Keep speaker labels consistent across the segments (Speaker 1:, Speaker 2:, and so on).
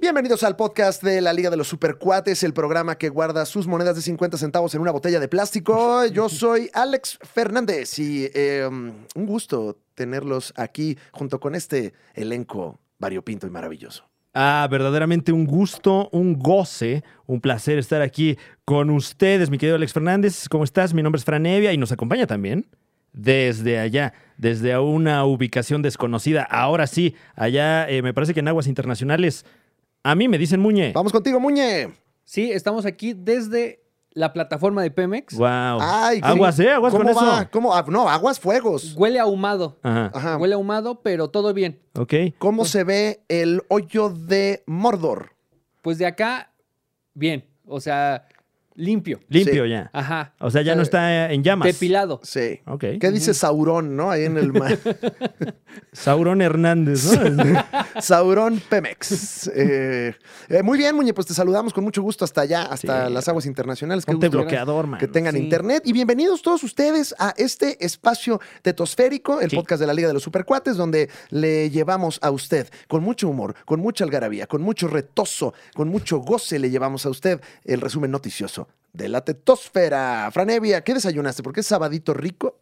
Speaker 1: Bienvenidos al podcast de la Liga de los Supercuates, el programa que guarda sus monedas de 50 centavos en una botella de plástico. Yo soy Alex Fernández y eh, un gusto tenerlos aquí junto con este elenco variopinto y maravilloso.
Speaker 2: Ah, verdaderamente un gusto, un goce, un placer estar aquí con ustedes, mi querido Alex Fernández. ¿Cómo estás? Mi nombre es Fran Evia y nos acompaña también desde allá, desde una ubicación desconocida. Ahora sí, allá eh, me parece que en aguas internacionales. A mí me dicen Muñe.
Speaker 1: Vamos contigo, Muñe.
Speaker 3: Sí, estamos aquí desde la plataforma de Pemex.
Speaker 2: Wow.
Speaker 1: Ay, ¿qué-
Speaker 2: Oh. aguas, ¿eh? Aguas con
Speaker 1: ¿Cómo va? Ah.
Speaker 2: eso.
Speaker 1: ¿Cómo? Ah, No, aguas fuegos.
Speaker 3: Huele ahumado.
Speaker 2: Ajá.
Speaker 1: Ajá.
Speaker 3: Huele ahumado, pero todo bien.
Speaker 2: Ok.
Speaker 1: ¿Cómo se ve el hoyo de Mordor?
Speaker 3: Pues de acá, bien. O sea, limpio.
Speaker 2: Limpio
Speaker 1: Sí.
Speaker 2: ya.
Speaker 3: Ajá.
Speaker 2: O sea, ya no está en llamas.
Speaker 3: Depilado.
Speaker 1: Sí.
Speaker 2: Ok.
Speaker 1: ¿Qué dice Saurón, no? Ahí en el mar.
Speaker 2: Sauron Hernández, ¿no?
Speaker 1: Saurón Pemex. Eh, eh, muy bien, Muñe, pues te saludamos con mucho gusto hasta allá, hasta
Speaker 2: Sí.
Speaker 1: las aguas internacionales. Qué
Speaker 2: Ponte
Speaker 1: gusto
Speaker 2: bloqueador, man.
Speaker 1: que tengan
Speaker 3: Sí.
Speaker 1: internet. Y bienvenidos todos ustedes a este espacio tetosférico, el
Speaker 2: Sí.
Speaker 1: podcast de la Liga de los Supercuates, donde le llevamos a usted con mucho humor, con mucha algarabía, con mucho retoso, con mucho goce le llevamos a usted el resumen noticioso de la tetosfera. Franevia, ¿qué desayunaste? Porque es sabadito rico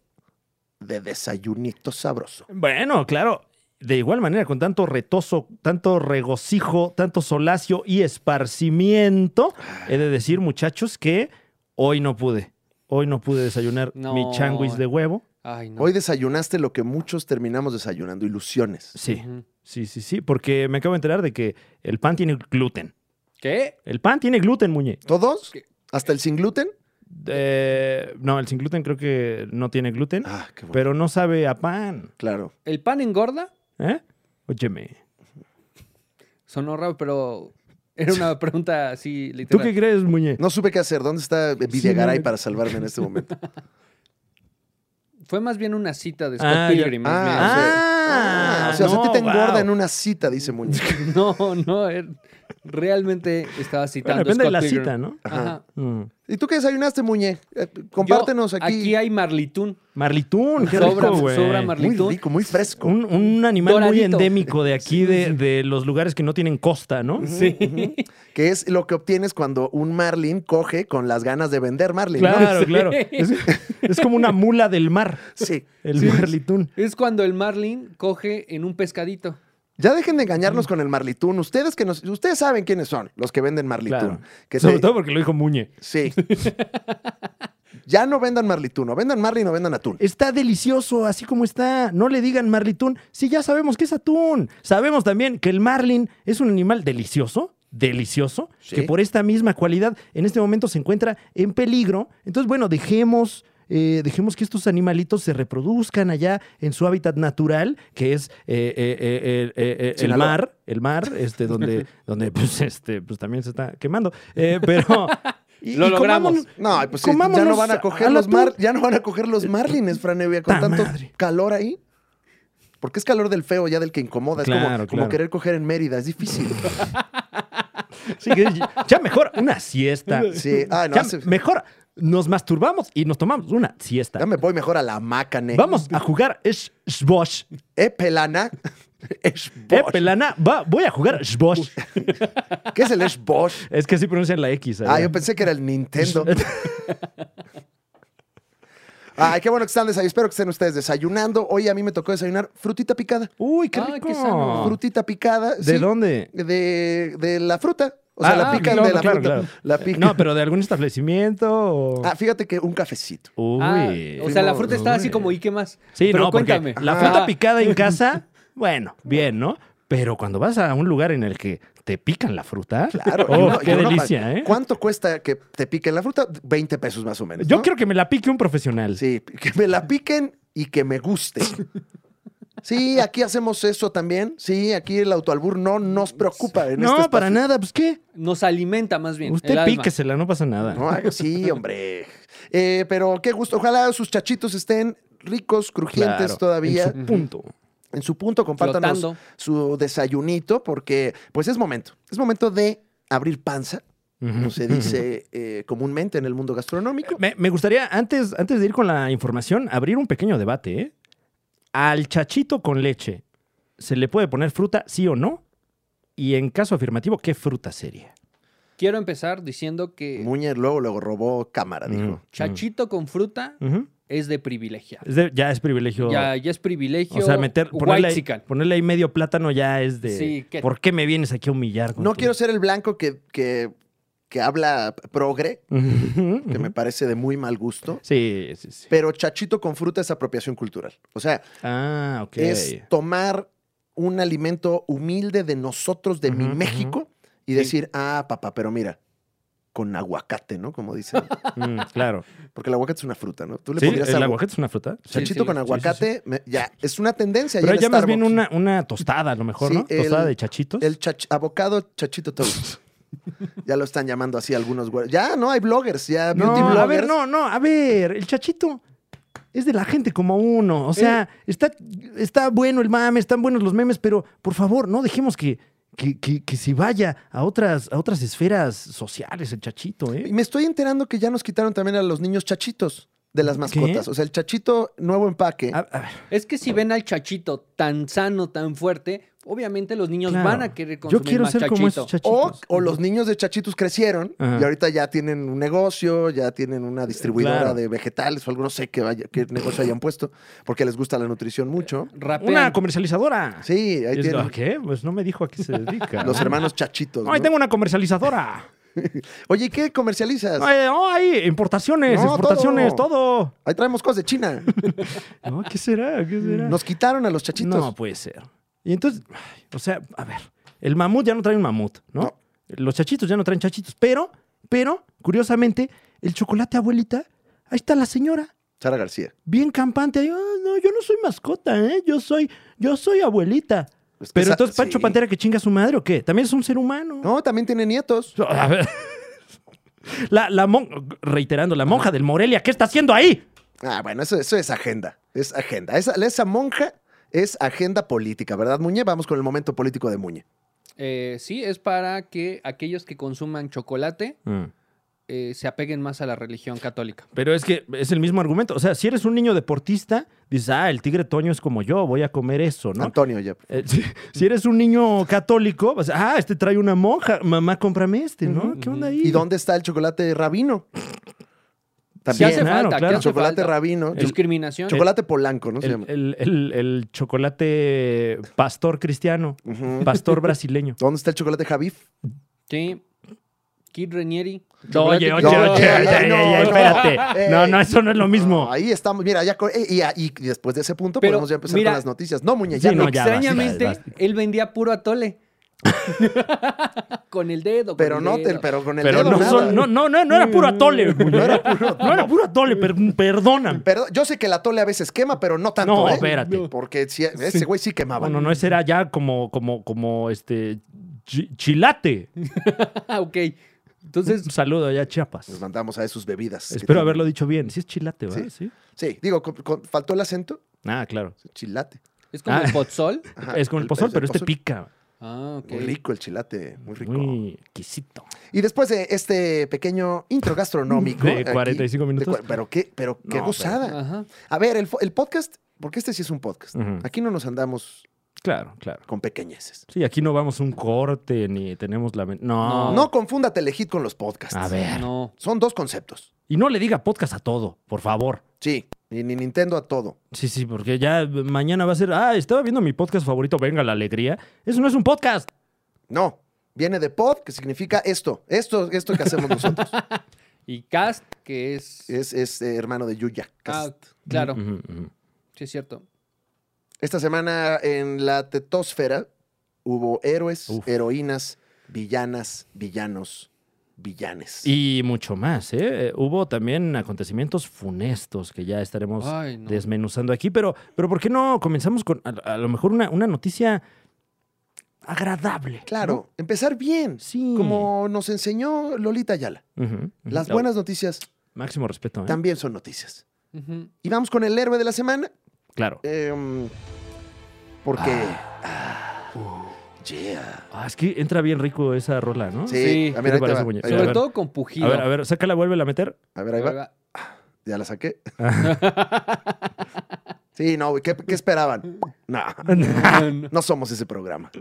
Speaker 1: de desayunito sabroso.
Speaker 2: Bueno, claro. De igual manera, con tanto retoso, tanto regocijo, tanto solacio y esparcimiento, he de decir, muchachos, que hoy no pude. Hoy no pude desayunar
Speaker 3: No.
Speaker 2: mi changuis de huevo.
Speaker 3: Ay, no.
Speaker 1: Hoy desayunaste lo que muchos terminamos desayunando, ilusiones.
Speaker 2: Sí,
Speaker 3: Ujú.
Speaker 2: sí, sí, sí, porque me acabo de enterar de que el pan tiene gluten.
Speaker 3: ¿Qué?
Speaker 2: El pan tiene gluten, muñe.
Speaker 1: ¿Todos?
Speaker 3: ¿Qué?
Speaker 1: ¿Hasta el sin gluten?
Speaker 2: Eh, no, el sin gluten creo que no tiene gluten,
Speaker 1: Ah, qué bueno.
Speaker 2: pero no sabe a pan.
Speaker 1: claro.
Speaker 3: ¿El pan engorda?
Speaker 2: ¿Eh? Óyeme.
Speaker 3: Sonó raro, pero era una pregunta así
Speaker 2: ¿Tú
Speaker 3: literal.
Speaker 2: qué crees, muñe?
Speaker 1: No supe qué hacer. ¿Dónde está Videgaray
Speaker 2: no.
Speaker 1: para salvarme en este momento?
Speaker 3: Fue más bien una cita de Scott
Speaker 2: Ah, ya.
Speaker 3: Pilgrim.
Speaker 1: Ah, o sea,
Speaker 2: Ah,
Speaker 1: o sea, a ti te
Speaker 2: no,
Speaker 1: engorda
Speaker 2: wow.
Speaker 1: en una cita, dice Muñoz.
Speaker 3: mira. No, no. er- Realmente estaba
Speaker 2: ah. Bueno,
Speaker 3: citando a
Speaker 2: depende de
Speaker 3: Scott
Speaker 2: la
Speaker 3: Pilgrim.
Speaker 2: cita, ¿no?
Speaker 1: Ajá.
Speaker 3: Ajá.
Speaker 2: Mm.
Speaker 1: ¿Y tú qué desayunaste, Muñe? Eh, compártenos
Speaker 3: Yo-
Speaker 1: aquí.
Speaker 3: Aquí hay marlitún.
Speaker 2: Marlitún, qué
Speaker 3: Sobra-
Speaker 2: rico, güey.
Speaker 3: sobra mar-
Speaker 1: muy
Speaker 3: Marlitón.
Speaker 1: rico, muy fresco.
Speaker 2: Un, un animal muy
Speaker 3: Doradito.
Speaker 2: endémico de aquí, de, de los lugares que no tienen costa, ¿no?
Speaker 3: Sí.
Speaker 1: Que es lo que obtienes cuando un Marlin coge con las ganas de vender Marlin. ¿no?
Speaker 2: Claro, claro. Es, es como una mula del mar,
Speaker 1: Sí.
Speaker 2: el marlitún.
Speaker 3: Es cuando el marlin coge en un pescadito.
Speaker 1: Ya dejen de engañarnos con el Marlitún. Ustedes que nos, ustedes saben quiénes son los que venden Marlitún.
Speaker 2: Claro.
Speaker 1: Que
Speaker 2: Sobre
Speaker 1: te-
Speaker 2: todo porque lo dijo Muñe.
Speaker 1: Sí. ya no vendan Marlitún, no vendan Marlin, no vendan atún.
Speaker 2: Está delicioso, así como está. No le digan marlitún, si ya sabemos que es atún. Sabemos también que el marlin es un animal delicioso, delicioso,
Speaker 1: Sí.
Speaker 2: que por esta misma cualidad en este momento se encuentra en peligro. Entonces, bueno, dejemos, eh, dejemos que estos animalitos se reproduzcan allá en su hábitat natural, que es eh, eh, eh, eh, eh, eh, el
Speaker 1: Sinaloa.
Speaker 2: mar, el mar, este, donde, donde pues, este, pues también se está quemando. Eh, pero... y-
Speaker 3: Lo
Speaker 2: y
Speaker 3: logramos.
Speaker 2: comamos-
Speaker 1: No, pues sí, ya no
Speaker 2: comámonos
Speaker 1: van a coger
Speaker 2: al
Speaker 1: los
Speaker 2: atún.
Speaker 1: mar, ya no van a coger los marlines, Franevia, con
Speaker 2: Ta
Speaker 1: tanto
Speaker 2: madre.
Speaker 1: calor ahí. Porque es calor del feo, ya del que incomoda. es como,
Speaker 2: Claro,
Speaker 1: como
Speaker 2: claro.
Speaker 1: querer coger en Mérida, es difícil.
Speaker 2: Sí, que ya- ya mejor una siesta.
Speaker 1: Sí, ah, no,
Speaker 2: Ya
Speaker 1: hace-
Speaker 2: mejor nos masturbamos y nos tomamos una siesta.
Speaker 1: ya me voy mejor a la mácane.
Speaker 2: Vamos a jugar es- Sbosh.
Speaker 1: Epelana.
Speaker 2: Eh,
Speaker 1: Eshbosh.
Speaker 2: pelana, va, voy a jugar Sbosh.
Speaker 1: ¿Qué es el Eshbosh?
Speaker 2: Es que sí pronuncian la X. allá.
Speaker 1: Ah, yo pensé que era el Nintendo. Ay, qué bueno que están desayunando. Espero que estén ustedes desayunando. Hoy a mí me tocó desayunar frutita picada.
Speaker 2: Uy, qué
Speaker 3: Ay,
Speaker 2: rico.
Speaker 3: qué sano.
Speaker 1: Frutita picada.
Speaker 2: Ah. ¿De
Speaker 1: sí,
Speaker 2: dónde?
Speaker 1: De, de la fruta. O sea,
Speaker 2: Ah,
Speaker 1: la
Speaker 2: ah,
Speaker 1: pican
Speaker 2: claro,
Speaker 1: de la
Speaker 2: claro,
Speaker 1: fruta.
Speaker 2: claro. Eh,
Speaker 1: La pican.
Speaker 2: No, pero de algún establecimiento. o-
Speaker 1: Ah, fíjate que un cafecito.
Speaker 2: Uy.
Speaker 3: Ah, o sea, la fruta está así
Speaker 2: Uy.
Speaker 3: como, ¿y qué más?
Speaker 2: Sí,
Speaker 3: pero
Speaker 2: no, porque
Speaker 3: cuéntame.
Speaker 2: la
Speaker 3: Ah,
Speaker 2: fruta picada en casa, bueno, bien, ¿no? Pero cuando vas a un lugar en el que te pican la fruta,
Speaker 1: Claro.
Speaker 2: oh,
Speaker 1: y uno- y
Speaker 2: qué
Speaker 1: uno pa-
Speaker 2: delicia, ¿eh?
Speaker 1: ¿Cuánto cuesta que te piquen la fruta? 20 pesos más o menos.
Speaker 2: Yo
Speaker 1: ¿no?
Speaker 2: quiero que me la pique un profesional.
Speaker 1: Sí, que me la piquen y que me guste. Sí, aquí hacemos eso también. Sí, aquí el autoalbur no nos preocupa. En
Speaker 2: no,
Speaker 1: este
Speaker 2: para
Speaker 1: espacio.
Speaker 2: nada, pues qué.
Speaker 3: Nos alimenta más bien. el
Speaker 2: Usted
Speaker 3: alma.
Speaker 2: píquesela, no pasa nada.
Speaker 1: No, ay, sí, hombre. Eh, pero qué gusto. Ojalá sus chachitos estén ricos,
Speaker 2: Claro,
Speaker 1: crujientes todavía.
Speaker 2: En su punto.
Speaker 1: en su punto, compártanos
Speaker 3: Flotando.
Speaker 1: su desayunito, porque pues es momento. Es momento de abrir panza, como se dice eh, comúnmente en el mundo gastronómico.
Speaker 2: Me, me gustaría, antes, antes de ir con la información, abrir un pequeño debate. ¿eh? ¿Al chachito con leche se le puede poner fruta, sí o no? Y en caso afirmativo, ¿qué fruta sería?
Speaker 3: Quiero empezar diciendo que
Speaker 2: Eh,
Speaker 1: Muñe luego, luego robó cámara,
Speaker 2: Mm.
Speaker 1: dijo.
Speaker 3: chachito con fruta
Speaker 2: Ujú.
Speaker 3: es de privilegiado.
Speaker 2: Es de- ya es privilegio.
Speaker 3: Ya, ya es privilegio.
Speaker 2: o sea, meter, ponerle, ahí,
Speaker 3: whitezican.
Speaker 2: ponerle ahí medio plátano ya es de.
Speaker 3: Sí, ¿qué?
Speaker 2: ¿Por qué me vienes aquí a humillar? con
Speaker 1: No
Speaker 2: tu-
Speaker 1: quiero ser el blanco que, que, que habla progre,
Speaker 2: Ujú,
Speaker 1: que me
Speaker 2: ujú.
Speaker 1: parece de muy mal gusto.
Speaker 2: Sí, sí, sí.
Speaker 1: Pero chachito con fruta es apropiación cultural. O sea,
Speaker 2: Ah, ok.
Speaker 1: es tomar un alimento humilde de nosotros, de mi
Speaker 2: Ujú, ujú.
Speaker 1: México, y
Speaker 3: Sí.
Speaker 1: decir, ah, papá, pero mira, con aguacate, ¿no? Como dicen.
Speaker 2: Mm, claro.
Speaker 1: Porque el aguacate es una fruta, ¿no? Tú le
Speaker 2: Sí,
Speaker 1: pondrías
Speaker 2: el
Speaker 1: algo-
Speaker 2: aguacate es una fruta. Sí.
Speaker 1: Chachito
Speaker 3: Sí, sí,
Speaker 1: con
Speaker 3: sí,
Speaker 1: aguacate, me- ya, es una tendencia. ya
Speaker 2: Pero
Speaker 1: en
Speaker 2: ya más bien
Speaker 1: Starbucks.
Speaker 2: una, una tostada, a lo mejor,
Speaker 1: Sí,
Speaker 2: ¿no? Tostada
Speaker 1: el-
Speaker 2: de chachitos.
Speaker 1: El chach- abocado chachito toast. ya lo están llamando así algunos güeyes. Ya, no, hay bloggers, ya
Speaker 2: no,
Speaker 1: beauty
Speaker 2: a
Speaker 1: bloggers.
Speaker 2: ver, no, no, a ver, el chachito es de la gente como uno. O
Speaker 1: Eh.
Speaker 2: sea, está, está bueno el mame, están buenos los memes, pero por favor, no dejemos que, que, que- que se vaya a otras, a otras esferas sociales el chachito,
Speaker 1: Y
Speaker 2: ¿eh?
Speaker 1: me estoy enterando que ya nos quitaron también a los niños chachitos de las mascotas. O sea, el chachito nuevo empaque.
Speaker 2: A- a ver,
Speaker 3: Es que si ven al chachito tan sano, tan fuerte, obviamente los niños
Speaker 2: claro.
Speaker 3: van a querer
Speaker 2: Yo
Speaker 3: consumir
Speaker 2: quiero
Speaker 3: más
Speaker 2: ser
Speaker 3: chachito.
Speaker 2: como esos
Speaker 1: O,
Speaker 2: chachitos.
Speaker 1: o los niños de chachitos crecieron
Speaker 2: Ajá. Eh,
Speaker 1: y ahorita ya tienen un negocio, ya tienen una distribuidora
Speaker 2: claro.
Speaker 1: de vegetales o algo, no sé qué, vaya- qué negocio hayan puesto, porque les gusta la nutrición mucho.
Speaker 3: Rapean.
Speaker 2: Una comercializadora.
Speaker 1: Sí, ahí
Speaker 2: Eh, Es-
Speaker 1: tienen
Speaker 2: ¿ah, ¿Qué? Pues no me dijo a qué se dedica.
Speaker 1: los hermanos chachitos.
Speaker 2: Ay,
Speaker 1: ¿no?
Speaker 2: tengo una comercializadora.
Speaker 1: Oye, ¿y ¿qué comercializas?
Speaker 2: Ay, oh, ahí, importaciones,
Speaker 1: No,
Speaker 2: exportaciones, todo.
Speaker 1: Ahí traemos cosas de China.
Speaker 2: No, ¿Qué será? ¿Qué será?
Speaker 1: Nos quitaron a los chachitos.
Speaker 2: No puede ser. Y entonces, ay, o sea, a ver, el mamut ya no trae un mamut, ¿no?
Speaker 1: No.
Speaker 2: Los chachitos ya no traen chachitos, pero, pero, curiosamente, el chocolate abuelita, ahí está la señora,
Speaker 1: Sara García.
Speaker 2: bien campante, ahí, "Ah, no, yo no soy mascota, ¿eh? Yo soy, yo soy abuelita.
Speaker 1: Es que
Speaker 2: Pero
Speaker 1: esa-
Speaker 2: entonces, Pancho
Speaker 1: sí.
Speaker 2: Pantera que chinga a su madre o qué? También es un ser humano.
Speaker 1: No, también tiene nietos.
Speaker 2: A ver. La, la mon- reiterando, la monja del Morelia, ¿qué está haciendo ahí?
Speaker 1: Ah, bueno, eso, eso es agenda. Es agenda. Esa, esa monja es agenda política, ¿verdad, Muñe? Vamos con el momento político de Muñe.
Speaker 3: Eh, sí, es para que aquellos que consuman chocolate
Speaker 1: Mm.
Speaker 3: eh, se apeguen más a la religión católica.
Speaker 2: Pero es que es el mismo argumento. O sea, si eres un niño deportista, dices, ah, el tigre Toño es como yo, voy a comer eso, ¿no?
Speaker 1: Antonio, ya.
Speaker 2: Eh, si, si eres un niño católico, vas, ah, este trae una monja, mamá, cómprame este, ¿no? ¿Qué onda ahí?
Speaker 1: ¿Y dónde está el chocolate rabino?
Speaker 3: Si
Speaker 1: También.
Speaker 3: hace
Speaker 2: claro,
Speaker 3: falta, ¿qué
Speaker 2: claro.
Speaker 3: hace
Speaker 1: chocolate
Speaker 3: falta?
Speaker 1: rabino. cho-
Speaker 3: Discriminación.
Speaker 1: chocolate polanco, ¿no? se
Speaker 2: El,
Speaker 1: llama.
Speaker 2: el- el- el chocolate pastor cristiano,
Speaker 1: Ujú.
Speaker 2: pastor brasileño.
Speaker 1: ¿Dónde está el chocolate Javif?
Speaker 3: Sí. Kid Renieri.
Speaker 2: Oye, oye,
Speaker 3: chocolate-
Speaker 2: oye,
Speaker 1: No,
Speaker 2: oye,
Speaker 1: no,
Speaker 2: oye,
Speaker 1: no, Eh,
Speaker 2: oye,
Speaker 1: no.
Speaker 2: espérate. No, no, eso no es lo mismo.
Speaker 1: Ah, Ahí estamos. Mira, ya. co- eh, Y, ahí- y después de ese punto
Speaker 3: Pero,
Speaker 1: podemos ya empezar
Speaker 3: mira-
Speaker 1: con las noticias. No, Muñe,
Speaker 2: Sí,
Speaker 1: ya
Speaker 2: no,
Speaker 1: no.
Speaker 2: ya,
Speaker 3: Extrañamente,
Speaker 2: basta, basta.
Speaker 3: él vendía puro atole. con el dedo. con
Speaker 1: Pero
Speaker 3: el
Speaker 1: no, te-
Speaker 3: dedo.
Speaker 1: pero con el
Speaker 2: Pero
Speaker 1: dedo
Speaker 2: no,
Speaker 1: nada.
Speaker 2: son- no, no, no, no era puro atole. güey. No era puro, atole, per- perdóname.
Speaker 1: Perdón, yo sé que la tole a veces quema, pero no tanto.
Speaker 2: No,
Speaker 1: ¿eh?
Speaker 2: espérate.
Speaker 1: Porque si- ese güey sí quemaba.
Speaker 2: No, no, no, ese era ya como, como, como, este, chi- chilate.
Speaker 3: Ah, ok.
Speaker 2: Un
Speaker 3: Entonces,
Speaker 2: saludo allá a
Speaker 1: Nos
Speaker 2: Chiapas.
Speaker 1: mandamos a sus bebidas. que
Speaker 2: Espero
Speaker 1: tienen.
Speaker 2: haberlo dicho bien. Sí es chilate, ¿verdad? Sí.
Speaker 1: Sí. Sí, digo, con- con- faltó el acento.
Speaker 2: Ah, claro.
Speaker 1: Chilate.
Speaker 3: es como
Speaker 2: Ah.
Speaker 3: el potzol.
Speaker 1: Ajá,
Speaker 2: es como el, pozol,
Speaker 1: el
Speaker 2: pero este
Speaker 1: pozol.
Speaker 2: pica.
Speaker 3: Ah, ok.
Speaker 1: Muy rico el chilate, muy rico.
Speaker 2: Muy exquisito.
Speaker 1: Y después de este pequeño intro gastronómico.
Speaker 2: De
Speaker 1: aquí,
Speaker 2: 45
Speaker 1: de
Speaker 2: minutos.
Speaker 1: cua- pero qué, pero qué
Speaker 2: No,
Speaker 1: gozada.
Speaker 3: Ajá.
Speaker 1: A ver, el, fo- el podcast, porque este sí es un podcast.
Speaker 2: Ujú.
Speaker 1: Aquí no nos andamos
Speaker 2: Claro, claro.
Speaker 1: con pequeñeces.
Speaker 2: Sí, aquí no vamos a un corte ni tenemos la... men- No.
Speaker 3: Ah.
Speaker 1: No confunda Telehit con los podcasts.
Speaker 2: A ver.
Speaker 3: No.
Speaker 1: Son dos conceptos.
Speaker 2: Y no le diga podcast a todo, por favor.
Speaker 1: Sí, y ni Nintendo a todo.
Speaker 2: Sí, sí, porque ya mañana va a ser... Ah, estaba viendo mi podcast favorito, Venga la Alegría. Eso no es un podcast.
Speaker 1: No, viene de pod, que significa esto, esto, esto que hacemos nosotros.
Speaker 3: Y cast, que es.
Speaker 1: es es, eh, hermano de Yuya.
Speaker 3: Ah,
Speaker 1: Cast.
Speaker 3: claro.
Speaker 2: Ujú, ujú.
Speaker 3: Sí, es cierto.
Speaker 1: Esta semana en la tetósfera hubo héroes,
Speaker 2: Uf.
Speaker 1: heroínas, villanas, villanos, villanes.
Speaker 2: Y mucho más, ¿eh? Eh, Hubo también acontecimientos funestos que ya estaremos
Speaker 3: Ay, no.
Speaker 2: desmenuzando aquí, pero, pero ¿por qué no comenzamos con a, a lo mejor una, una noticia agradable?
Speaker 1: Claro,
Speaker 2: ¿no?
Speaker 1: empezar bien.
Speaker 2: Sí.
Speaker 1: Como nos enseñó Lolita Ayala.
Speaker 2: Ujú, ujú.
Speaker 1: Las
Speaker 2: Oh,
Speaker 1: buenas noticias
Speaker 2: máximo respeto, ¿eh?
Speaker 1: también son noticias.
Speaker 3: Ujú.
Speaker 1: Y vamos con el héroe de la semana.
Speaker 2: Claro.
Speaker 1: em, porque. ah, yeah.
Speaker 2: Ah, es que entra bien rico esa rola, ¿no?
Speaker 1: Sí,
Speaker 3: Sí.
Speaker 1: a ver,
Speaker 2: ¿Qué te
Speaker 1: ahí te
Speaker 2: parece,
Speaker 1: va,
Speaker 2: Muñe?
Speaker 1: ahí te
Speaker 2: Sí,
Speaker 3: Sobre
Speaker 1: va.
Speaker 2: ver.
Speaker 3: todo con Pujido.
Speaker 2: A ver, a ver, sácala, vuélvela a meter.
Speaker 1: A ver, ahí va. Ya la saqué. Sí, no, güey, ¿qué, qué esperaban? No,
Speaker 3: No, no.
Speaker 1: no somos ese programa.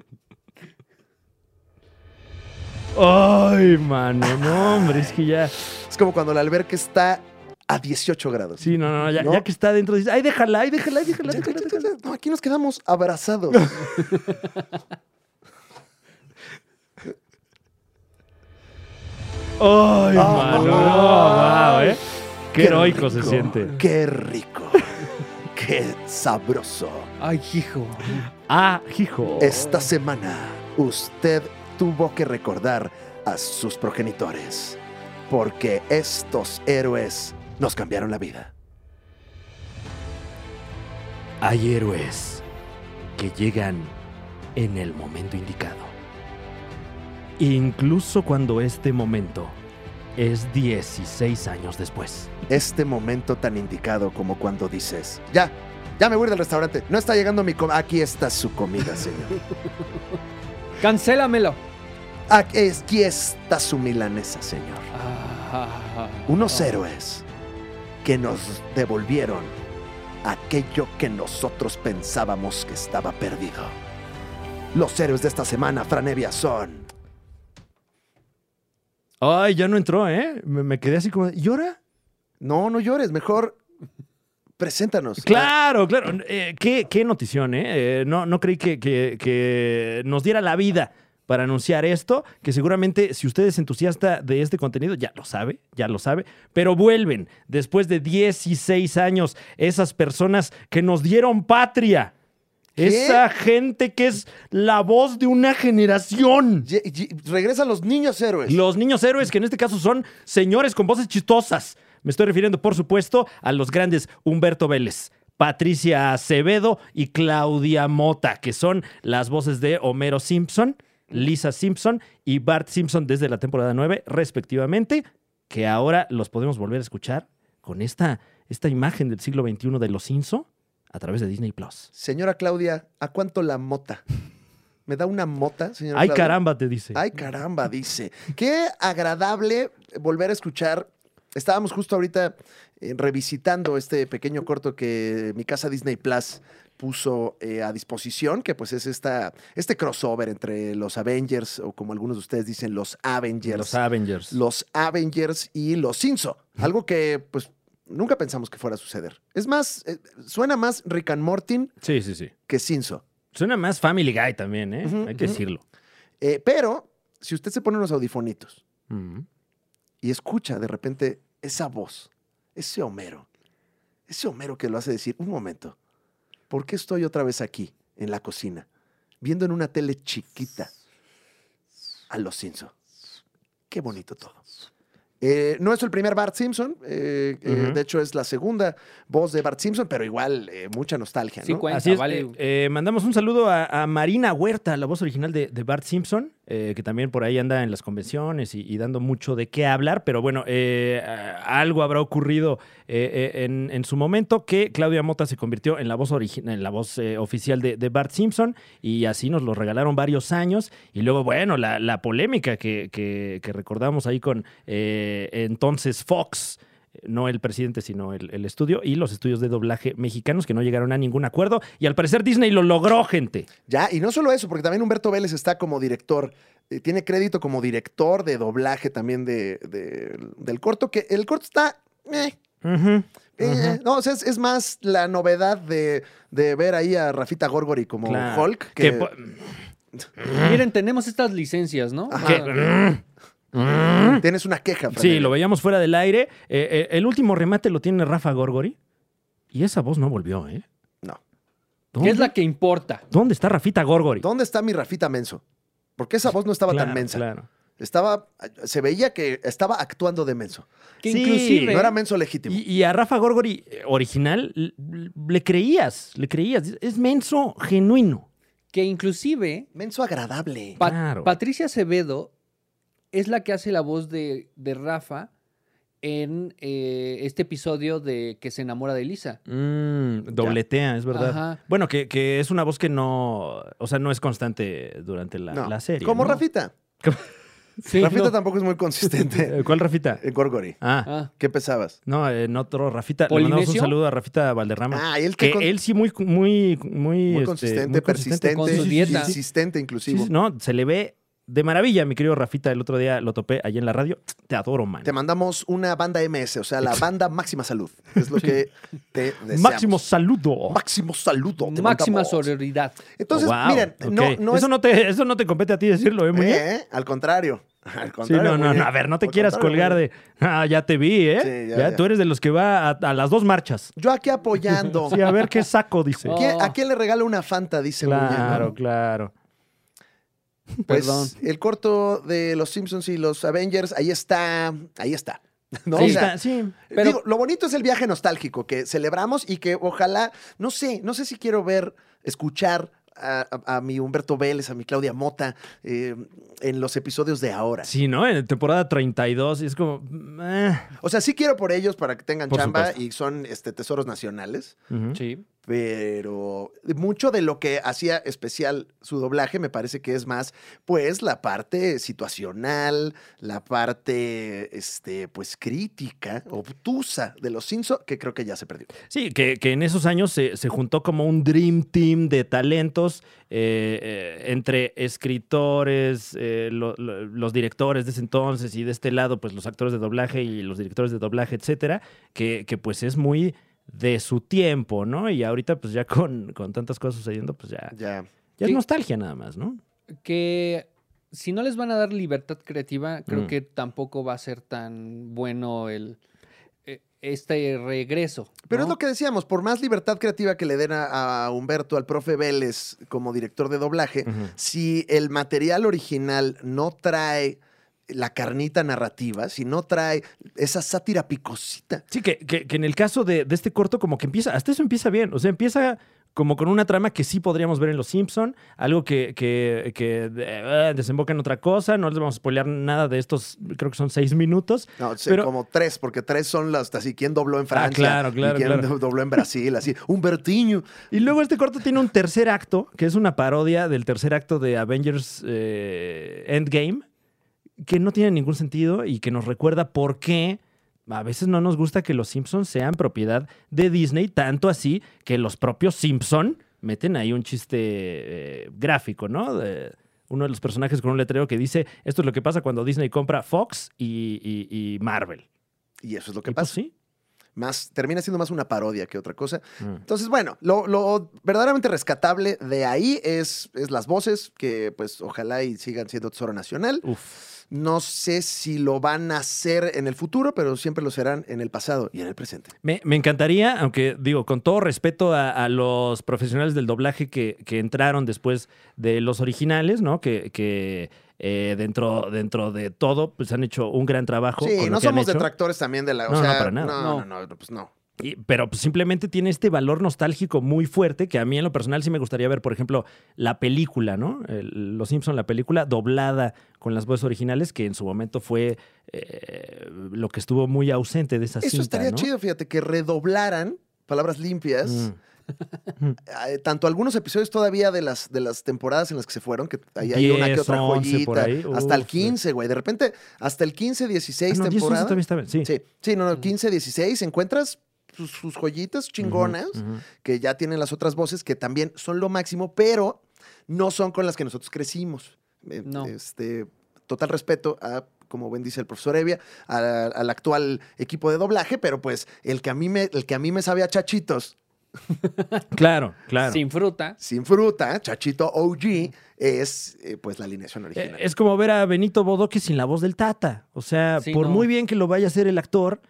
Speaker 2: Ay, mano, no, hombre, es que ya.
Speaker 1: Es como cuando la alberca está a 18 grados.
Speaker 2: Sí, no, no, ya,
Speaker 1: ¿No?
Speaker 2: ya que está adentro, dices, ay, déjala, ay, déjala, ay, déjala,
Speaker 1: Ya, ya,
Speaker 2: déjala,
Speaker 1: ya,
Speaker 2: déjala.
Speaker 1: ya, No, aquí nos quedamos abrazados.
Speaker 2: Ay, mano, no, wow,
Speaker 1: ay.
Speaker 2: ¿eh? Qué,
Speaker 1: Qué
Speaker 2: heroico se
Speaker 1: rico,
Speaker 2: siente.
Speaker 1: Qué rico. Qué sabroso.
Speaker 3: Ay, hijo.
Speaker 2: Ah, hijo.
Speaker 1: Esta semana usted tuvo que recordar a sus progenitores porque estos héroes nos cambiaron la vida.
Speaker 2: Hay héroes que llegan en el momento indicado. Incluso cuando este momento es 16 años después.
Speaker 1: Este momento tan indicado como cuando dices, ya, ya me voy del restaurante, no está llegando mi comida, aquí está su comida, señor.
Speaker 3: Cancélamelo.
Speaker 1: Aquí está su milanesa, señor.
Speaker 3: Ah,
Speaker 1: Unos
Speaker 3: no.
Speaker 1: héroes que nos devolvieron aquello que nosotros pensábamos que estaba perdido. Los héroes de esta semana, Franevia, son.
Speaker 2: Ay, ya no entró, ¿eh? Me, me quedé así como... ¿Y ahora?
Speaker 1: No, no llores, mejor preséntanos.
Speaker 2: Claro, claro. Eh, qué, qué notición, ¿eh? Eh, no, no creí que, que- que nos diera la vida para anunciar esto, que seguramente si usted es entusiasta de este contenido, ya lo sabe, ya lo sabe, pero vuelven después de 16 años esas personas que nos dieron patria.
Speaker 1: ¿Qué?
Speaker 2: Esa gente que es la voz de una generación.
Speaker 1: Ye- ye- regresan los niños héroes.
Speaker 2: Los niños héroes, que en este caso son señores con voces chistosas. Me estoy refiriendo, por supuesto, a los grandes Humberto Vélez. Patricia Acevedo y Claudia Mota, que son las voces de Homero Simpson, Lisa Simpson y Bart Simpson desde la temporada 9, respectivamente, que ahora los podemos volver a escuchar con esta, esta imagen del siglo XXI de los Simpson a través de Disney Plus.
Speaker 1: Señora Claudia, ¿a cuánto la mota? ¿Me da una mota, señora
Speaker 2: ¡Ay,
Speaker 1: Claudia?
Speaker 2: caramba! Te dice.
Speaker 1: Ay, caramba, dice. Qué agradable volver a escuchar. Estábamos justo ahorita eh, revisitando este pequeño corto que mi casa Disney Plus puso eh, a disposición, que pues es esta, este crossover entre los Avengers, o como algunos de ustedes dicen, los Avengers.
Speaker 2: Los Avengers.
Speaker 1: los Avengers y los Cinzo. Algo que pues nunca pensamos que fuera a suceder. Es más, eh, suena más Rick and Mortin
Speaker 2: Sí, sí, sí.
Speaker 1: que Cinzo.
Speaker 2: Suena más Family Guy también, ¿eh?
Speaker 1: Ujú,
Speaker 2: Hay que
Speaker 1: ujú.
Speaker 2: decirlo.
Speaker 1: Eh, pero si usted se pone unos audifonitos
Speaker 2: Mm.
Speaker 1: y escucha de repente esa voz, ese Homero, ese Homero que lo hace decir, un momento, ¿por qué estoy otra vez aquí, en la cocina, viendo en una tele chiquita a los Simpson? Qué bonito todo. Eh, no es el primer Bart Simpson, eh, eh,
Speaker 2: Ujú.
Speaker 1: de hecho es la segunda voz de Bart Simpson, pero igual eh, mucha nostalgia. ¿no?
Speaker 3: Sí, cuenta,
Speaker 2: Así es,
Speaker 3: vale.
Speaker 2: eh, eh, mandamos un saludo a, a Marina Huerta, la voz original de, de Bart Simpson, eh, que también por ahí anda en las convenciones y, y dando mucho de qué hablar, pero bueno, eh, a- algo habrá ocurrido eh, eh, en, en su momento que Claudia Mota se convirtió en la voz, origi- en la voz eh, oficial de, de Bart Simpson y así nos lo regalaron varios años y luego, bueno, la, la polémica que, que- que recordamos ahí con eh, entonces Fox no el presidente, sino el, el estudio, y los estudios de doblaje mexicanos que no llegaron a ningún acuerdo. Y al parecer Disney lo logró, gente.
Speaker 1: Ya, y no solo eso, porque también Humberto Vélez está como director, eh, tiene crédito como director de doblaje también de, de- del corto, que el corto está... eh, Eh, No, o sea, es, es más la novedad de, de ver ahí a Rafita Gorgori como
Speaker 2: Claro.
Speaker 1: Hulk. Que,
Speaker 2: Que po-
Speaker 3: Miren, tenemos estas licencias, ¿no?
Speaker 1: Ajá.
Speaker 3: Ah,
Speaker 2: que-
Speaker 1: Mm. tienes una queja. Fran
Speaker 2: Mm. sí,
Speaker 1: Evia.
Speaker 2: lo veíamos fuera del aire. Eh, eh, el último remate lo tiene Rafa Gorgori. Y esa voz no volvió, ¿eh?
Speaker 1: No.
Speaker 3: que
Speaker 2: ¿Dónde,
Speaker 3: es la que importa.
Speaker 2: dónde está Rafita Gorgori?
Speaker 1: ¿Dónde está mi Rafita Menso? Porque esa voz no estaba tan
Speaker 2: Claro,
Speaker 1: mensa.
Speaker 2: claro.
Speaker 1: Estaba, se veía que estaba actuando de menso.
Speaker 3: Que
Speaker 2: Sí,
Speaker 3: inclusive.
Speaker 1: No era menso legítimo.
Speaker 2: Y, y a Rafa Gorgori eh, original l- l- le creías, le creías. Es menso, genuino.
Speaker 3: Que inclusive.
Speaker 1: Menso agradable.
Speaker 3: Pat-
Speaker 2: Claro.
Speaker 3: Patricia Acevedo es la que hace la voz de, de Rafa en eh, este episodio de que se enamora de Lisa.
Speaker 2: Mm, dobletea, es verdad.
Speaker 3: Ajá.
Speaker 2: Bueno, que, que es una voz que no, o sea, no es constante durante la,
Speaker 1: No,
Speaker 2: la serie.
Speaker 1: como
Speaker 2: ¿no?
Speaker 1: Rafita.
Speaker 3: Sí,
Speaker 1: Rafita
Speaker 3: no.
Speaker 1: tampoco es muy consistente.
Speaker 2: Eh, ¿Cuál Rafita?
Speaker 1: en Gorgori.
Speaker 2: Ah,
Speaker 3: Ah,
Speaker 1: ¿Qué pensabas?
Speaker 2: no, en otro Rafita. Le mandamos un
Speaker 3: ¿Polinesio?
Speaker 2: saludo a Rafita Valderrama.
Speaker 1: Ah, él que,
Speaker 2: que
Speaker 1: con-
Speaker 2: él sí muy, muy, muy,
Speaker 1: muy
Speaker 2: este,
Speaker 1: consistente,
Speaker 2: muy consistente.
Speaker 1: persistente,
Speaker 3: Con su dieta.
Speaker 1: insistente
Speaker 2: Sí,
Speaker 1: inclusivo.
Speaker 2: sí, no, se le ve de maravilla, mi querido Rafita. El otro día lo topé allí en la radio. Te adoro, man.
Speaker 1: Te mandamos una banda MS, o sea, la banda Máxima Salud. Es lo que te deseamos.
Speaker 2: Máximo saludo.
Speaker 1: Máximo saludo. te
Speaker 3: Máxima
Speaker 1: mandamos.
Speaker 3: sororidad.
Speaker 1: Entonces,
Speaker 2: Wow,
Speaker 1: miren,
Speaker 2: ok.
Speaker 1: no, no
Speaker 2: eso
Speaker 1: es.
Speaker 2: no te Eso no te compete a ti decirlo, ¿eh, Muñe?
Speaker 1: Eh, al contrario. Al
Speaker 2: Sí,
Speaker 1: contrario.
Speaker 2: no, no,
Speaker 1: Muñe.
Speaker 2: no. A ver, no te
Speaker 1: Al
Speaker 2: quieras
Speaker 1: contrario,
Speaker 2: colgar
Speaker 1: Muñe.
Speaker 2: de. Ah, ya te vi, ¿eh?
Speaker 1: Sí, ya,
Speaker 2: ya,
Speaker 1: ya.
Speaker 2: Tú eres de los que va a, a las dos marchas.
Speaker 1: Yo aquí apoyando.
Speaker 2: Sí, a ver qué saco, dice.
Speaker 3: Oh,
Speaker 1: ¿Quién- ¿A quién le regalo una Fanta? Dice Muñe, ¿no?
Speaker 2: claro, claro.
Speaker 1: Pues
Speaker 3: Perdón.
Speaker 1: el corto de los Simpsons y los Avengers, ahí está, ahí está. ¿no?
Speaker 2: Sí,
Speaker 1: O sea,
Speaker 2: está- sí.
Speaker 3: Pero-
Speaker 1: digo, lo bonito es el viaje nostálgico que celebramos y que ojalá, no sé, no sé si quiero ver, escuchar a, a- a mi Humberto Vélez, a mi Claudia Mota eh, en los episodios de ahora.
Speaker 2: Sí, ¿no? En temporada 32 y es como... eh.
Speaker 1: O sea, sí quiero por ellos para que tengan
Speaker 2: Por
Speaker 1: chamba
Speaker 2: supuesto.
Speaker 1: y son este, tesoros nacionales,
Speaker 2: Ujú.
Speaker 3: Sí.
Speaker 1: pero mucho de lo que hacía especial su doblaje me parece que es más, pues, la parte situacional, la parte, este, pues, crítica, obtusa de los Simpson, que creo que ya se perdió.
Speaker 2: Sí, que, que en esos años se, se juntó como un dream team de talentos eh, eh, entre escritores, eh, lo- lo- los directores de ese entonces y de este lado, pues los actores de doblaje y los directores de doblaje, etcétera, que, que pues es muy de su tiempo, ¿no? Y ahorita pues ya con, con tantas cosas sucediendo, pues ya,
Speaker 1: Ya.
Speaker 2: ya es
Speaker 3: Sí.
Speaker 2: nostalgia nada más, ¿no?
Speaker 3: Que si no les van a dar libertad creativa, creo
Speaker 2: Mm.
Speaker 3: que tampoco va a ser tan bueno el eh, este regreso.
Speaker 1: Pero
Speaker 3: ¿no?
Speaker 1: es lo que decíamos, por más libertad creativa que le den a, a Humberto, al profe Vélez, como director de doblaje,
Speaker 2: Ujú.
Speaker 1: si el material original no trae la carnita narrativa, si no trae esa sátira picosita.
Speaker 2: Sí, que, que- que en el caso de, de este corto, como que empieza, hasta eso empieza bien. O sea, empieza como con una trama que sí podríamos ver en Los Simpson, algo que, que- que, eh, desemboca en otra cosa. No les vamos a spoilear nada de estos, creo que son seis minutos.
Speaker 1: No, sí,
Speaker 2: Pero-
Speaker 1: como tres, porque tres son las, así, ¿quién dobló en Francia?
Speaker 2: claro,
Speaker 1: ¿Y
Speaker 2: claro,
Speaker 1: ¿Quién
Speaker 2: claro.
Speaker 1: do- dobló en Brasil? Así, Humbertiño.
Speaker 2: Y luego este corto tiene un tercer acto, que es una parodia del tercer acto de Avengers eh, Endgame, que no tiene ningún sentido y que nos recuerda por qué a veces no nos gusta que los Simpsons sean propiedad de Disney, tanto así que los propios Simpson meten ahí un chiste eh, gráfico, ¿no? De uno de los personajes con un letrero que dice, esto es lo que pasa cuando Disney compra Fox y, y- y Marvel.
Speaker 1: Y eso es lo
Speaker 2: Y
Speaker 1: que
Speaker 2: pues
Speaker 1: pasa.
Speaker 2: sí.
Speaker 1: Más, termina siendo más una parodia que otra cosa.
Speaker 2: Mm.
Speaker 1: Entonces, bueno, lo, lo verdaderamente rescatable de ahí es, es las voces, que pues ojalá y sigan siendo tesoro nacional.
Speaker 2: Uf.
Speaker 1: No sé si lo van a hacer en el futuro, pero siempre lo serán en el pasado y en el presente.
Speaker 2: Me, me encantaría, aunque digo, con todo respeto a, a los profesionales del doblaje que, que entraron después de los originales, ¿no? Que, que, eh, dentro, dentro de todo, pues han hecho un gran trabajo. con
Speaker 1: Sí,
Speaker 2: lo
Speaker 1: no
Speaker 2: que han
Speaker 1: somos
Speaker 2: hecho.
Speaker 1: detractores también de la... o
Speaker 2: No, no,
Speaker 1: sea,
Speaker 2: para nada.
Speaker 1: No, no, no, pues no.
Speaker 2: Y- pero pues, simplemente tiene este valor nostálgico muy fuerte que a mí en lo personal sí me gustaría ver, por ejemplo, la película, ¿no? El- Los Simpson, la película doblada con las voces originales, que en su momento fue eh, lo que estuvo muy ausente de esa
Speaker 1: Eso
Speaker 2: cinta,
Speaker 1: estaría
Speaker 2: ¿no?
Speaker 1: chido, fíjate, que redoblaran palabras limpias.
Speaker 2: Mm.
Speaker 1: eh, tanto algunos episodios todavía de las, de las temporadas en las que se fueron, que ahí hay una que
Speaker 2: 10,
Speaker 1: otra
Speaker 2: 11 por
Speaker 1: joyita,
Speaker 2: ahí.
Speaker 1: hasta el
Speaker 2: Uf, güey.
Speaker 1: 15, güey. De repente, hasta el 15, 16
Speaker 2: Ah, no, 10, 11
Speaker 1: temporada.
Speaker 2: todavía está bien, sí. Mm.
Speaker 1: Sí, sí, no, no, 15, 16, encuentras sus, sus joyitas chingonas
Speaker 2: Ujú, ujú.
Speaker 1: que ya tienen las otras voces que también son lo máximo, pero no son con las que nosotros crecimos. Eh,
Speaker 3: No.
Speaker 1: Este, total respeto a, como bien dice el profesor Evia, a- al actual equipo de doblaje, pero pues el que a mí me, el que a mí me sabe a chachitos
Speaker 2: Claro, claro. Eh,
Speaker 3: Sin fruta.
Speaker 1: sin fruta, chachito OG, es eh, pues la alineación
Speaker 2: Eh,
Speaker 1: original.
Speaker 2: Es como ver a Benito Bodoque sin la voz del Tata. O sea,
Speaker 3: Sí,
Speaker 2: por
Speaker 3: no.
Speaker 2: muy bien que lo vaya a hacer el actor,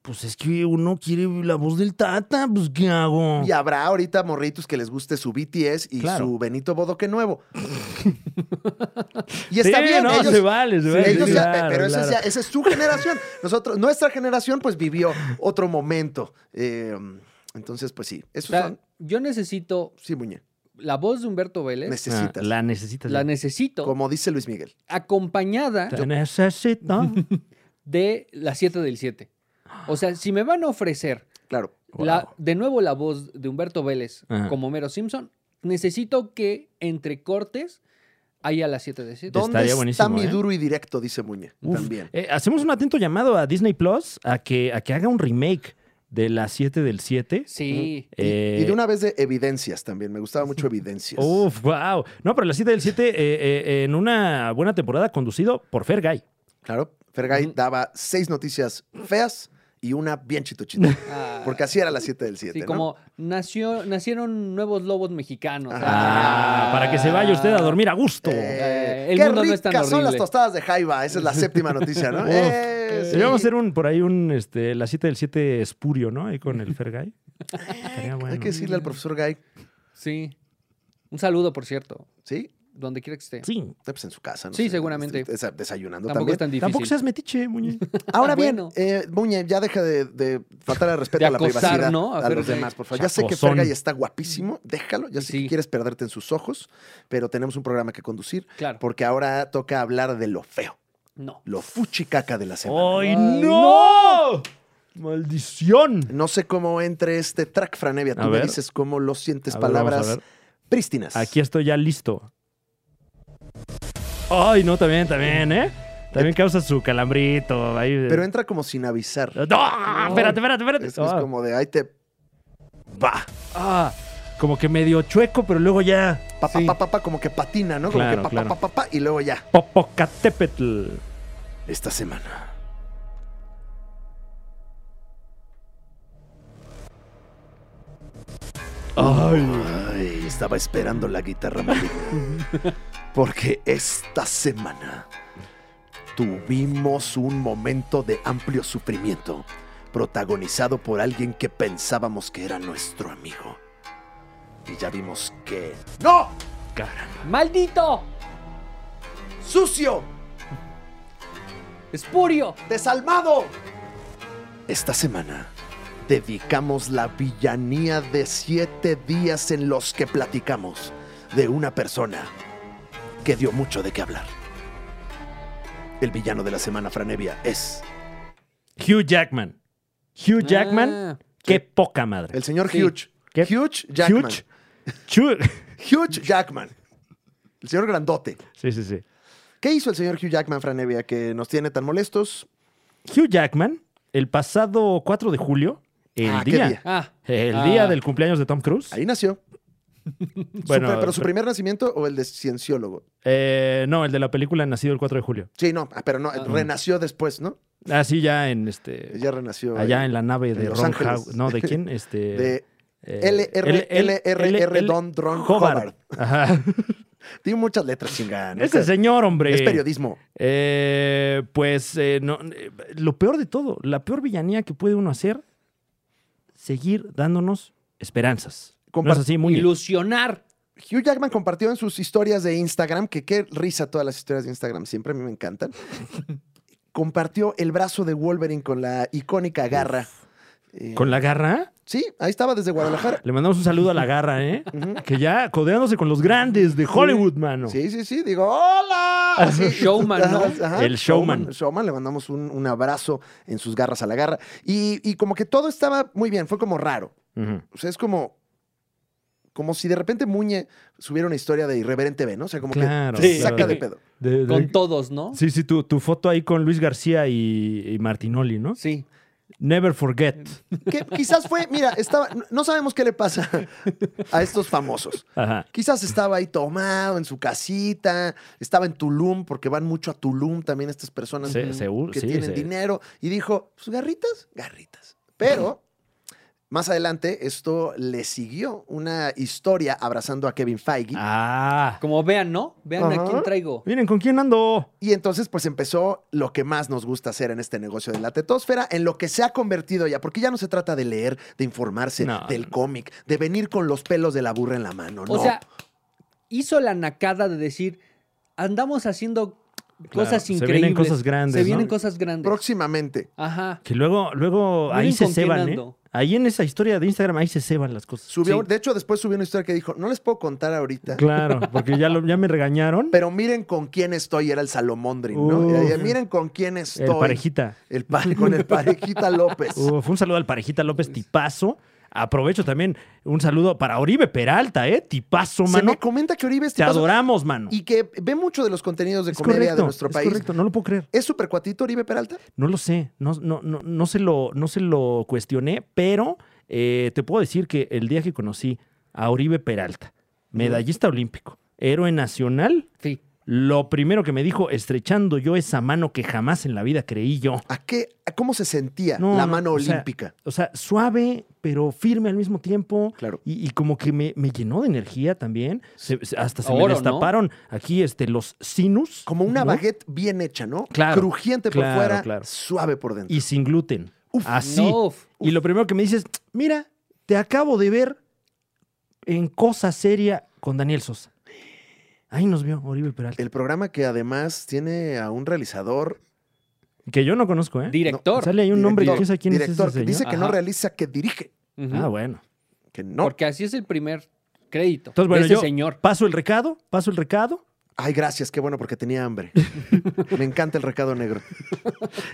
Speaker 2: pues es que uno quiere la voz del Tata, pues ¿qué hago?
Speaker 1: y habrá ahorita morritos que les guste su BTS y
Speaker 2: Claro.
Speaker 1: su Benito Bodoque nuevo. y está
Speaker 2: Sí,
Speaker 1: bien,
Speaker 2: no,
Speaker 1: ellos-
Speaker 2: se vale, se
Speaker 1: Sí,
Speaker 2: vale.
Speaker 1: ellos
Speaker 2: sí,
Speaker 1: ya-
Speaker 2: claro,
Speaker 1: pero esa, es
Speaker 2: claro. Ah,
Speaker 1: ya- esa es su generación. Nosotros, nuestra generación, pues vivió otro momento. Eh, entonces, pues sí,
Speaker 3: O
Speaker 1: esos
Speaker 3: sea,
Speaker 1: son.
Speaker 3: yo necesito
Speaker 1: Sí, Muñe.
Speaker 3: la voz de Humberto Vélez.
Speaker 2: Ah,
Speaker 1: Necesitas.
Speaker 2: la necesitas.
Speaker 3: la
Speaker 2: ya.
Speaker 3: necesito
Speaker 1: Como dice Luis Miguel.
Speaker 3: acompañada
Speaker 2: Te necesito.
Speaker 3: de la 7 del 7. O sea, si me van a ofrecer
Speaker 1: Claro.
Speaker 3: la, de nuevo la voz de Humberto Vélez
Speaker 2: Ajá.
Speaker 3: como Homero Simpson, necesito que entre cortes haya la 7 del 7.
Speaker 2: Dos.
Speaker 1: ¿Dónde
Speaker 2: Estaría
Speaker 1: está
Speaker 2: buenísimo,
Speaker 1: mi
Speaker 2: ¿eh?
Speaker 1: duro y directo? Dice Muñe.
Speaker 2: Uf.
Speaker 1: También.
Speaker 2: Eh, hacemos un atento llamado a Disney Plus a que, a que haga un remake de las 7 del 7.
Speaker 3: Sí.
Speaker 1: Y,
Speaker 2: Eh,
Speaker 1: y de una vez de evidencias también. Me gustaba mucho evidencias.
Speaker 2: Uf, wow. No, pero la cita del 7 eh, eh, en una buena temporada conducido por Fergay.
Speaker 1: Claro. Fergay
Speaker 3: Ujú.
Speaker 1: daba seis noticias feas y una bien chituchita.
Speaker 3: Ah,
Speaker 1: Porque así era las 7 del 7.
Speaker 3: sí, como nació, nacieron nuevos lobos mexicanos.
Speaker 2: Ah, para que se vaya usted a dormir a gusto.
Speaker 1: Eh,
Speaker 3: Eh, el
Speaker 1: qué
Speaker 3: mundo no es
Speaker 1: ricas
Speaker 3: tan
Speaker 1: son las
Speaker 3: horrible.
Speaker 1: tostadas de Jaiba. Esa es la séptima noticia, ¿no?
Speaker 2: Uf.
Speaker 1: Eh,
Speaker 2: Sí,
Speaker 1: sí.
Speaker 2: Vamos a hacer un, por ahí un, este, la cita del 7 espurio, ¿no? Ahí con el Fergay. Estaría bueno.
Speaker 1: Hay que decirle al profesor Guy,
Speaker 3: Sí. Un saludo, por cierto,
Speaker 1: ¿sí?
Speaker 3: donde quiera que esté.
Speaker 2: Sí.
Speaker 1: Está, Pues en su casa, ¿no?
Speaker 3: Sí,
Speaker 1: sé,
Speaker 3: seguramente.
Speaker 1: des- des- Desayunando
Speaker 3: Tampoco
Speaker 1: también.
Speaker 3: es tan difícil.
Speaker 2: Tampoco seas metiche, Muñe.
Speaker 1: Ahora
Speaker 3: Bueno.
Speaker 1: bien, eh, Muñe, ya deja de, de faltar al respeto
Speaker 3: De
Speaker 1: a la
Speaker 3: acosar,
Speaker 1: privacidad
Speaker 3: ¿no? A
Speaker 1: a, los
Speaker 3: Fergay.
Speaker 1: demás, por favor. Ya sé que
Speaker 2: Chacosón.
Speaker 1: Fergay está guapísimo, déjalo. Ya sé
Speaker 3: Sí.
Speaker 1: que quieres perderte en sus ojos, pero tenemos un programa que conducir
Speaker 3: Claro.
Speaker 1: porque ahora toca hablar de lo feo,
Speaker 3: No.
Speaker 1: lo fuchicaca
Speaker 3: Oh.
Speaker 1: de la semana.
Speaker 2: ¡Ay,
Speaker 3: Ay,
Speaker 2: no! ¡Maldición!
Speaker 1: No sé cómo entre este track, Franevia. Tú
Speaker 2: A
Speaker 1: me
Speaker 2: ver.
Speaker 1: dices cómo lo sientes,
Speaker 2: A ver,
Speaker 1: palabras
Speaker 2: vamos a ver.
Speaker 1: prístinas.
Speaker 2: Aquí estoy ya listo. ¡Ay, no! También, también, ¿eh? También causa su calambrito. Ahí,
Speaker 1: Pero entra como sin avisar.
Speaker 2: ¡No! Espérate, espérate, espérate.
Speaker 1: Es, es
Speaker 2: Ah,
Speaker 1: como de ahí te. Va.
Speaker 2: ah, como que medio chueco, pero luego ya.
Speaker 1: Pa, pa,
Speaker 3: Sí.
Speaker 1: pa, pa, pa, como que patina, ¿no?
Speaker 2: Claro,
Speaker 1: como que pa,
Speaker 2: claro.
Speaker 1: pa, pa, pa, pa, y luego ya.
Speaker 2: Popocatépetl.
Speaker 1: Esta semana.
Speaker 2: ¡Ay!
Speaker 1: Ay, estaba esperando la guitarra maligna. Porque esta semana tuvimos un momento de amplio sufrimiento, protagonizado por alguien que pensábamos que era nuestro amigo. Y ya vimos que... ¡No!
Speaker 2: Caramba.
Speaker 3: ¡Maldito!
Speaker 1: ¡Sucio!
Speaker 3: ¡Espurio!
Speaker 1: ¡Desalmado! Esta semana dedicamos la villanía de siete días en los que platicamos de una persona que dio mucho de qué hablar. El villano de la semana, Franevia, es
Speaker 2: Hugh Jackman. Hugh Jackman,
Speaker 3: Ah,
Speaker 2: qué poca madre.
Speaker 1: el señor
Speaker 3: Sí.
Speaker 1: Huge.
Speaker 2: ¿Qué?
Speaker 1: Huge Jackman.
Speaker 2: Hugh. Chu-
Speaker 1: Huge Jackman. El señor grandote.
Speaker 2: Sí, sí, sí.
Speaker 1: ¿Qué hizo el señor Hugh Jackman, Franevia, que nos tiene tan molestos?
Speaker 2: Hugh Jackman, el pasado 4 de julio, el
Speaker 1: Ah, ¿qué
Speaker 2: día,
Speaker 1: día?
Speaker 3: Ah.
Speaker 2: el
Speaker 3: Ah.
Speaker 2: día del cumpleaños de Tom Cruise.
Speaker 1: Ahí nació.
Speaker 2: Bueno,
Speaker 1: Su- pero su
Speaker 2: pero-
Speaker 1: primer nacimiento o el de cienciólogo.
Speaker 2: eh, no, el de la película Nacido el 4 de julio.
Speaker 1: Sí, no, ah, pero no, renació después, ¿no?
Speaker 2: Así ya en este
Speaker 1: Ella Eh, renació.
Speaker 2: allá
Speaker 1: ahí.
Speaker 2: en la nave
Speaker 1: en
Speaker 2: de
Speaker 1: Los
Speaker 2: Ron
Speaker 1: Ángeles.
Speaker 2: Howard. No, ¿de quién? Este
Speaker 1: de
Speaker 2: eh, L- L-
Speaker 1: LRR
Speaker 2: L-
Speaker 1: Don Dron
Speaker 2: Hobart.
Speaker 1: Hobart.
Speaker 2: Ajá.
Speaker 1: Tiene muchas letras, chingada. nunca-
Speaker 2: Ese señor, hombre.
Speaker 1: Es periodismo.
Speaker 2: Eh, pues eh, no, eh, lo peor de todo, la peor villanía que puede uno hacer, seguir dándonos esperanzas.
Speaker 1: Compar-
Speaker 2: no es así, muy
Speaker 3: Ilusionar.
Speaker 1: Hugh Jackman compartió en sus historias de Instagram, que qué risa todas las historias de Instagram, siempre a mí me encantan. compartió el brazo de Wolverine con la icónica garra. Eh,
Speaker 2: Con la garra,
Speaker 1: Sí, ahí estaba desde Guadalajara.
Speaker 2: le mandamos un saludo a la garra, ¿eh? Que ya codeándose con los grandes de Hollywood, mano.
Speaker 1: Sí, sí, sí, digo, ¡Hola!
Speaker 2: Ah,
Speaker 1: Así.
Speaker 3: Showman, ¿no?
Speaker 2: El showman.
Speaker 1: Showman, le mandamos un, un abrazo en sus garras a la garra. Y, y como que todo estaba muy bien, fue como raro.
Speaker 2: Ujú.
Speaker 1: O sea, es como. Como si de repente Muñe subiera una historia de Irreverente B, ¿no? O sea, como
Speaker 2: Claro,
Speaker 1: que
Speaker 3: sí.
Speaker 1: se saca
Speaker 2: claro.
Speaker 1: de pedo.
Speaker 2: De- de-
Speaker 3: Con todos, ¿no?
Speaker 2: Sí, sí, tu, tu foto ahí con Luis García y, y Martinoli, ¿no?
Speaker 3: Sí.
Speaker 2: Never forget.
Speaker 1: Que quizás fue, mira, estaba. No sabemos qué le pasa a estos famosos.
Speaker 2: Ajá.
Speaker 1: Quizás estaba ahí tomado en su casita, estaba en Tulum, porque van mucho a Tulum también estas personas
Speaker 2: Se-
Speaker 1: mm,
Speaker 2: seguro,
Speaker 1: que
Speaker 2: sí,
Speaker 1: tienen
Speaker 2: se-
Speaker 1: dinero. Y dijo, pues garritas, garritas. Pero más adelante esto le siguió una historia abrazando a Kevin Feige.
Speaker 2: Ah.
Speaker 3: Como vean, ¿no? Vean
Speaker 1: Ajá.
Speaker 3: a quién traigo.
Speaker 2: Miren, ¿con quién ando?
Speaker 1: Y entonces, pues empezó lo que más nos gusta hacer en este negocio de la tetósfera, en lo que se ha convertido ya, porque ya no se trata de leer, de informarse,
Speaker 2: No,
Speaker 1: del
Speaker 2: no.
Speaker 1: cómic, de venir con los pelos de la burra en la mano.
Speaker 3: O
Speaker 1: no.
Speaker 3: sea, hizo la nacada de decir, andamos haciendo cosas
Speaker 2: se
Speaker 3: increíbles.
Speaker 2: vienen cosas grandes,
Speaker 3: Se vienen
Speaker 2: ¿no?
Speaker 3: cosas grandes.
Speaker 1: próximamente.
Speaker 3: Ajá.
Speaker 2: Que luego, luego
Speaker 3: Miren
Speaker 2: ahí se
Speaker 3: con quién
Speaker 2: ceban, ¿eh?
Speaker 3: ando.
Speaker 2: Ahí en esa historia de Instagram, ahí se ceban las cosas.
Speaker 1: Subió,
Speaker 3: Sí.
Speaker 1: De hecho, después subió una historia que dijo, no les puedo contar ahorita,
Speaker 2: Claro, porque ya, lo- ya me regañaron.
Speaker 1: pero miren con quién estoy. Era el Salomondrin, ¿no?
Speaker 2: Uf.
Speaker 1: Y ahí, miren con quién estoy.
Speaker 2: el parejita.
Speaker 1: El pare- con el parejita López.
Speaker 2: Uf, un saludo al parejita López Tipazo. Aprovecho también un saludo para Oribe Peralta, ¿eh? Tipazo,
Speaker 1: Se
Speaker 2: mano.
Speaker 1: me comenta que Oribe es
Speaker 2: Te
Speaker 1: tipazo
Speaker 2: adoramos, mano.
Speaker 1: y que ve mucho de los contenidos de
Speaker 2: Es
Speaker 1: comedia de
Speaker 2: correcto,
Speaker 1: nuestro
Speaker 2: es
Speaker 1: país.
Speaker 2: correcto, no lo puedo creer.
Speaker 1: ¿Es súper cuatito Oribe Peralta?
Speaker 2: No lo sé, no, no, no, no se, lo, no se lo cuestioné, pero eh, te puedo decir que el día que conocí a Oribe Peralta, medallista olímpico, héroe nacional,
Speaker 3: Sí.
Speaker 2: lo primero que me dijo, estrechando yo esa mano que jamás en la vida creí yo.
Speaker 1: ¿A qué, a ¿Cómo se sentía
Speaker 2: No,
Speaker 1: la
Speaker 2: no,
Speaker 1: mano
Speaker 2: o sea,
Speaker 1: olímpica?
Speaker 2: O sea, suave, pero firme al mismo tiempo.
Speaker 1: Claro.
Speaker 2: Y, y como que me, me llenó de energía también. Se- se- hasta se me
Speaker 3: Oro, ¿no?
Speaker 2: destaparon aquí este, los sinus.
Speaker 1: Como una
Speaker 2: ¿no?
Speaker 1: baguette bien hecha, ¿no?
Speaker 2: Claro,
Speaker 1: Crujiente
Speaker 2: claro,
Speaker 1: por fuera,
Speaker 2: claro.
Speaker 1: suave por dentro.
Speaker 2: Y sin gluten.
Speaker 1: Uf,
Speaker 2: Así.
Speaker 3: No, uf.
Speaker 2: Y lo primero que me dices, mira, te acabo de ver en Cosa Seria con Daniel Sosa. Ahí nos vio Oribe Peralta.
Speaker 1: El programa que además tiene a un realizador.
Speaker 2: Que yo no conozco, ¿eh?
Speaker 3: Director.
Speaker 2: Sale ahí un nombre y yo
Speaker 1: director-
Speaker 2: qué sé quién es ese
Speaker 1: director que
Speaker 2: señor.
Speaker 1: dice que no
Speaker 3: Ajá.
Speaker 1: realiza, que dirige.
Speaker 3: Ujú.
Speaker 2: Ah, bueno.
Speaker 1: Que no.
Speaker 3: Porque así es el primer crédito
Speaker 2: Entonces, bueno,
Speaker 3: de ese
Speaker 2: yo-
Speaker 3: señor.
Speaker 2: Paso el recado, paso el recado.
Speaker 1: Ay, gracias, qué bueno, porque tenía hambre. Me encanta el recado negro.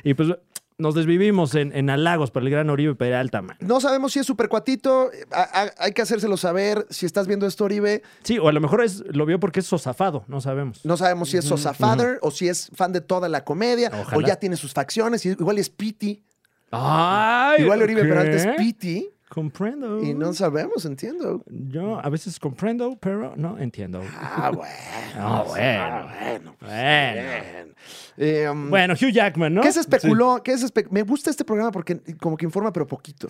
Speaker 2: Y pues nos desvivimos en, en halagos para el gran Oribe Peralta, man.
Speaker 1: No sabemos si es súper cuatito. eh, a- a- hay que hacérselo saber. Si estás viendo esto, Oribe,
Speaker 2: Sí, o a lo mejor es, lo vio porque es sosafado, no sabemos.
Speaker 1: no sabemos si es Sosafather o si es fan de toda la comedia o
Speaker 2: Ojalá.
Speaker 1: ya tiene sus facciones. y- Igual es Piti.
Speaker 2: ¡Ay!
Speaker 1: Igual Oribe
Speaker 2: ¿qué?
Speaker 1: Peralta es Piti
Speaker 2: Comprendo.
Speaker 1: y no sabemos, entiendo.
Speaker 2: Yo a veces comprendo, pero no entiendo.
Speaker 1: Ah, bueno.
Speaker 2: Ah, bueno.
Speaker 1: Ah, bueno.
Speaker 2: Bueno.
Speaker 1: Bien. Eh, um,
Speaker 2: Bueno, Hugh Jackman, ¿no?
Speaker 1: ¿Qué se especuló? ¿Qué se espe- Me gusta este programa porque como que informa, pero poquito.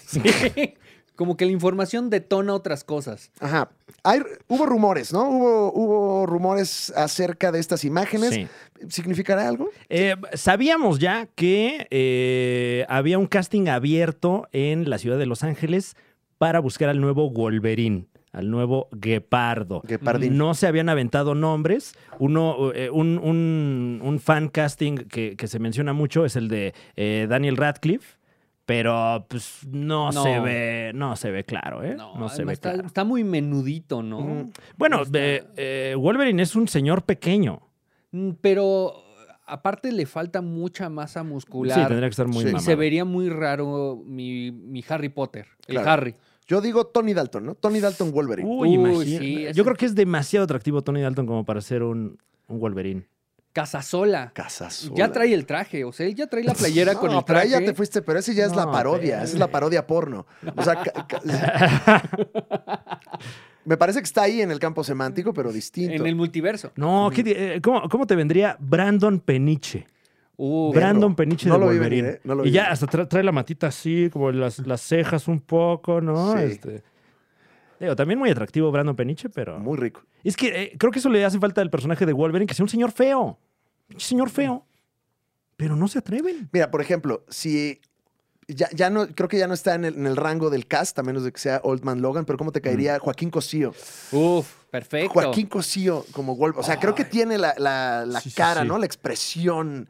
Speaker 3: Como que la información detona otras cosas.
Speaker 1: Ajá. Hay- hubo rumores, ¿no? Hubo, hubo rumores acerca de estas imágenes.
Speaker 2: Sí.
Speaker 1: ¿Significará algo?
Speaker 2: Eh, sabíamos ya que eh, había un casting abierto en la ciudad de Los Ángeles para buscar al nuevo Wolverine, al nuevo Guepardo.
Speaker 1: Guepardín.
Speaker 2: No se habían aventado nombres. Uno, eh, un, un- un fan casting que, que se menciona mucho es el de eh, Daniel Radcliffe, pero pues no,
Speaker 3: No.
Speaker 2: se ve, no se ve claro, ¿eh? No,
Speaker 3: No,
Speaker 2: se
Speaker 3: además
Speaker 2: ve
Speaker 3: está,
Speaker 2: claro.
Speaker 3: está muy menudito, ¿no?
Speaker 1: Ujú.
Speaker 2: Bueno,
Speaker 3: está-
Speaker 2: eh, eh, Wolverine es un señor pequeño.
Speaker 3: Mm, Pero aparte le falta mucha masa muscular.
Speaker 2: Sí, tendría que estar muy
Speaker 1: Sí.
Speaker 3: y
Speaker 2: mamado.
Speaker 3: se vería muy raro mi, mi Harry Potter, el
Speaker 1: Claro.
Speaker 3: Harry.
Speaker 1: Yo digo Tony Dalton, ¿no? Tony Dalton Wolverine.
Speaker 2: Uy,
Speaker 3: Uy,
Speaker 2: imagina-
Speaker 3: sí, ese-
Speaker 2: Yo creo que es demasiado atractivo Tony Dalton como para ser un, un Wolverine.
Speaker 3: Casasola.
Speaker 1: Casasola.
Speaker 3: Ya trae el traje, o sea, él ya trae la playera con
Speaker 1: No,
Speaker 3: el
Speaker 1: pero
Speaker 3: traje.
Speaker 1: ahí ya te fuiste, pero ese ya es la
Speaker 2: No,
Speaker 1: parodia,
Speaker 2: pero-
Speaker 1: esa es la parodia porno. O sea, ca- ca- me parece que está ahí en el campo semántico, pero distinto.
Speaker 3: en el multiverso.
Speaker 2: No, ¿qué di- eh, cómo, cómo te vendría Brandon Peniche?
Speaker 3: Uh,
Speaker 1: Verlo.
Speaker 2: Brandon Peniche
Speaker 1: No
Speaker 2: de
Speaker 1: lo vi
Speaker 2: Wolverine.
Speaker 1: venir, ¿eh? No lo vi
Speaker 2: y ya
Speaker 1: venir.
Speaker 2: hasta tra- trae, la matita así, como las, las cejas un poco, ¿no?
Speaker 1: Sí.
Speaker 2: Este, digo, también muy atractivo Brandon Peniche, pero...
Speaker 1: Muy rico.
Speaker 2: Es que eh, creo que eso le hace falta al personaje de Wolverine, que sea un señor feo. Pinche señor feo. Pero no se atreven.
Speaker 1: Mira, por ejemplo, si ya, ya no, creo que ya no está en el, en el rango del cast, a menos de que sea Old Man Logan, pero ¿cómo te caería Joaquín Cosío?
Speaker 3: Uf, Mm. perfecto.
Speaker 1: Joaquín Cosío como Wolverine. O sea, creo que tiene la, la- la
Speaker 2: Sí, sí,
Speaker 1: cara,
Speaker 2: sí.
Speaker 1: ¿no? La expresión.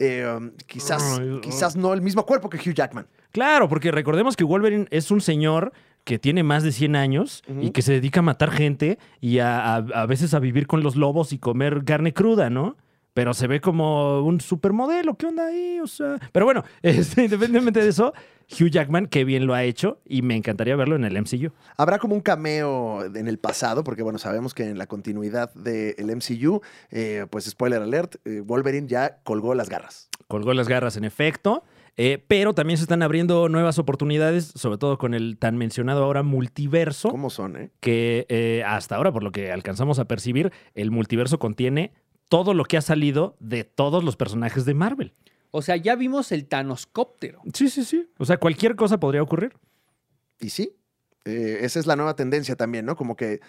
Speaker 1: eh, um, quizás,
Speaker 2: Ay, ay.
Speaker 1: quizás no el mismo cuerpo que Hugh Jackman.
Speaker 2: Claro, porque recordemos que Wolverine es un señor que tiene más de 100 años y que se dedica a matar gente y a, a- a veces a vivir con los lobos y comer carne cruda, ¿no? Pero se ve como un supermodelo. ¿Qué onda ahí? O sea, pero bueno, este, independientemente de eso, Hugh Jackman, qué bien lo ha hecho y me encantaría verlo en el MCU.
Speaker 1: Habrá como un cameo en el pasado, porque bueno, sabemos que en la continuidad del MCU, eh, pues spoiler alert, eh, Wolverine ya colgó las garras.
Speaker 2: Colgó las garras, en efecto. eh, pero también se están abriendo nuevas oportunidades, sobre todo con el tan mencionado ahora multiverso.
Speaker 1: ¿Cómo son, eh?
Speaker 2: que eh, hasta ahora, por lo que alcanzamos a percibir, el multiverso contiene todo lo que ha salido de todos los personajes de Marvel.
Speaker 3: O sea, ya vimos el Thanoscóptero.
Speaker 2: Sí, sí, sí. O sea, cualquier cosa podría ocurrir.
Speaker 1: Y sí, eh, esa es la nueva tendencia también, ¿no? Como que eh,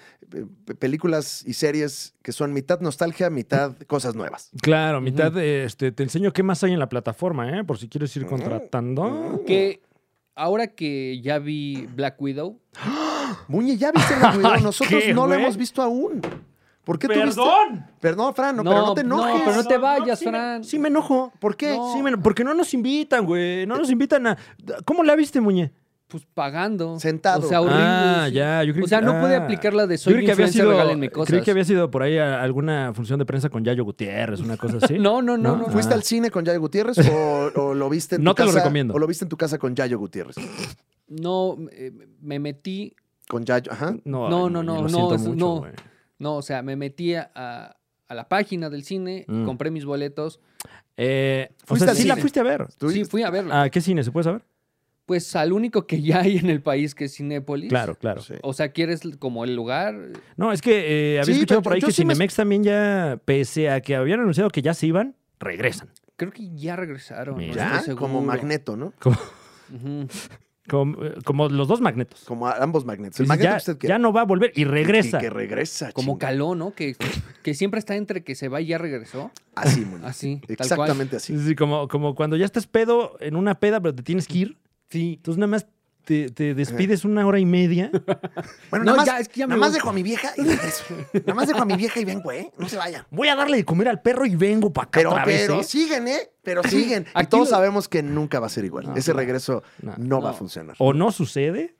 Speaker 1: pe- películas y series que son mitad nostalgia, mitad cosas nuevas.
Speaker 2: Claro, mitad, este, te enseño qué más hay en la plataforma, ¿eh? por si quieres ir contratando.
Speaker 3: Que ahora que ya vi Black Widow,
Speaker 1: Muñe, ya viste la video? nosotros
Speaker 2: ¿Qué,
Speaker 1: no lo
Speaker 2: güey?
Speaker 1: hemos visto aún. ¿Por qué tú viste? Perdón, Fran, no,
Speaker 3: No,
Speaker 1: pero no te
Speaker 3: no,
Speaker 1: enojes.
Speaker 3: pero no te vayas, Fran.
Speaker 2: Sí, me enojo.
Speaker 1: ¿Por qué?
Speaker 3: No.
Speaker 2: Sí, me eno- porque no nos invitan, güey. No nos invitan a. ¿Cómo la viste, Muñe?
Speaker 3: pues pagando.
Speaker 1: Sentado.
Speaker 3: O sea, horrible.
Speaker 2: Ah,
Speaker 3: sí.
Speaker 2: ya, yo creo
Speaker 3: O sea, no
Speaker 2: que-
Speaker 3: puede
Speaker 2: ah.
Speaker 3: aplicar la de
Speaker 2: Yo
Speaker 3: soy
Speaker 2: creí que había
Speaker 3: influencer,
Speaker 2: sido,
Speaker 3: regálenme cosas.
Speaker 2: creí que había sido por ahí a- alguna función de prensa con Yayo Gutiérrez, una cosa así.
Speaker 3: No, no, no, no.
Speaker 1: ¿Fuiste
Speaker 2: Ah.
Speaker 1: al cine con Yayo Gutiérrez o, o lo viste en
Speaker 2: No
Speaker 1: tu
Speaker 2: te lo
Speaker 1: casa?
Speaker 2: recomiendo.
Speaker 1: O lo viste en tu casa con Yayo Gutiérrez.
Speaker 3: no eh, me metí,
Speaker 1: Con Yayo, ajá.
Speaker 2: No,
Speaker 3: No,
Speaker 2: ay,
Speaker 3: no,
Speaker 2: yo
Speaker 3: no,
Speaker 2: lo
Speaker 3: no,
Speaker 2: siento
Speaker 3: es-
Speaker 2: mucho,
Speaker 3: no.
Speaker 2: güey.
Speaker 3: no, o sea, me metí a, a la página del cine, y
Speaker 2: Mm.
Speaker 3: compré mis boletos.
Speaker 2: Eh, o
Speaker 1: Fuiste
Speaker 2: sea,
Speaker 1: al
Speaker 2: sí la
Speaker 1: cine.
Speaker 2: fuiste a ver.
Speaker 1: Tú- Ah.
Speaker 3: Sí, fui a verla.
Speaker 2: ¿A Ah, qué cine se puede saber?
Speaker 3: Pues al único que ya hay en el país que es Cinépolis.
Speaker 2: Claro, claro.
Speaker 1: Sí.
Speaker 3: O sea, ¿quieres como el lugar?
Speaker 2: No, es que eh, había
Speaker 1: Sí,
Speaker 2: escuchado
Speaker 1: pero
Speaker 2: por ahí
Speaker 1: yo
Speaker 2: que
Speaker 1: sí me-
Speaker 2: Cinemex también ya, pese a que habían anunciado que ya se iban, regresan.
Speaker 3: Creo que ya regresaron. no
Speaker 2: Mira,
Speaker 1: Ya,
Speaker 3: estoy
Speaker 1: como Ah,
Speaker 3: seguro.
Speaker 1: Magneto, ¿no?
Speaker 2: Como,
Speaker 3: Ujú.
Speaker 2: como- eh, como los dos magnetos.
Speaker 1: Como a- ambos magnetos. El
Speaker 2: Dices,
Speaker 1: magneto
Speaker 2: ya,
Speaker 1: que usted
Speaker 2: ya
Speaker 1: quiera.
Speaker 2: no va a volver y regresa.
Speaker 1: Y Que, regresa.
Speaker 3: Como
Speaker 1: chinga.
Speaker 3: Caló, ¿no? Que, que siempre está entre que se va y ya regresó.
Speaker 1: Así, Muñoz.
Speaker 3: Así, tal cual.
Speaker 1: Exactamente así.
Speaker 2: Sí, como, como cuando ya estás pedo en una peda, pero te tienes que ir.
Speaker 3: Sí.
Speaker 2: Entonces nada más te, te despides una hora y media.
Speaker 1: Bueno,
Speaker 3: No,
Speaker 1: nada más,
Speaker 3: ya, es que ya me
Speaker 1: nada más
Speaker 3: voy.
Speaker 1: dejo a mi vieja y regreso. nada más dejo a mi vieja y vengo, ¿eh? No se vayan.
Speaker 2: Voy a darle de comer al perro y vengo para acá
Speaker 1: Pero,
Speaker 2: otra vez.
Speaker 1: pero
Speaker 2: ¿eh?
Speaker 1: siguen, ¿eh? Pero siguen. Y
Speaker 3: Aquí
Speaker 1: todos
Speaker 3: lo-
Speaker 1: sabemos que nunca va a ser igual.
Speaker 2: No,
Speaker 1: Ese
Speaker 2: no,
Speaker 1: regreso
Speaker 2: no,
Speaker 1: no, va a
Speaker 3: no.
Speaker 1: funcionar.
Speaker 2: O no sucede,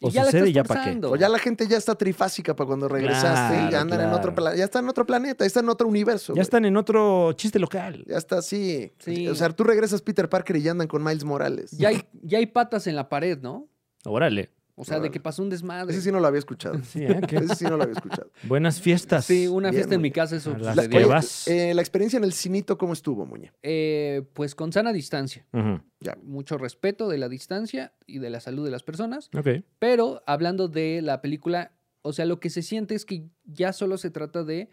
Speaker 2: o
Speaker 3: Y ya la
Speaker 2: sucede y ya
Speaker 3: estás
Speaker 2: para qué.
Speaker 3: forzando.
Speaker 1: O ya la gente ya está trifásica para cuando regresaste y
Speaker 2: Claro,
Speaker 1: ya andan en
Speaker 2: claro.
Speaker 1: otro pla- ya está en otro planeta, ya está en otro universo.
Speaker 2: Ya
Speaker 1: güey.
Speaker 2: están en otro chiste local.
Speaker 1: Ya está así.
Speaker 3: Sí.
Speaker 1: O sea, tú regresas Peter Parker y ya andan con Miles Morales.
Speaker 3: Ya hay, ya hay patas en la pared, ¿no?
Speaker 2: Órale.
Speaker 3: O sea, de
Speaker 1: Órale.
Speaker 3: que pasó un desmadre.
Speaker 1: Ese sí no lo había escuchado.
Speaker 2: Sí, ¿eh? Qué
Speaker 1: Ese sí no lo había escuchado.
Speaker 2: Buenas fiestas.
Speaker 3: Sí, una
Speaker 1: Bien,
Speaker 3: fiesta en
Speaker 1: muy
Speaker 3: mi
Speaker 1: bien.
Speaker 3: casa, eso
Speaker 2: A las
Speaker 1: La,
Speaker 2: que
Speaker 1: oye,
Speaker 3: sucedió.
Speaker 2: vas.
Speaker 1: eh, la experiencia en el cinito, ¿cómo estuvo, Muñe?
Speaker 3: Eh, pues con sana distancia.
Speaker 2: Ujú.
Speaker 3: Mucho respeto de la distancia y de la salud de las personas.
Speaker 2: Ok.
Speaker 3: Pero hablando de la película, o sea, lo que se siente es que ya solo se trata de.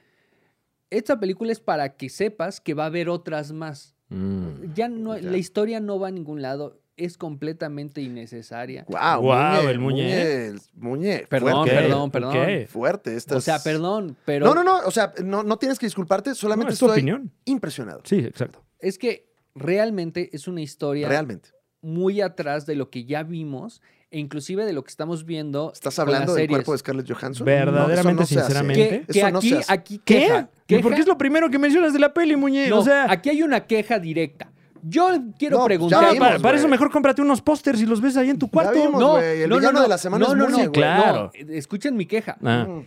Speaker 3: Esta película es para que sepas que va a haber otras más.
Speaker 2: Mm.
Speaker 3: Ya no,
Speaker 1: Ya.
Speaker 3: la historia no va a ningún lado. Es completamente innecesaria.
Speaker 1: Wow,
Speaker 2: Guau, el Muñe.
Speaker 1: Muñe.
Speaker 3: Perdón,
Speaker 1: fuerte,
Speaker 3: perdón,
Speaker 2: Ok,
Speaker 3: perdón.
Speaker 2: ok.
Speaker 1: Fuerte. Estas...
Speaker 3: O sea, perdón, pero
Speaker 1: No, no, no. O sea, no, no tienes que disculparte.
Speaker 2: No,
Speaker 1: Solamente
Speaker 2: es tu
Speaker 1: estoy
Speaker 2: opinión.
Speaker 1: impresionado.
Speaker 2: Sí, exacto.
Speaker 3: es que realmente es una historia
Speaker 1: Realmente.
Speaker 3: muy atrás de lo que ya vimos e inclusive de lo que estamos viendo.
Speaker 1: ¿Estás
Speaker 3: con las
Speaker 1: hablando del
Speaker 3: series.
Speaker 1: cuerpo de Scarlett Johansson?
Speaker 2: Verdaderamente,
Speaker 1: No, eso no se hace.
Speaker 2: sinceramente.
Speaker 3: Que,
Speaker 2: Gente.
Speaker 1: Eso
Speaker 3: que
Speaker 1: no
Speaker 3: aquí,
Speaker 1: se hace.
Speaker 3: aquí queja, queja.
Speaker 2: Porque es lo primero que mencionas de la peli, muñe.
Speaker 3: No,
Speaker 2: o sea,
Speaker 3: aquí hay una queja directa. Yo quiero
Speaker 1: No, pues, ya
Speaker 2: pa-
Speaker 3: preguntar.
Speaker 1: vimos,
Speaker 2: para, para eso
Speaker 1: güey.
Speaker 2: mejor cómprate unos pósters y los ves ahí en tu cuarto.
Speaker 1: vimos.
Speaker 2: No.
Speaker 1: güey, el villano de la semana
Speaker 3: no,
Speaker 1: es
Speaker 3: no,
Speaker 1: Murcia,
Speaker 3: no,
Speaker 1: güey.
Speaker 2: Claro.
Speaker 3: no, escuchen mi queja.
Speaker 2: Ah,
Speaker 1: Mm.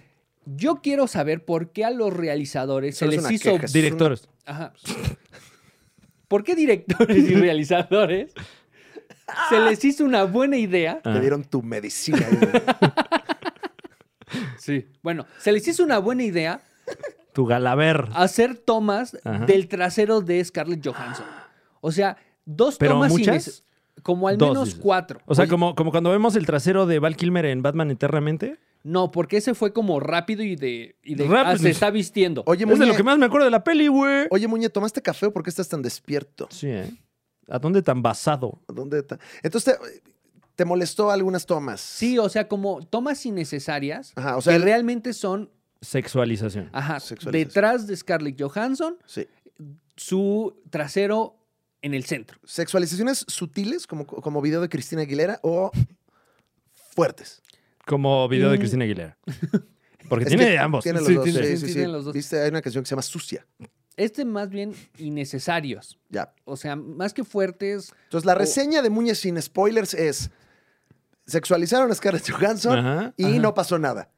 Speaker 3: Yo quiero saber por qué a los realizadores
Speaker 1: Solo
Speaker 3: se
Speaker 1: es
Speaker 3: les
Speaker 1: una
Speaker 3: hizo.
Speaker 1: queja, es
Speaker 2: Directores.
Speaker 3: Ajá. ¿Por qué directores y realizadores se les hizo una buena idea?
Speaker 2: Ah.
Speaker 1: Te dieron tu medicina. güey.
Speaker 2: Ah,
Speaker 3: Sí. Bueno, se les hizo una buena idea
Speaker 2: Tu galaver.
Speaker 3: hacer tomas
Speaker 2: Ajá.
Speaker 3: del trasero de Scarlett Johansson.
Speaker 1: Ah.
Speaker 3: O sea, dos
Speaker 2: ¿Pero
Speaker 3: tomas
Speaker 2: muchas?
Speaker 3: ines- como al
Speaker 2: Dos,
Speaker 3: menos
Speaker 2: dices.
Speaker 3: cuatro.
Speaker 2: O sea,
Speaker 3: Ah, Oye,
Speaker 2: como, como cuando vemos el trasero de Val Kilmer en Batman Eternamente.
Speaker 3: No, porque ese fue como rápido y de. Y de
Speaker 2: Rápido.
Speaker 3: ah, se está vistiendo.
Speaker 1: Oye,
Speaker 2: es de lo
Speaker 1: Muñe,
Speaker 2: que más me acuerdo de la peli, güey.
Speaker 1: oye, Muñe, ¿tomaste café o por qué estás tan despierto?
Speaker 2: Sí, ¿eh? ¿A dónde tan basado?
Speaker 1: ¿Dónde está? Entonces, te, te molestó algunas tomas.
Speaker 3: Sí, o sea, como tomas innecesarias
Speaker 1: Ajá, o sea,
Speaker 3: que
Speaker 1: el-
Speaker 3: realmente son
Speaker 2: Sexualización.
Speaker 3: ajá,
Speaker 1: Sexualización.
Speaker 3: detrás de Scarlett Johansson,
Speaker 1: Sí.
Speaker 3: su trasero en el centro.
Speaker 1: ¿Sexualizaciones sutiles, como, como video de Cristina Aguilera, o fuertes?
Speaker 2: Como video de
Speaker 3: Mm.
Speaker 2: Cristina Aguilera. Porque
Speaker 1: Es
Speaker 2: tiene
Speaker 1: que
Speaker 2: de ambos.
Speaker 1: Tiene los
Speaker 2: Sí,
Speaker 1: dos, sí,
Speaker 2: tiene-
Speaker 1: sí, sí.
Speaker 3: tiene los dos.
Speaker 1: Viste, hay una canción que se llama Sucia.
Speaker 3: Este más bien innecesarios.
Speaker 1: Ya.
Speaker 3: O sea, más que fuertes,
Speaker 1: Entonces, la reseña de Muñe sin spoilers es: sexualizaron a Scarlett Johansson
Speaker 2: Ajá.
Speaker 1: y
Speaker 3: ajá.
Speaker 1: no pasó nada.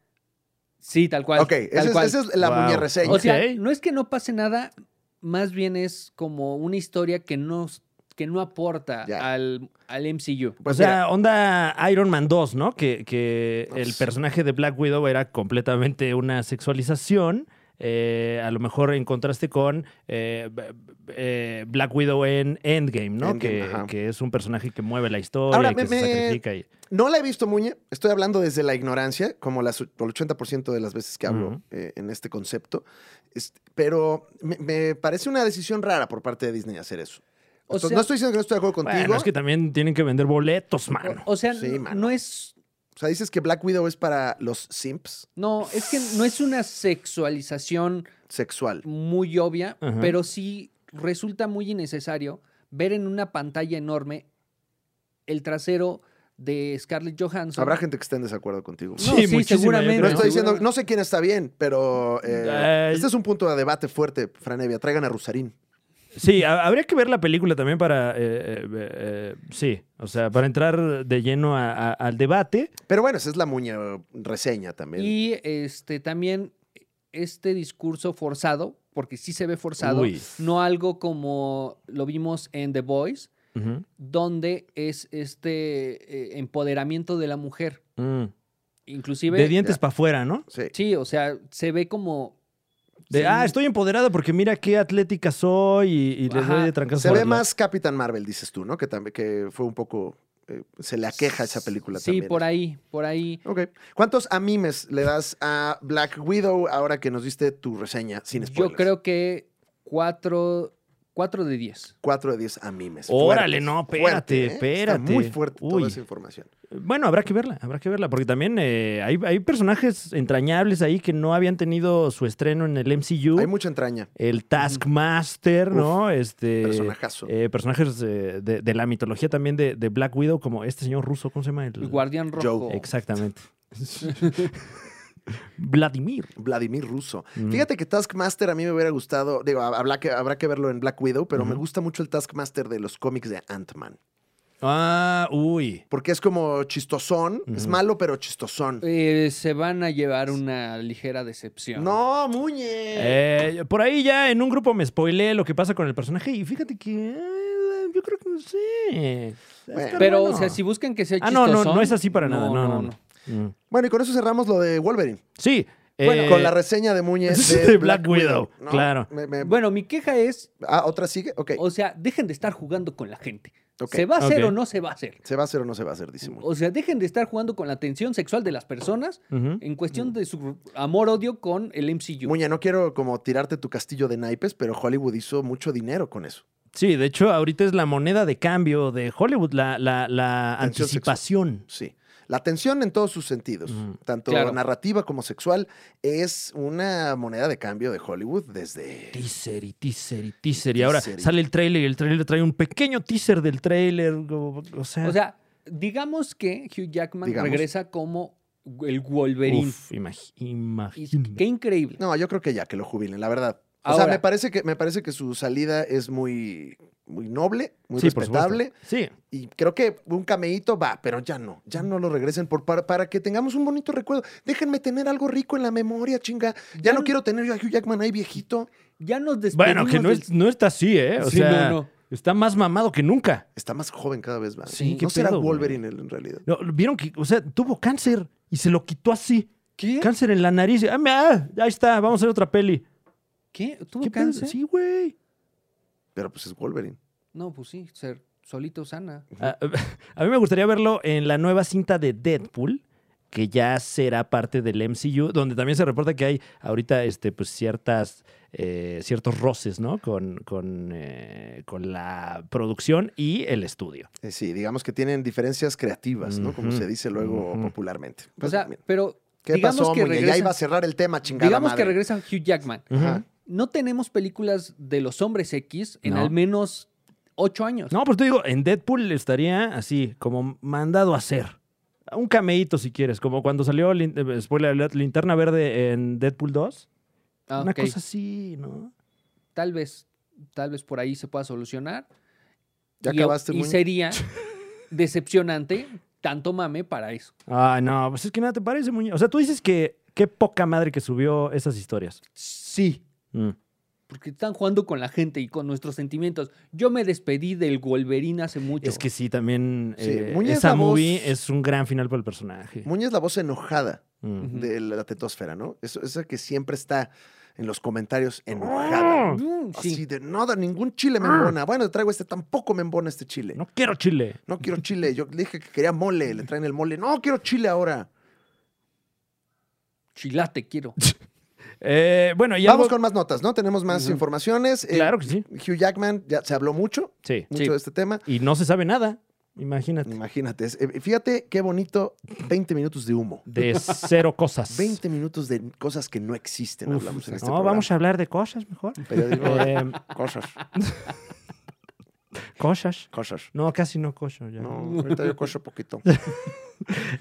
Speaker 3: sí, tal cual.
Speaker 1: ok, esa
Speaker 3: tal
Speaker 1: es,
Speaker 3: cual.
Speaker 1: esa es la
Speaker 2: Wow.
Speaker 1: Muñe reseña.
Speaker 3: O sea,
Speaker 2: Ok.
Speaker 3: no es que no pase nada, más bien es como una historia que no, que no aporta
Speaker 1: Ya.
Speaker 3: al, al MCU.
Speaker 1: Pues
Speaker 2: o sea,
Speaker 1: mira,
Speaker 2: onda Iron Man 2, ¿no? Que, que
Speaker 1: No,
Speaker 2: el
Speaker 1: pues-
Speaker 2: personaje de Black Widow era completamente una sexualización. eh, a lo mejor en contraste con eh, b- b- eh, Black Widow en Endgame, ¿no?
Speaker 1: Endgame,
Speaker 2: Que-
Speaker 1: ajá.
Speaker 2: que, es un personaje que mueve la historia
Speaker 1: Ahora,
Speaker 2: y que
Speaker 1: me-
Speaker 2: se
Speaker 1: me-
Speaker 2: sacrifica. Y...
Speaker 1: no la he visto, Muñe. Estoy hablando desde la ignorancia, como las, el 80% de las veces que hablo
Speaker 2: Ujú.
Speaker 1: eh, en este concepto. Este, pero me, me parece una decisión rara por parte de Disney hacer eso.
Speaker 3: O
Speaker 1: Esto-
Speaker 3: sea-
Speaker 1: no estoy diciendo que no estoy de acuerdo contigo.
Speaker 2: Bueno, es que también tienen que vender boletos, mano.
Speaker 3: O, o sea,
Speaker 1: Sí,
Speaker 3: n-
Speaker 1: mano.
Speaker 3: no es
Speaker 1: O sea, dices que Black Widow es para los simps
Speaker 3: No, es que no es una sexualización
Speaker 1: sexual.
Speaker 3: muy obvia,
Speaker 2: Ajá.
Speaker 3: pero sí resulta muy innecesario ver en una pantalla enorme el trasero de Scarlett Johansson.
Speaker 1: Habrá gente que esté en desacuerdo contigo.
Speaker 3: No,
Speaker 1: Muñe.
Speaker 2: Sí,
Speaker 3: sí,
Speaker 2: muchísima,
Speaker 3: seguramente.
Speaker 2: yo
Speaker 1: No
Speaker 2: creo.
Speaker 1: estoy diciendo, no sé quién está bien, pero eh,
Speaker 2: Eh,
Speaker 1: este es un punto de debate fuerte, Franevia. Traigan a Rusarín.
Speaker 2: Sí, ha- habría que ver la película también para. eh, eh, eh, sí, o sea, para entrar de lleno a- a- al debate.
Speaker 1: Pero bueno, esa es la muña reseña también.
Speaker 3: Y este también este discurso forzado, porque sí se ve forzado,
Speaker 2: Uy.
Speaker 3: no algo como lo vimos en The Voice,
Speaker 2: Ujú.
Speaker 3: donde es este eh, empoderamiento de la mujer.
Speaker 2: Mm.
Speaker 3: Inclusive...
Speaker 2: De dientes para afuera, ¿no?
Speaker 1: Sí.
Speaker 3: Sí, o sea, se ve como...
Speaker 2: De,
Speaker 3: se-
Speaker 2: ah, estoy empoderada porque mira qué atlética soy y, y les
Speaker 3: Ajá.
Speaker 2: doy de trancazo.
Speaker 1: Se
Speaker 2: por
Speaker 1: ve
Speaker 2: la-
Speaker 1: más Capitán Marvel, dices tú, ¿no? Que también que fue un poco. eh, se le aqueja esa película
Speaker 3: Sí,
Speaker 1: también.
Speaker 3: por ahí, por ahí.
Speaker 1: Ok. ¿Cuántos animes le das a Black Widow ahora que nos diste tu reseña sin spoilers?
Speaker 3: Yo creo que cuatro, cuatro de diez.
Speaker 1: 4 de 10 animes.
Speaker 2: Órale,
Speaker 1: Fuertes,
Speaker 2: no,
Speaker 1: fuerte,
Speaker 2: espérate,
Speaker 1: ¿eh?
Speaker 2: espérate.
Speaker 1: Está muy fuerte
Speaker 2: Uy.
Speaker 1: toda esa información.
Speaker 2: Bueno, habrá que verla, habrá que verla, porque también eh, hay, hay personajes entrañables ahí que no habían tenido su estreno en el MCU.
Speaker 1: Hay mucha entraña.
Speaker 2: el Taskmaster,
Speaker 1: Uf,
Speaker 2: ¿no? Este.
Speaker 1: Personajazo.
Speaker 2: eh, personajes eh, de, de la mitología también de, de Black Widow, como este señor ruso, ¿cómo se llama? El,
Speaker 3: El Guardián Rojo.
Speaker 2: Exactamente. Vladimir.
Speaker 1: Vladimir Russo.
Speaker 2: Ujú.
Speaker 1: Fíjate que Taskmaster a mí me hubiera gustado, digo, hab- habrá que, habrá que verlo en Black Widow, pero me
Speaker 2: Ujú.
Speaker 1: gusta mucho el Taskmaster de los cómics de Ant-Man.
Speaker 2: Ah, uy.
Speaker 1: Porque es como chistosón, es
Speaker 2: Ujú.
Speaker 1: malo pero chistosón.
Speaker 3: Eh, se van a llevar una ligera decepción.
Speaker 1: No, Muñe.
Speaker 2: Eh, por ahí ya en un grupo me spoileé lo que pasa con el personaje y fíjate que eh, yo creo que no sé.
Speaker 1: Bueno.
Speaker 2: Está
Speaker 3: Pero,
Speaker 2: bueno.
Speaker 3: o sea, si buscan que sea
Speaker 2: Ah, no, no,
Speaker 3: chistosón,
Speaker 2: no es así para nada. No, no, no. Mm.
Speaker 1: Bueno, y con eso cerramos lo de Wolverine.
Speaker 2: Sí. eh,
Speaker 1: Bueno, con la reseña de Muñe de,
Speaker 2: de Black Widow, claro.
Speaker 1: me- me-
Speaker 3: Bueno, mi queja es,
Speaker 1: ah, ¿otra sigue? Ok.
Speaker 3: o sea, dejen de estar jugando con la gente.
Speaker 1: ok.
Speaker 3: ¿Se va a hacer
Speaker 2: Ok.
Speaker 3: o no se va a hacer?
Speaker 1: ¿Se va a hacer o no se va a hacer?
Speaker 2: Mm.
Speaker 1: Dice Muñe.
Speaker 3: O sea, dejen de estar jugando con la tensión sexual de las personas
Speaker 2: ujú.
Speaker 3: en
Speaker 1: Mm.
Speaker 3: cuestión de su amor-odio con el MCU.
Speaker 1: Muñe, no quiero como tirarte tu castillo de naipes, pero Hollywood hizo mucho dinero con eso.
Speaker 2: Sí, de hecho, ahorita es la moneda de cambio de Hollywood, la, la, la
Speaker 1: Tensión
Speaker 2: anticipación.
Speaker 1: Sí. La tensión en todos sus sentidos,
Speaker 2: Ujú.
Speaker 1: tanto
Speaker 3: Claro.
Speaker 1: narrativa como sexual, es una moneda de cambio de Hollywood desde...
Speaker 2: Teaser y teaser y teaser. Y ahora
Speaker 1: Teaser y-
Speaker 2: sale el trailer y el trailer trae un pequeño teaser del trailer. O, o sea,
Speaker 3: O sea, digamos que Hugh Jackman
Speaker 1: Ah. Digamos.
Speaker 3: regresa como el Wolverine.
Speaker 2: uf, imag-
Speaker 3: Y
Speaker 2: imagínate.
Speaker 3: qué increíble.
Speaker 1: No, yo creo que ya, que lo jubilen, la verdad. O sea,
Speaker 3: Ahora-
Speaker 1: me parece, que, me parece que su salida es muy, muy noble, muy
Speaker 2: Sí, por supuesto.
Speaker 1: respetable,
Speaker 2: Sí,
Speaker 1: y creo que un cameíto va, pero ya no, ya no lo regresen por, para, para que tengamos un bonito recuerdo. Déjenme tener algo rico en la memoria, chinga. Ya
Speaker 3: Ya
Speaker 1: no
Speaker 3: no-
Speaker 1: quiero tener yo a Hugh Jackman ahí viejito.
Speaker 3: Ya nos despedimos.
Speaker 2: Bueno, que no,
Speaker 3: del-
Speaker 2: es, no está así, ¿eh? O
Speaker 3: Sí,
Speaker 2: sea,
Speaker 3: no, no.
Speaker 2: está más mamado que nunca.
Speaker 1: Está más joven cada vez más.
Speaker 2: Sí, qué
Speaker 1: no será
Speaker 2: pedo, güey.
Speaker 1: Wolverine él, en realidad.
Speaker 2: No, Vieron que, o sea, tuvo cáncer y se lo quitó así.
Speaker 3: ¿Qué?
Speaker 2: Cáncer en la nariz. Ah, me- ah, ahí está, vamos a hacer otra peli.
Speaker 3: ¿Qué? ¿Tuvo
Speaker 2: ¿Qué pedo?
Speaker 3: cáncer?
Speaker 2: Sí, güey.
Speaker 1: Pero pues es Wolverine.
Speaker 3: No, pues sí, ser solito sana.
Speaker 2: Ah, a mí me gustaría verlo en la nueva cinta de Deadpool, que ya será parte del MCU, donde también se reporta que hay ahorita este, pues, ciertas, eh, ciertos roces, ¿no? Con, con, eh, con la producción y el estudio.
Speaker 1: Eh, Sí, digamos que tienen diferencias creativas, ¿no? Como
Speaker 2: Ujú,
Speaker 1: se dice luego
Speaker 2: ujú.
Speaker 1: popularmente.
Speaker 3: O
Speaker 1: Pues,
Speaker 3: sea,
Speaker 1: mira,
Speaker 3: pero
Speaker 1: ¿qué
Speaker 3: digamos
Speaker 1: pasó,
Speaker 3: que
Speaker 1: Muñe? Ya
Speaker 3: regresa-
Speaker 1: iba a cerrar el tema, chingada
Speaker 3: digamos que
Speaker 1: madre.
Speaker 3: regresa Hugh Jackman.
Speaker 1: Ajá.
Speaker 3: No tenemos películas de los hombres X en
Speaker 2: No.
Speaker 3: al menos ocho años.
Speaker 2: No, pues te digo, en Deadpool estaría así, como mandado a hacer. Un cameíto si quieres, como cuando salió, lin- eh, spoiler alert, Linterna Verde en Deadpool 2.
Speaker 3: Ah,
Speaker 2: Una
Speaker 3: ok.
Speaker 2: cosa así, ¿no?
Speaker 3: Tal vez, tal vez por ahí se pueda solucionar.
Speaker 1: Ya
Speaker 3: Y-
Speaker 1: acabaste,
Speaker 3: Y
Speaker 1: Muñe.
Speaker 3: sería decepcionante tanto mame para eso.
Speaker 2: Ay, no, pues es que nada te parece, muñeco. O sea, tú dices que qué poca madre que subió esas historias.
Speaker 3: Sí.
Speaker 2: Mm.
Speaker 3: Porque están jugando con la gente y con nuestros sentimientos. Yo me despedí del Wolverine hace mucho.
Speaker 2: Es que sí, también
Speaker 1: Sí,
Speaker 2: eh,
Speaker 1: Muñe es
Speaker 2: esa
Speaker 1: la voz-
Speaker 2: movie es un gran final para el personaje.
Speaker 1: Muñe es la voz enojada
Speaker 2: Mm.
Speaker 3: Ujú.
Speaker 1: de la tetosfera, ¿no? Eso- esa que siempre está en los comentarios enojada.
Speaker 2: Mm.
Speaker 3: Mm, sí.
Speaker 1: Así de nada, ningún chile me embona. Bueno, te traigo este, tampoco me embona este chile. No.
Speaker 2: No quiero chile.
Speaker 1: quiero chile. Yo le dije que quería mole, le traen el mole. No, quiero chile ahora.
Speaker 3: Chilate quiero.
Speaker 2: Eh, bueno, y
Speaker 1: Vamos
Speaker 2: algo-
Speaker 1: con más notas, ¿no? Tenemos más
Speaker 3: Ujú.
Speaker 1: informaciones. Eh,
Speaker 2: Claro que sí.
Speaker 1: Hugh Jackman, ya se habló mucho,
Speaker 2: Sí.
Speaker 1: mucho
Speaker 3: Sí.
Speaker 1: de este tema.
Speaker 2: Y no se sabe nada, imagínate.
Speaker 1: Imagínate, es- eh, fíjate qué bonito 20 minutos de humo.
Speaker 2: De cero cosas.
Speaker 1: 20 minutos de cosas que no existen,
Speaker 2: Uf,
Speaker 1: hablamos en
Speaker 2: no,
Speaker 1: este programa.
Speaker 2: vamos a hablar de cosas mejor.
Speaker 1: Periodismo,
Speaker 2: Eh,
Speaker 1: cosas,
Speaker 2: cosas.
Speaker 1: cosas.
Speaker 2: No, casi no coso. ya.
Speaker 1: No, ahorita yo coso poquito.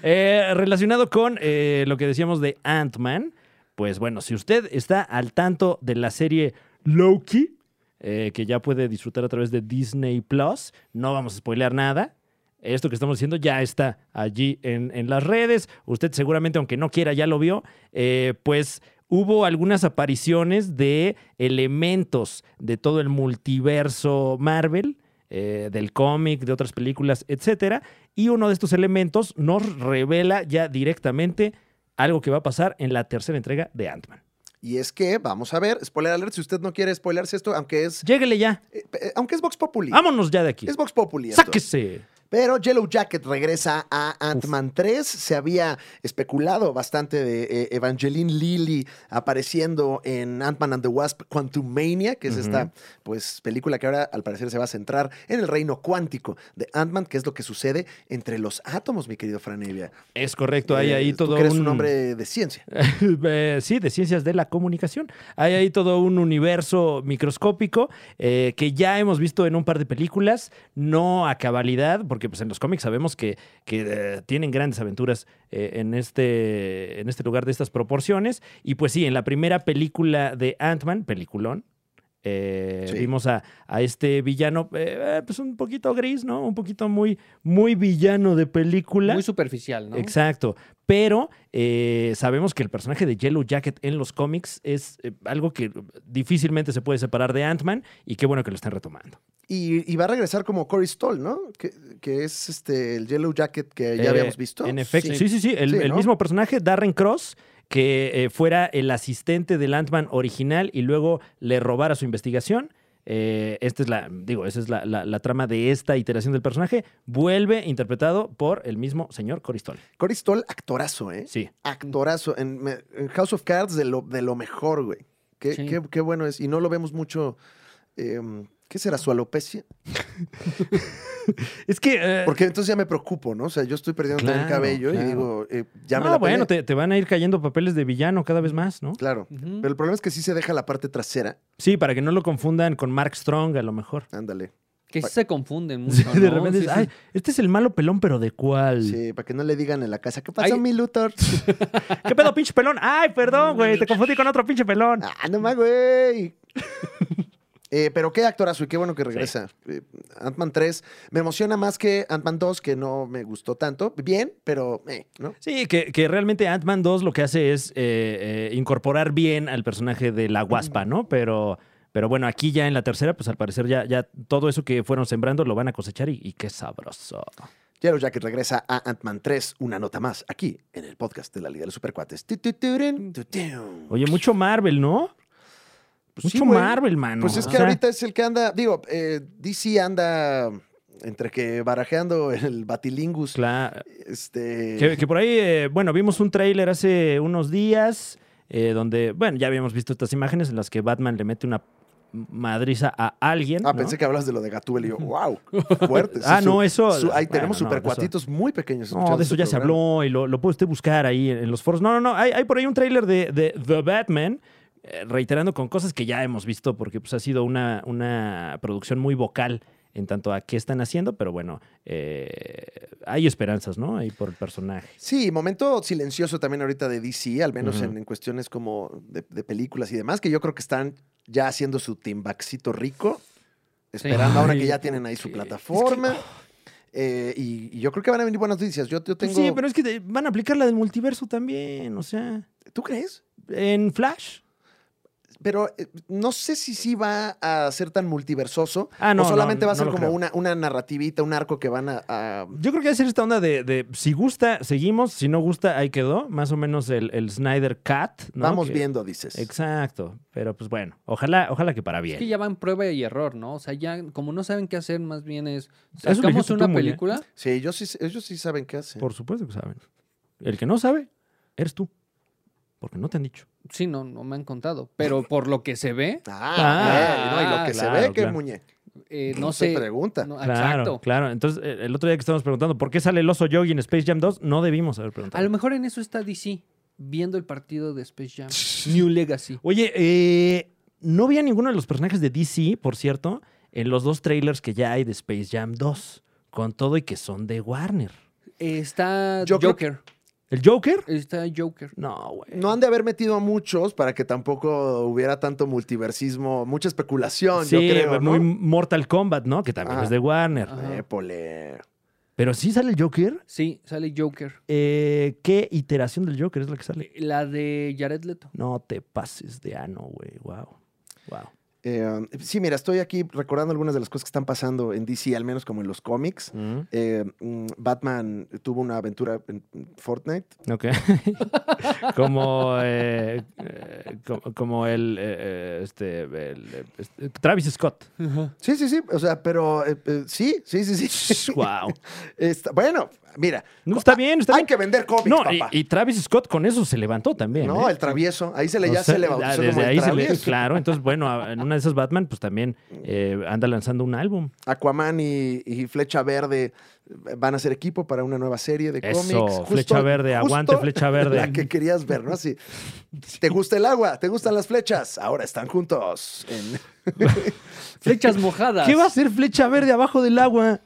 Speaker 2: Eh, relacionado con eh, lo que decíamos de Ant-Man, pues bueno, si usted está al tanto de la serie Loki, eh, que ya puede disfrutar a través de Disney Plus, no vamos a spoilear nada. Esto que estamos diciendo ya está allí en, en las redes. Usted seguramente, aunque no quiera, ya lo vio. Eh, pues hubo algunas apariciones de elementos de todo el multiverso Marvel eh, del cómic, de otras películas, etcétera. Y uno de estos elementos nos revela ya directamente algo que va a pasar en la tercera entrega de Ant-Man.
Speaker 1: Y es que, vamos a ver, spoiler alert, si usted no quiere spoilarse esto, aunque es,
Speaker 2: Lléguele ya.
Speaker 1: eh, eh, aunque es Vox Populi.
Speaker 2: Vámonos ya de aquí.
Speaker 1: Es Vox Populi esto.
Speaker 2: Sáquese.
Speaker 1: Pero Yellow Jacket regresa a Ant-Man 3. Se había especulado bastante de eh, Evangeline Lilly apareciendo en Ant-Man and the Wasp Quantumania, que es
Speaker 2: Ujú.
Speaker 1: esta pues, película que ahora al parecer se va a centrar en el reino cuántico de Ant-Man, que es lo que sucede entre los átomos, mi querido Franevia.
Speaker 2: Es correcto, hay ahí todo
Speaker 1: Eh, Tú que eres un...
Speaker 2: un-
Speaker 1: hombre de ciencia.
Speaker 2: Eh, sí, de ciencias de la comunicación. Hay ahí todo un universo microscópico eh, que ya hemos visto en un par de películas, no a cabalidad, porque pues, en los cómics sabemos que, que, eh, tienen grandes aventuras eh, en, este, en este lugar de estas proporciones. Y pues sí, en la primera película de Ant-Man, peliculón. eh,
Speaker 1: Sí.
Speaker 2: Vimos a, a este villano, eh, pues un poquito gris, ¿no? Un poquito muy, muy villano de película.
Speaker 3: Muy superficial, ¿no?
Speaker 2: Exacto. Pero eh, sabemos que el personaje de Yellow Jacket en los cómics es eh, algo que difícilmente se puede separar de Ant-Man y qué bueno que lo están retomando.
Speaker 1: Y, y va a regresar como Cory Stoll, ¿no? Que, que es este, el Yellow Jacket que ya
Speaker 2: Eh,
Speaker 1: habíamos visto.
Speaker 2: En efecto.
Speaker 3: Sí.
Speaker 2: Sí, sí, sí. El,
Speaker 1: Sí,
Speaker 2: el
Speaker 1: ¿no?
Speaker 2: mismo personaje, Darren Cross, que eh, fuera el asistente del Ant-Man original y luego le robara su investigación. Eh, esta es la, digo, esa es la, la- la trama de esta iteración del personaje. Vuelve interpretado por el mismo señor Cory Stoll.
Speaker 1: Cory Stoll, actorazo, ¿eh?
Speaker 2: Sí.
Speaker 1: actorazo. En, me- en House of Cards de lo, de lo mejor, güey. Qué,
Speaker 3: Sí.
Speaker 1: qué- qué bueno es. Y no lo vemos mucho. em, ¿Qué será su alopecia?
Speaker 2: Es que. eh,
Speaker 1: Porque entonces ya me preocupo, ¿no? O sea, yo estoy perdiendo todo el
Speaker 2: Claro,
Speaker 1: cabello
Speaker 2: claro.
Speaker 1: y digo, eh, ya me
Speaker 2: no,
Speaker 1: la
Speaker 2: bueno,
Speaker 1: pelé.
Speaker 2: te, te van a ir cayendo papeles de villano cada vez más, ¿no?
Speaker 1: Claro.
Speaker 3: Ujú.
Speaker 1: Pero el problema es que sí se deja la parte trasera.
Speaker 2: Sí, para que no lo confundan con Mark Strong, a lo mejor.
Speaker 1: Ándale.
Speaker 3: Que sí se confunden
Speaker 2: Sí,
Speaker 3: mucho,
Speaker 2: de
Speaker 3: ¿no?
Speaker 2: repente
Speaker 3: Sí,
Speaker 2: dices,
Speaker 3: sí.
Speaker 2: ay, este es el malo pelón, pero ¿de cuál?
Speaker 1: Sí, para que no le digan en la casa, ¿qué pasó,
Speaker 3: Ay.
Speaker 1: mi Luthor?
Speaker 2: ¿Qué pedo, pinche pelón? Ay, perdón, güey, te confundí con otro pinche pelón.
Speaker 1: ah, no más, güey. Eh, pero qué actorazo y qué bueno que regresa. Eh, Ant-Man 3 me emociona más que Ant-Man 2, que no me gustó tanto. Bien, pero, eh, ¿no?
Speaker 2: Sí, que, que realmente Ant-Man 2 lo que hace es eh, eh, incorporar bien al personaje de la guaspa, ¿no? Pero, pero bueno, aquí ya en la tercera, pues al parecer ya, ya todo eso que fueron sembrando lo van a cosechar y, y qué sabroso.
Speaker 1: Yellow Jacket regresa a Ant-Man 3, una nota más, aquí en el podcast de la Liga de los Supercuates. Tu, tu, turin, tu, tium.
Speaker 2: Oye, mucho Marvel, ¿no?
Speaker 1: Pues sí,
Speaker 2: Mucho
Speaker 1: güey.
Speaker 2: Marvel, mano.
Speaker 1: Pues es
Speaker 2: O
Speaker 1: que
Speaker 2: sea,
Speaker 1: ahorita es el que anda, digo, eh, DC anda entre que barajeando el Batilingus.
Speaker 2: cla-
Speaker 1: Este,
Speaker 2: Que, que por ahí, eh, bueno, vimos un tráiler hace unos días eh, donde, bueno, ya habíamos visto estas imágenes en las que Batman le mete una madriza a alguien.
Speaker 1: Ah,
Speaker 2: ¿no?
Speaker 1: pensé que hablas de lo de Gatúbel y yo, wow, fuerte.
Speaker 2: Ah,
Speaker 1: Sí,
Speaker 2: no, eso-
Speaker 1: su- ahí
Speaker 2: bueno,
Speaker 1: tenemos
Speaker 2: no, de
Speaker 1: supercuatitos muy pequeños.
Speaker 2: No,
Speaker 1: escuchando
Speaker 2: de eso
Speaker 1: este
Speaker 2: ya se
Speaker 1: programa.
Speaker 2: habló y lo, lo puede usted buscar ahí en, en los foros. No, no, no, hay, hay por ahí un tráiler de, de The Batman, eh, reiterando con cosas que ya hemos visto porque pues, ha sido una, una producción muy vocal en tanto a qué están haciendo, pero bueno, eh, hay esperanzas, ¿no? Ahí por el personaje.
Speaker 1: Sí, momento silencioso también ahorita de DC, al menos
Speaker 2: Ujú.
Speaker 1: en, en cuestiones como de, de películas y demás, que yo creo que están ya haciendo su timbaxito rico, esperando ahora
Speaker 2: Ay,
Speaker 1: que ya tienen ahí su
Speaker 2: sí. ah.
Speaker 1: plataforma. Eh, y, y yo creo que van a venir buenas noticias. Yo, yo tengo.
Speaker 2: Sí, pero es que te- van a aplicar la del multiverso también, o sea...
Speaker 1: ¿Tú crees?
Speaker 2: en Flash.
Speaker 1: Pero eh, no sé si sí va a ser tan multiversoso.
Speaker 2: Ah, no,
Speaker 1: o
Speaker 2: no,
Speaker 1: solamente va a
Speaker 2: no
Speaker 1: ser
Speaker 2: lo
Speaker 1: como
Speaker 2: creo.
Speaker 1: una, una narrativita, un arco que van a. a-
Speaker 2: Yo creo que va a ser esta onda de, de si gusta, seguimos, si no gusta, ahí quedó. Más o menos el, el Snyder Cat. ¿no?
Speaker 1: Vamos
Speaker 2: Que-
Speaker 1: viendo, dices.
Speaker 2: Exacto. Pero pues bueno, ojalá, ojalá que para
Speaker 3: Es
Speaker 2: bien.
Speaker 3: que ya van prueba y error, ¿no? O sea, ya como no saben qué hacer, más bien es
Speaker 2: Eso lo
Speaker 3: sacamos
Speaker 2: dijiste tú
Speaker 3: una
Speaker 2: muy bien.
Speaker 3: película.
Speaker 1: Sí, ellos sí, ellos sí saben qué hacen.
Speaker 2: Por supuesto que saben. El que no sabe, eres tú. Porque no te han dicho.
Speaker 3: Sí, no, no me han contado, pero por lo que se ve,
Speaker 1: Ah,
Speaker 3: Ah,
Speaker 1: eh, no, y lo que
Speaker 2: claro,
Speaker 1: se ve, que
Speaker 2: claro.
Speaker 1: muñe.
Speaker 3: eh, no
Speaker 1: No
Speaker 3: sé.
Speaker 1: se pregunta.
Speaker 3: no,
Speaker 2: Claro,
Speaker 3: Exacto.
Speaker 2: claro. Entonces, eh, el el otro día que estábamos preguntando por qué sale el oso Yogi en Space Jam 2, no debimos haber preguntado.
Speaker 3: A lo mejor en eso está DC, viendo el partido de Space Jam. New Legacy.
Speaker 2: Oye, eh, no vi a ninguno de los personajes de DC, por cierto, en los dos trailers que ya hay de Space Jam 2, con todo y que son de Warner.
Speaker 3: Eh, Está
Speaker 1: Yo creo
Speaker 3: Joker.
Speaker 2: ¿El Joker?
Speaker 3: Está Joker.
Speaker 2: No, güey.
Speaker 1: No han de haber metido a muchos para que tampoco hubiera tanto multiversismo, mucha especulación, yo
Speaker 2: sí,
Speaker 1: creo, ¿no?
Speaker 2: muy Mortal Kombat, ¿no? Que también
Speaker 1: Ajá.
Speaker 2: es de Warner.
Speaker 3: Ajá.
Speaker 1: Épole.
Speaker 2: Pero sí sale el Joker.
Speaker 3: Sí, sale Joker.
Speaker 2: Eh, ¿Qué iteración del Joker es la que sale?
Speaker 3: La de Jared Leto.
Speaker 2: No te pases de ano, güey. Wow. Wow.
Speaker 1: Eh, sí, mira, estoy aquí recordando algunas de las cosas que están pasando en DC, al menos como en los cómics.
Speaker 2: Mm,
Speaker 1: Eh, mm, Batman tuvo una aventura en Fortnite.
Speaker 2: ok. como, eh, eh, como, como el, eh, eh, este, el, eh, este, Travis Scott.
Speaker 1: Sí, sí, sí. O sea, pero eh, eh, sí, sí, sí, sí.
Speaker 2: wow.
Speaker 1: Está- bueno, mira.
Speaker 2: No, está bien, está
Speaker 1: Hay
Speaker 2: bien.
Speaker 1: que vender cómics,
Speaker 2: No, y,
Speaker 1: papá.
Speaker 2: y Travis Scott con eso se levantó también.
Speaker 1: no,
Speaker 2: ¿eh?
Speaker 1: el travieso. Ahí se le
Speaker 2: O
Speaker 1: ya
Speaker 2: sea,
Speaker 1: se le
Speaker 2: ah,
Speaker 1: bautizó
Speaker 2: desde
Speaker 1: como el
Speaker 2: ahí se le-
Speaker 1: travieso.
Speaker 2: Claro, entonces, bueno, a- en una de esas Batman, pues también eh, anda lanzando un álbum.
Speaker 1: Aquaman y, y Flecha Verde eh, van a ser equipo para una nueva serie de
Speaker 2: Eso,
Speaker 1: cómics. Justo-
Speaker 2: Flecha Verde,
Speaker 1: justo
Speaker 2: aguante Flecha Verde.
Speaker 1: La que querías ver, ¿no? Así. ¿Te gusta el agua? ¿Te gustan las flechas? Ahora están juntos. en-
Speaker 3: Flechas mojadas.
Speaker 2: ¿Qué va a ser Flecha Verde abajo del agua?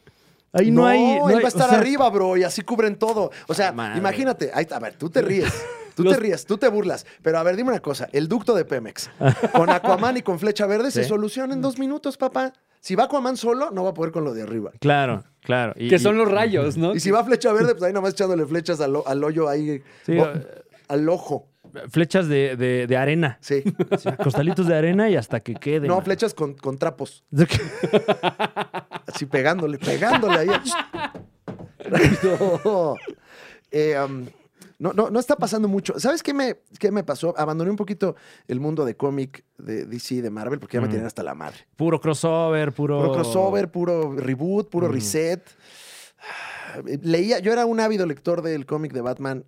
Speaker 2: Ahí no, hay.
Speaker 1: él
Speaker 2: hay-
Speaker 1: va a
Speaker 2: o
Speaker 1: estar
Speaker 2: sea,
Speaker 1: arriba, bro, y así cubren todo. O sea,
Speaker 2: Madre.
Speaker 1: imagínate, ahí, a ver, tú te ríes, tú
Speaker 2: Los-
Speaker 1: te ríes, tú te burlas, pero a ver, dime una cosa, el ducto de Pemex, con Aquaman y con Flecha Verde se
Speaker 2: Sí.
Speaker 1: soluciona en dos minutos, papá. Si va Aquaman solo, no va a poder con lo de arriba.
Speaker 2: Claro, claro. y-
Speaker 3: Que son
Speaker 2: y-
Speaker 3: los rayos, ¿no?
Speaker 1: Y si va Flecha Verde, pues ahí nomás echándole flechas al, o- al hoyo ahí,
Speaker 2: Sí,
Speaker 1: o-
Speaker 2: eh.
Speaker 1: al ojo,
Speaker 2: Flechas de, de- de arena.
Speaker 1: sí.
Speaker 2: O sea, costalitos de arena y hasta que quede.
Speaker 1: No,
Speaker 2: man.
Speaker 1: flechas con, con trapos, así pegándole, pegándole ahí. No. Eh, um, no, no, no está pasando mucho. ¿Sabes qué me, qué me pasó? Abandoné un poquito el mundo de cómic de DC y de Marvel porque ya me
Speaker 2: Mm.
Speaker 1: tienen hasta la madre.
Speaker 2: Puro crossover, puro.
Speaker 1: Puro crossover, puro reboot, puro
Speaker 2: Mm.
Speaker 1: reset. Leía, yo era un ávido lector del cómic de Batman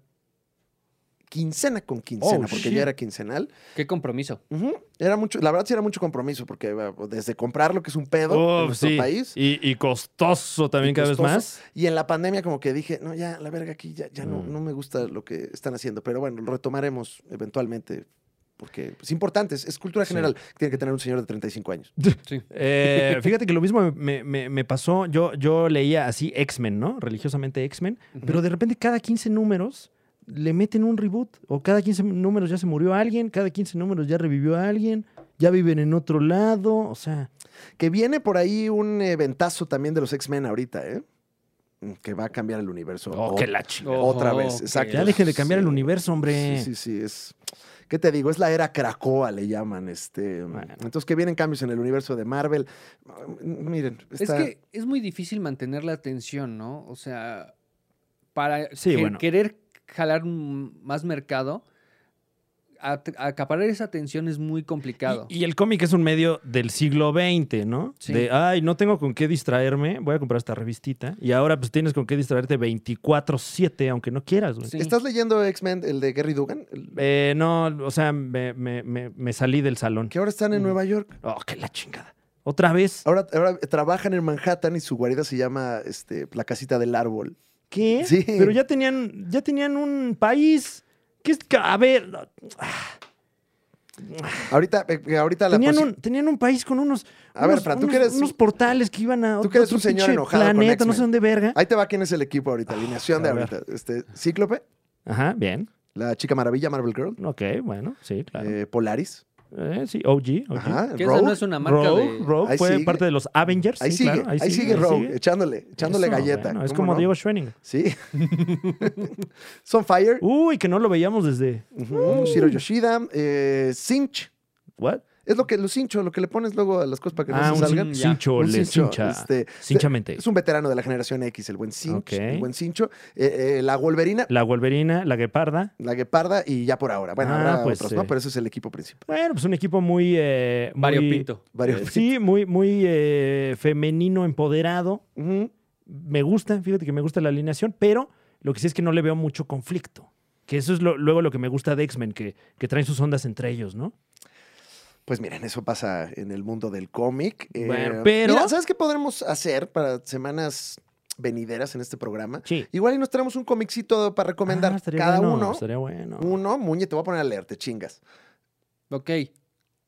Speaker 1: quincena con quincena, porque
Speaker 2: Oh, shit.
Speaker 1: ya era quincenal.
Speaker 3: Qué compromiso.
Speaker 1: Ujú. Era mucho, la verdad sí era mucho compromiso, porque eh, desde comprarlo, que es un pedo en
Speaker 2: Oh,
Speaker 1: nuestro
Speaker 2: sí.
Speaker 1: país.
Speaker 2: Y, y costoso también
Speaker 1: Y
Speaker 2: cada
Speaker 1: costoso.
Speaker 2: vez más.
Speaker 1: Y en la pandemia como que dije, no, ya, la verga aquí, ya, ya no,
Speaker 2: Mm.
Speaker 1: no me gusta lo que están haciendo. Pero bueno, lo retomaremos eventualmente, porque es importante, es, es cultura
Speaker 2: Sí.
Speaker 1: general. Tiene que tener un señor de 35 años.
Speaker 3: Sí.
Speaker 2: Eh, fíjate que lo mismo me, me- me pasó. Yo, yo leía así X-Men, ¿no? Religiosamente X-Men. Pero de repente cada 15 números le meten un reboot. O cada 15 números ya se murió alguien, cada 15 números ya revivió a alguien, ya viven en otro lado. O sea,
Speaker 1: Que viene por ahí un eh, ventazo también de los X-Men ahorita, ¿eh? Mm, Que va a cambiar el universo.
Speaker 2: oh,
Speaker 1: o-
Speaker 2: qué la oh, chingada.
Speaker 1: Otra vez,
Speaker 3: ok.
Speaker 1: exacto.
Speaker 2: Ya dejen de cambiar
Speaker 1: Sí.
Speaker 2: el universo, hombre.
Speaker 1: Sí, sí, sí, es... ¿Qué te digo? Es la era Krakoa, le llaman. Este.
Speaker 2: Bueno.
Speaker 1: Entonces, que vienen cambios en el universo de Marvel. Mm, Miren, está...
Speaker 3: Es que es muy difícil mantener la atención, ¿no? O sea, para
Speaker 2: Sí,
Speaker 3: que-
Speaker 2: bueno.
Speaker 3: querer jalar un- más mercado, at- acaparar esa atención es muy complicado.
Speaker 2: Y, y el cómic es un medio del siglo XX, ¿no?
Speaker 3: Sí.
Speaker 2: De, ay, no tengo con qué distraerme, voy a comprar esta revistita. Y ahora pues tienes con qué distraerte 24-7, aunque no quieras, güey.
Speaker 3: Sí.
Speaker 1: ¿Estás leyendo X-Men, el de Gary Dugan? El-
Speaker 2: Eh, no, o sea, me, me- me- me salí del salón.
Speaker 1: Que ahora están en
Speaker 3: Mm.
Speaker 1: Nueva York.
Speaker 2: Oh, qué la chingada. Otra vez.
Speaker 1: Ahora, ahora trabajan en Manhattan y su guarida se llama este, la casita del árbol.
Speaker 2: ¿Qué?
Speaker 1: Sí.
Speaker 2: Pero ya tenían, ya tenían un país. ¿Qué es? A ver,
Speaker 1: Ahorita, eh, eh, ahorita la
Speaker 2: tenían
Speaker 1: posi-
Speaker 2: un, tenían un país con unos,
Speaker 1: A ver,
Speaker 2: unos-
Speaker 1: Fran, tú
Speaker 2: unos-
Speaker 1: que eres-
Speaker 2: unos portales que iban a
Speaker 1: tú que eres un señor
Speaker 2: pinche
Speaker 1: enojado con
Speaker 2: planeta, no
Speaker 1: X-Men.
Speaker 2: sé dónde verga.
Speaker 1: Ahí te va quién es el equipo ahorita, alineación de
Speaker 2: Ah, a ver.
Speaker 1: ahorita. Este, Cíclope,
Speaker 2: Ajá, bien.
Speaker 1: la chica maravilla, Marvel Girl,
Speaker 2: Ok, bueno, sí, claro.
Speaker 1: eh, Polaris,
Speaker 2: Eh, sí, OG. OG.
Speaker 1: ajá,
Speaker 3: que
Speaker 1: Rogue.
Speaker 3: esa no es una marca
Speaker 2: Rogue,
Speaker 3: de...
Speaker 2: Rogue
Speaker 1: Ahí
Speaker 2: fue
Speaker 1: sigue.
Speaker 2: parte de los Avengers.
Speaker 1: ahí,
Speaker 2: sí,
Speaker 1: sigue,
Speaker 2: claro,
Speaker 1: ahí, sigue, Rogue,
Speaker 2: sigue.
Speaker 1: echándole, echándole
Speaker 2: Eso,
Speaker 1: galleta.
Speaker 2: bueno, es
Speaker 1: ¿cómo
Speaker 2: como
Speaker 1: no?
Speaker 2: Diego Schwenning.
Speaker 1: Sí. Sunfire,
Speaker 2: Uy, que no lo veíamos desde.
Speaker 1: ujú,
Speaker 2: uh.
Speaker 1: Shiro Yoshida, eh, Cinch.
Speaker 2: ¿What?
Speaker 1: Es lo que, los cincho, lo que le pones luego a las cosas para que
Speaker 2: Ah,
Speaker 1: no se
Speaker 2: un
Speaker 1: salgan.
Speaker 2: cin-
Speaker 3: Ya.
Speaker 2: cincho,
Speaker 1: Un
Speaker 2: le
Speaker 1: cincho,
Speaker 2: cincha.
Speaker 1: este,
Speaker 2: Cinchamente.
Speaker 1: Es un veterano de la generación X, el buen cincho.
Speaker 2: Ok.
Speaker 1: El buen cincho. Eh, eh, la Wolverina,
Speaker 2: La Wolverina, la Gueparda.
Speaker 1: la Gueparda y ya por ahora. Bueno,
Speaker 2: Ah,
Speaker 1: habrá
Speaker 2: pues,
Speaker 1: otros,
Speaker 2: eh.
Speaker 1: ¿no? Pero ese es el equipo principal.
Speaker 2: Bueno, pues un equipo muy. Eh, muy-
Speaker 3: Variopinto.
Speaker 1: Varios.
Speaker 2: eh, sí, muy, muy eh, femenino, empoderado.
Speaker 1: Ujú.
Speaker 2: Me gusta, fíjate que me gusta la alineación, pero lo que sí es que no le veo mucho conflicto. Que eso es lo- luego lo que me gusta de X-Men, que, que traen sus ondas entre ellos, ¿no?
Speaker 1: Pues miren, eso pasa en el mundo del cómic. Eh,
Speaker 2: Bueno, pero-
Speaker 1: mira, ¿sabes qué podremos hacer para semanas venideras en este programa?
Speaker 2: Sí.
Speaker 1: Igual y nos traemos un comicito para recomendar
Speaker 2: Ah, estaría
Speaker 1: cada
Speaker 2: bueno,
Speaker 1: uno.
Speaker 2: Estaría bueno.
Speaker 1: Uno, Muñe, te voy a poner a leer, te chingas.
Speaker 3: Ok.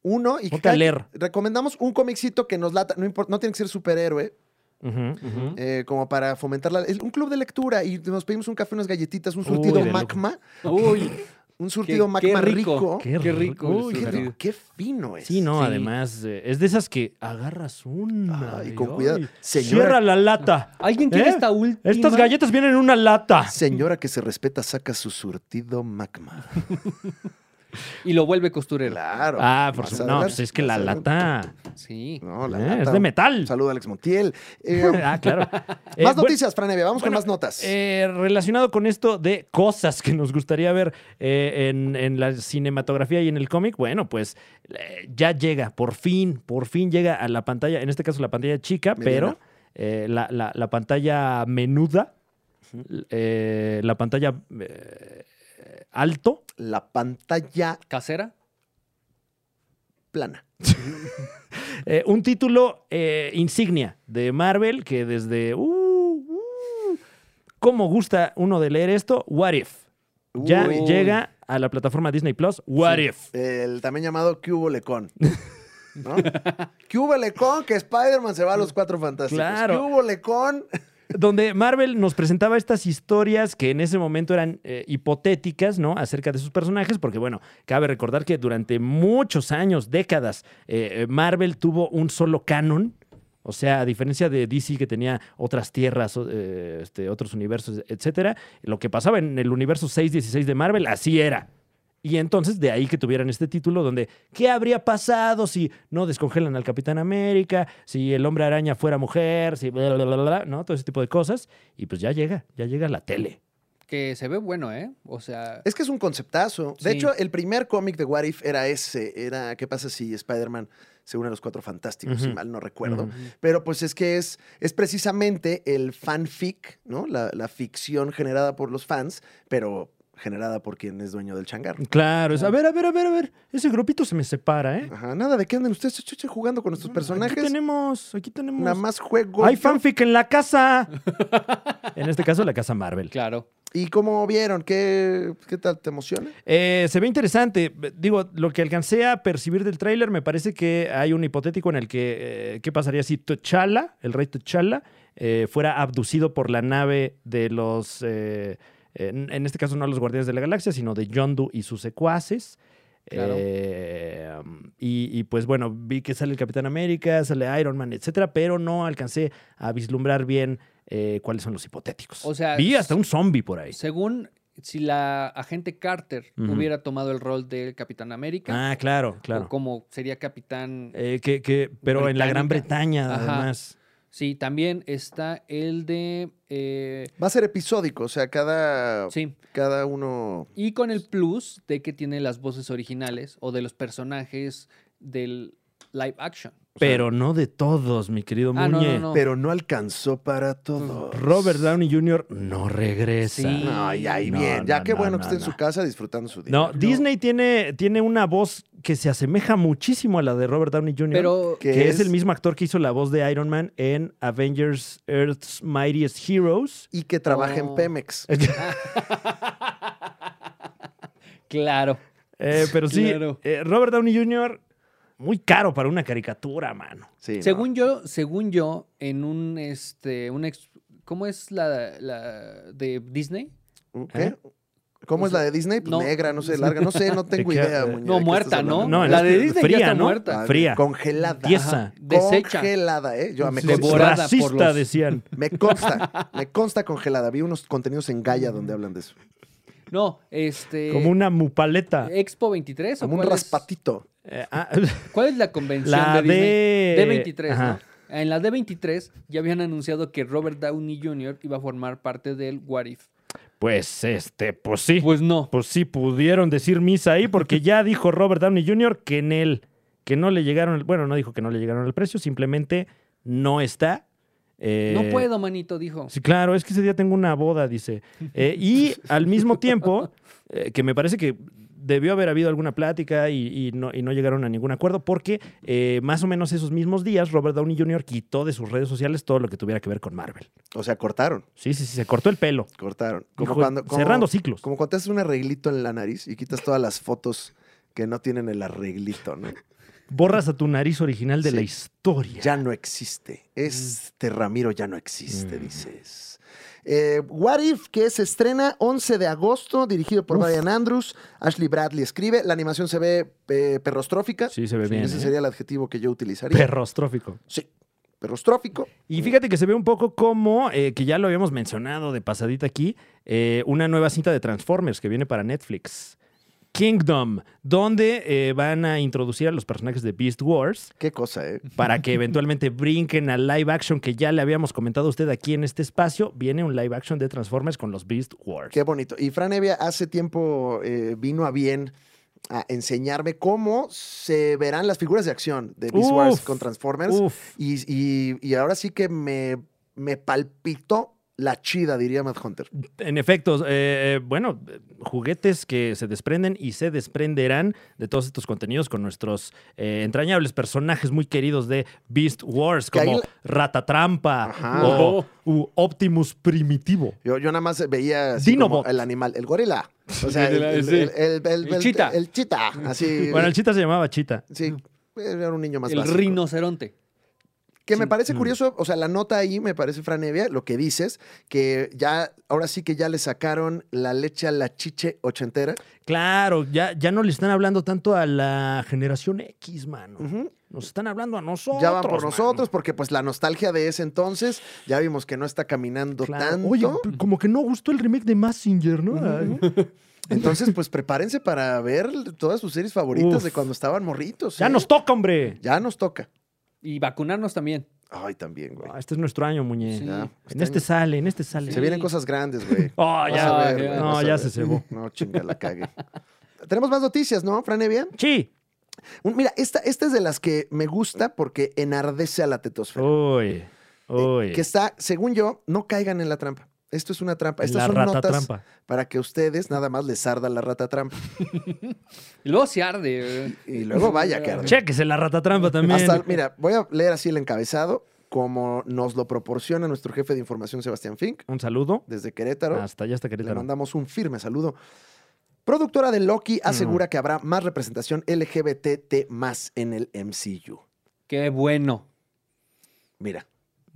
Speaker 1: Uno y que
Speaker 2: Ponte a
Speaker 1: cada-
Speaker 2: leer.
Speaker 1: Recomendamos un comicito que nos lata, no, importa, no tiene que ser superhéroe,
Speaker 2: Ujú, ujú.
Speaker 1: eh, como para fomentar la- el- un club de lectura y nos pedimos un café, unas galletitas, un
Speaker 2: Uy,
Speaker 1: surtido
Speaker 2: de
Speaker 1: magma,
Speaker 3: Uy,
Speaker 1: un surtido
Speaker 3: qué
Speaker 1: macma rico.
Speaker 3: rico.
Speaker 2: Qué
Speaker 3: qué rico.
Speaker 2: rico.
Speaker 3: el
Speaker 1: Qué,
Speaker 3: surtido.
Speaker 1: qué fino es.
Speaker 2: Sí, no,
Speaker 3: Sí.
Speaker 2: además eh, es de esas que agarras una.
Speaker 1: Ay,
Speaker 2: y,
Speaker 1: con cuidado. Señora-
Speaker 2: Cierra la lata.
Speaker 3: ¿Alguien quiere
Speaker 2: ¿Eh?
Speaker 3: esta última?
Speaker 2: Estas galletas vienen en una lata.
Speaker 1: Señora que se respeta, saca su surtido magma.
Speaker 3: Y lo vuelve costurero.
Speaker 1: Claro.
Speaker 2: Ah, por
Speaker 1: Más
Speaker 2: su- No,
Speaker 1: adelante,
Speaker 2: pues es que la
Speaker 1: más adelante.
Speaker 2: lata.
Speaker 3: Sí.
Speaker 1: No, la
Speaker 2: eh,
Speaker 1: lata.
Speaker 2: Es de metal.
Speaker 1: Saludo a Alex Montiel. Eh,
Speaker 2: ah, claro. Eh,
Speaker 1: más
Speaker 2: bueno,
Speaker 1: noticias, Franevia. Vamos
Speaker 2: bueno,
Speaker 1: con más notas.
Speaker 2: eh, relacionado con esto de cosas que nos gustaría ver eh, en, en la cinematografía y en el cómic, bueno, pues eh, ya llega, por fin, por fin llega a la pantalla, en este caso la pantalla chica,
Speaker 1: Mediana.
Speaker 2: pero eh, la, la- la pantalla menuda, eh, la pantalla eh, alto,
Speaker 1: la pantalla
Speaker 3: ¿Casera?
Speaker 1: plana.
Speaker 2: Eh, un título eh, insignia de Marvel que desde... Uh, uh, ¿Cómo gusta uno de leer esto? What If. Ya
Speaker 1: Uy.
Speaker 2: llega a la plataforma Disney Plus. What
Speaker 3: Sí.
Speaker 2: If.
Speaker 1: El también llamado ¿Qué hubo lecón? ¿No? ¿Qué hubo lecón? Que Spider-Man se va a los cuatro fantásticos.
Speaker 2: Claro.
Speaker 1: ¿Qué hubo lecón?
Speaker 2: Donde Marvel nos presentaba estas historias que en ese momento eran eh, hipotéticas, ¿no? Acerca de sus personajes, porque bueno, cabe recordar que durante muchos años, décadas, eh, eh, Marvel tuvo un solo canon. O sea, a diferencia de DC que tenía otras tierras, o- eh, este, otros universos, etcétera, lo que pasaba en el universo 616 de Marvel, así era. Y entonces de ahí que tuvieran este título donde, ¿qué habría pasado si no descongelan al Capitán América? Si el hombre araña fuera mujer, si bla, bla, bla, bla, bla, ¿no? Todo ese tipo de cosas. Y pues ya llega, ya llega la tele.
Speaker 3: Que se ve bueno, ¿eh? O sea,
Speaker 1: Es que es un conceptazo. De
Speaker 3: Sí.
Speaker 1: hecho, el primer cómic de What If era ese. Era ¿Qué pasa si Spider-Man se une a los cuatro fantásticos? Si
Speaker 2: Ujú.
Speaker 1: mal no recuerdo.
Speaker 2: Ujú.
Speaker 1: Pero pues es que es, es precisamente el fanfic, ¿no? La, la ficción generada por los fans, pero generada por quien es dueño del changarro.
Speaker 2: Claro, es, a ver, a ver, a ver, a ver. Ese grupito se me separa, ¿eh?
Speaker 1: Ajá, nada de qué anden ustedes ch- ch- jugando con nuestros
Speaker 2: Aquí
Speaker 1: personajes.
Speaker 2: tenemos, aquí
Speaker 1: Nada
Speaker 2: tenemos.
Speaker 1: más juego.
Speaker 2: Hay
Speaker 1: yo.
Speaker 2: fanfic en la casa. en este caso, la casa Marvel.
Speaker 3: claro.
Speaker 1: ¿Y cómo vieron? ¿Qué, qué tal? ¿Te emociona?
Speaker 2: Eh, se ve interesante. Digo, lo que alcancé a percibir del tráiler, me parece que hay un hipotético en el que, eh, ¿qué pasaría si T'Challa, el rey T'Challa, eh, fuera abducido por la nave de los, eh, en, en este caso no los Guardianes de la Galaxia, sino de Yondu y sus secuaces?
Speaker 3: Claro.
Speaker 2: Eh, y, y, pues bueno, vi que sale el Capitán América, sale Iron Man, etcétera, pero no alcancé a vislumbrar bien eh, cuáles son los hipotéticos.
Speaker 3: O sea,
Speaker 2: vi hasta un zombie por ahí.
Speaker 3: Según si la agente Carter
Speaker 2: Ujú.
Speaker 3: hubiera tomado el rol del Capitán América,
Speaker 2: Ah, claro, claro.
Speaker 3: o como sería Capitán...
Speaker 2: Eh, que, que- pero en la Gran
Speaker 3: Británica.
Speaker 2: Bretaña,
Speaker 3: Ajá.
Speaker 2: además.
Speaker 3: Sí, también está el de... eh,
Speaker 1: Va a ser episódico, o sea, cada,
Speaker 3: sí.
Speaker 1: cada uno.
Speaker 3: Y con el plus de que tiene las voces originales o de los personajes del live action.
Speaker 2: Pero no de todos, mi querido
Speaker 3: Ah, no,
Speaker 2: Muñe.
Speaker 3: no, no.
Speaker 1: Pero no alcanzó para todo.
Speaker 2: Robert Downey Jr. no regresa.
Speaker 3: Sí.
Speaker 1: No, y ahí
Speaker 2: No,
Speaker 1: bien. Ya
Speaker 2: no,
Speaker 1: qué
Speaker 2: no,
Speaker 1: bueno
Speaker 2: no,
Speaker 1: que esté en
Speaker 2: no.
Speaker 1: su casa disfrutando su día.
Speaker 2: No, Disney tiene, tiene una voz que se asemeja muchísimo a la de Robert Downey Jr.
Speaker 3: Pero...
Speaker 1: ¿Qué?
Speaker 2: que es?
Speaker 1: es-
Speaker 2: el mismo actor que hizo la voz de Iron Man en Avengers Earth's Mightiest Heroes.
Speaker 1: Y que trabaja en
Speaker 3: Oh.
Speaker 1: Pemex.
Speaker 2: Eh,
Speaker 3: Claro.
Speaker 2: Eh, pero sí,
Speaker 3: Claro.
Speaker 2: eh, Robert Downey Jr. muy caro para una caricatura, mano.
Speaker 1: Sí, ¿no?
Speaker 3: Según yo, según yo, en un este, un ex- ¿cómo es la, la de Disney?
Speaker 1: ¿Qué?
Speaker 2: ¿Eh?
Speaker 1: ¿Cómo es la de Disney? Pues
Speaker 3: No.
Speaker 1: negra, no sé, larga, no sé, no tengo
Speaker 2: ¿De qué?
Speaker 1: idea.
Speaker 2: No,
Speaker 1: muñeca,
Speaker 3: No,
Speaker 1: ¿de qué
Speaker 3: muerta,
Speaker 1: estás
Speaker 3: ¿no?
Speaker 1: hablando?
Speaker 2: No, en
Speaker 3: la
Speaker 2: la-
Speaker 3: de Disney
Speaker 2: fría,
Speaker 3: ya está
Speaker 2: ¿no?
Speaker 1: Ah,
Speaker 3: muerta.
Speaker 2: Fría.
Speaker 1: Congelada.
Speaker 2: Diez.
Speaker 3: Ajá, Deshecha.
Speaker 1: Congelada, ¿eh? Yo me
Speaker 3: Sí.
Speaker 1: consta.
Speaker 3: Devorada por
Speaker 2: Racista,
Speaker 3: los-
Speaker 2: decían.
Speaker 1: Me consta, me consta congelada. Vi unos contenidos en Gaia donde hablan de eso.
Speaker 3: No, este.
Speaker 2: Como una mupaleta.
Speaker 3: Expo 23 o
Speaker 1: Como un
Speaker 2: pues
Speaker 3: cuál es-
Speaker 1: raspatito.
Speaker 2: Eh, ah,
Speaker 3: ¿Cuál es la convención
Speaker 2: La
Speaker 3: de Disney?
Speaker 2: de-
Speaker 3: D23,
Speaker 2: Ajá.
Speaker 3: ¿no? En la D23 ya habían anunciado que Robert Downey Jr. iba a formar parte del What If.
Speaker 2: Pues este, pues sí. Pues,
Speaker 3: Pues no.
Speaker 2: sí, pudieron decir misa ahí, porque ya dijo Robert Downey Jr. que en él, que no le llegaron, el- bueno, no dijo que no le llegaron al precio, simplemente no está. eh,
Speaker 3: No puedo, manito, dijo.
Speaker 2: Sí, claro, es que ese día tengo una boda, dice. Eh, y al mismo tiempo, eh, que me parece que debió haber habido alguna plática y, y no, y no llegaron a ningún acuerdo, porque eh, más o menos esos mismos días Robert Downey Jr. quitó de sus redes sociales todo lo que tuviera que ver con Marvel.
Speaker 1: O sea, cortaron,
Speaker 2: Sí, sí, sí, se cortó el pelo.
Speaker 1: cortaron. Como
Speaker 2: Dijo,
Speaker 1: cuando, como-
Speaker 2: cerrando ciclos.
Speaker 1: Como cuando te haces un arreglito en la nariz y quitas todas las fotos que no tienen el arreglito, ¿no?
Speaker 2: Borras a tu nariz original de
Speaker 1: Sí.
Speaker 2: la historia.
Speaker 1: Ya no existe. Este Ramiro ya no existe,
Speaker 2: Mm.
Speaker 1: dices. Eh, What If, que se estrena 11 de agosto, dirigido por
Speaker 2: Uf.
Speaker 1: Brian Andrews. Ashley Bradley escribe. La animación se ve eh, perrostrófica.
Speaker 2: Sí, se ve bien.
Speaker 1: Ese
Speaker 2: ¿eh?
Speaker 1: sería el adjetivo que yo utilizaría.
Speaker 2: Perrostrófico.
Speaker 1: Sí, perrostrófico.
Speaker 2: Y fíjate que se ve un poco como, eh, que ya lo habíamos mencionado de pasadita aquí, eh, una nueva cinta de Transformers que viene para Netflix. Kingdom, donde eh, van a introducir a los personajes de Beast Wars
Speaker 1: Qué cosa, ¿eh?
Speaker 2: para que eventualmente brinquen al live action que ya le habíamos comentado a usted aquí en este espacio. Viene un live action de Transformers con los Beast Wars.
Speaker 1: Qué bonito. Y Fran Evia hace tiempo eh, vino a bien a enseñarme cómo se verán las figuras de acción de Beast
Speaker 2: Uf,
Speaker 1: Wars con Transformers.
Speaker 2: Uf,
Speaker 1: Y, y- y ahora sí que me, me palpitó la chida, diría Mad Hunter.
Speaker 2: en efecto, eh, eh, bueno, eh, juguetes que se desprenden y se desprenderán de todos estos contenidos con nuestros eh, entrañables personajes muy queridos de Beast Wars,
Speaker 1: Que ahí
Speaker 2: como
Speaker 1: la-
Speaker 2: Ratatrampa
Speaker 1: Ajá.
Speaker 2: o u Optimus Primitivo.
Speaker 1: Yo, yo nada más veía así
Speaker 2: Dinobot.
Speaker 1: como el animal, el gorila. O sea,
Speaker 3: Sí,
Speaker 1: el, el,
Speaker 3: sí.
Speaker 1: el- el- el-
Speaker 3: El
Speaker 1: el-
Speaker 3: chita.
Speaker 1: el chita, Así.
Speaker 2: Bueno, el chita se llamaba Chita.
Speaker 1: sí, era un niño más
Speaker 3: el
Speaker 1: básico.
Speaker 3: rinoceronte.
Speaker 1: Que me
Speaker 2: mm.
Speaker 1: parece curioso, o sea, la nota ahí me parece, Franevia, lo que dices, que ya, ahora sí que ya le sacaron la leche a la chiche ochentera.
Speaker 2: Claro, ya, ya no le están hablando tanto a la generación X, mano.
Speaker 1: Ujú.
Speaker 2: Nos están hablando a nosotros.
Speaker 1: ya van por
Speaker 2: mano.
Speaker 1: nosotros, porque pues la nostalgia de ese entonces, ya vimos que no está caminando
Speaker 2: Claro.
Speaker 1: tanto.
Speaker 2: Oye, p- como que no gustó el remake de Massinger, ¿no? Ay.
Speaker 1: Entonces, pues prepárense para ver todas sus series favoritas
Speaker 2: Uf.
Speaker 1: de cuando estaban morritos.
Speaker 2: Ya
Speaker 1: ¿eh?
Speaker 2: nos toca, hombre.
Speaker 1: Ya nos toca.
Speaker 3: Y vacunarnos también.
Speaker 1: Ay, también, güey.
Speaker 2: Ah, este es nuestro año, muñe.
Speaker 3: Sí.
Speaker 1: Ya,
Speaker 2: En este
Speaker 1: están-
Speaker 2: sale, en este sale.
Speaker 1: Se vienen cosas grandes, güey.
Speaker 2: Oh,
Speaker 1: Vas
Speaker 2: ya.
Speaker 1: a
Speaker 3: Ah,
Speaker 1: ver,
Speaker 3: ya.
Speaker 1: güey,
Speaker 2: No,
Speaker 1: vas a
Speaker 2: ya
Speaker 1: ver.
Speaker 2: se cebó.
Speaker 1: No, chinga, la cague. Tenemos más noticias, ¿no, Franevia?
Speaker 2: Sí.
Speaker 1: Un- Mira, esta, esta es de las que me gusta porque enardece a la tetosfera. Eh,
Speaker 2: Uy. Uy.
Speaker 1: Que está, según yo, no caigan en la trampa. Esto es una trampa. Estas
Speaker 2: la
Speaker 1: son
Speaker 2: rata
Speaker 1: notas
Speaker 2: trampa.
Speaker 1: para que ustedes nada más les arda la rata trampa.
Speaker 3: Y luego se arde. eh.
Speaker 1: Y luego vaya que arde.
Speaker 2: Chéquese la rata trampa también.
Speaker 1: Hasta- mira, voy a leer así el encabezado, como nos lo proporciona nuestro jefe de información, Sebastián Fink,
Speaker 2: Un saludo.
Speaker 1: desde Querétaro.
Speaker 2: Hasta allá, hasta
Speaker 1: Le
Speaker 2: Querétaro.
Speaker 1: mandamos un firme saludo. Productora de Loki
Speaker 2: Mm.
Speaker 1: asegura que habrá más representación LGBTT más en el MCU.
Speaker 3: Qué bueno.
Speaker 1: Mira,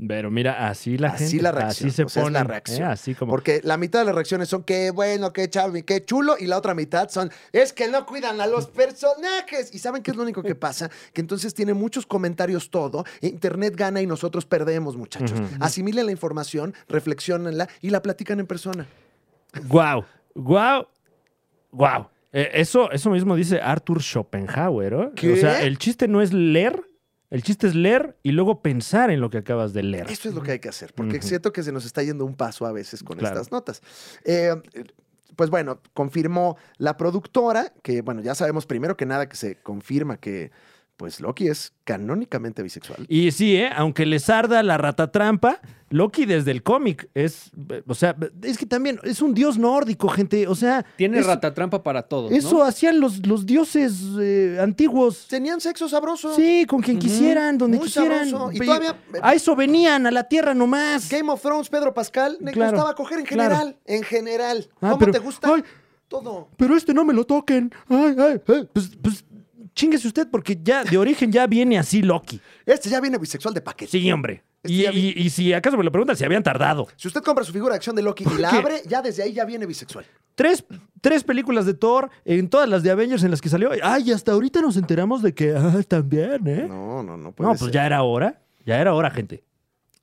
Speaker 2: Pero mira, así la
Speaker 1: Así
Speaker 2: gente.
Speaker 1: la reacción,
Speaker 2: Así se
Speaker 1: o sea, es la
Speaker 2: ponen, ¿eh?
Speaker 1: reacción.
Speaker 2: Así como.
Speaker 1: porque la mitad de las reacciones son qué bueno, qué chavi, qué chulo, y la otra mitad son es que no cuidan a los personajes. Y saben qué es lo único que pasa, que entonces tiene muchos comentarios todo, e internet gana y nosotros perdemos, muchachos.
Speaker 2: Ujú.
Speaker 1: Asimilen la información, reflexionenla y la platican en persona.
Speaker 2: Guau, guau, guau. Eh, eso, eso mismo dice Arthur Schopenhauer. ¿oh?
Speaker 1: ¿Qué?
Speaker 2: O sea, el chiste no es leer, el chiste es leer y luego pensar en lo que acabas de leer.
Speaker 1: Eso es lo que hay que hacer, porque
Speaker 2: Ujú.
Speaker 1: siento que se nos está yendo un paso a veces con
Speaker 2: Claro.
Speaker 1: estas notas. Eh, pues bueno, confirmó la productora, que bueno, ya sabemos primero que nada que se confirma que pues Loki es canónicamente bisexual.
Speaker 2: Y sí, ¿eh? aunque les arda la ratatrampa, Loki desde el cómic es, eh, o sea, es que también es un dios nórdico, gente. O sea,
Speaker 3: Tiene
Speaker 2: eso,
Speaker 3: ratatrampa para todos.
Speaker 2: Eso
Speaker 3: ¿no?
Speaker 2: hacían los, los dioses eh, antiguos.
Speaker 1: Tenían sexo sabroso.
Speaker 2: Sí, con quien
Speaker 3: Ujú.
Speaker 2: quisieran, donde
Speaker 1: Muy
Speaker 2: quisieran.
Speaker 1: sabroso. Y
Speaker 2: Pe-
Speaker 1: todavía-
Speaker 2: A eso venían, a la tierra nomás.
Speaker 1: Game of Thrones, Pedro Pascal, le
Speaker 2: Claro,
Speaker 1: gustaba coger en
Speaker 2: claro.
Speaker 1: general. En general.
Speaker 2: Ah,
Speaker 1: ¿Cómo
Speaker 2: pero-
Speaker 1: te gusta?
Speaker 2: ay,
Speaker 1: Todo.
Speaker 2: pero este no me lo toquen. Ay, ay, ay. Pues, pues chinguese usted, porque ya de origen ya viene así Loki.
Speaker 1: Este ya viene bisexual de paquete.
Speaker 2: Sí, hombre.
Speaker 1: Este
Speaker 2: y,
Speaker 1: ya vi-
Speaker 2: y- y si acaso me lo preguntan, si habían tardado.
Speaker 1: Si usted compra su figura de acción de Loki y la
Speaker 2: qué?
Speaker 1: abre, ya desde ahí ya viene bisexual.
Speaker 2: Tres, tres películas de Thor, en todas las de Avengers en las que salió. Ay, hasta ahorita nos enteramos de que ah, también, ¿eh? No,
Speaker 1: No, no, no
Speaker 2: pues ya era hora. Ya era hora, gente.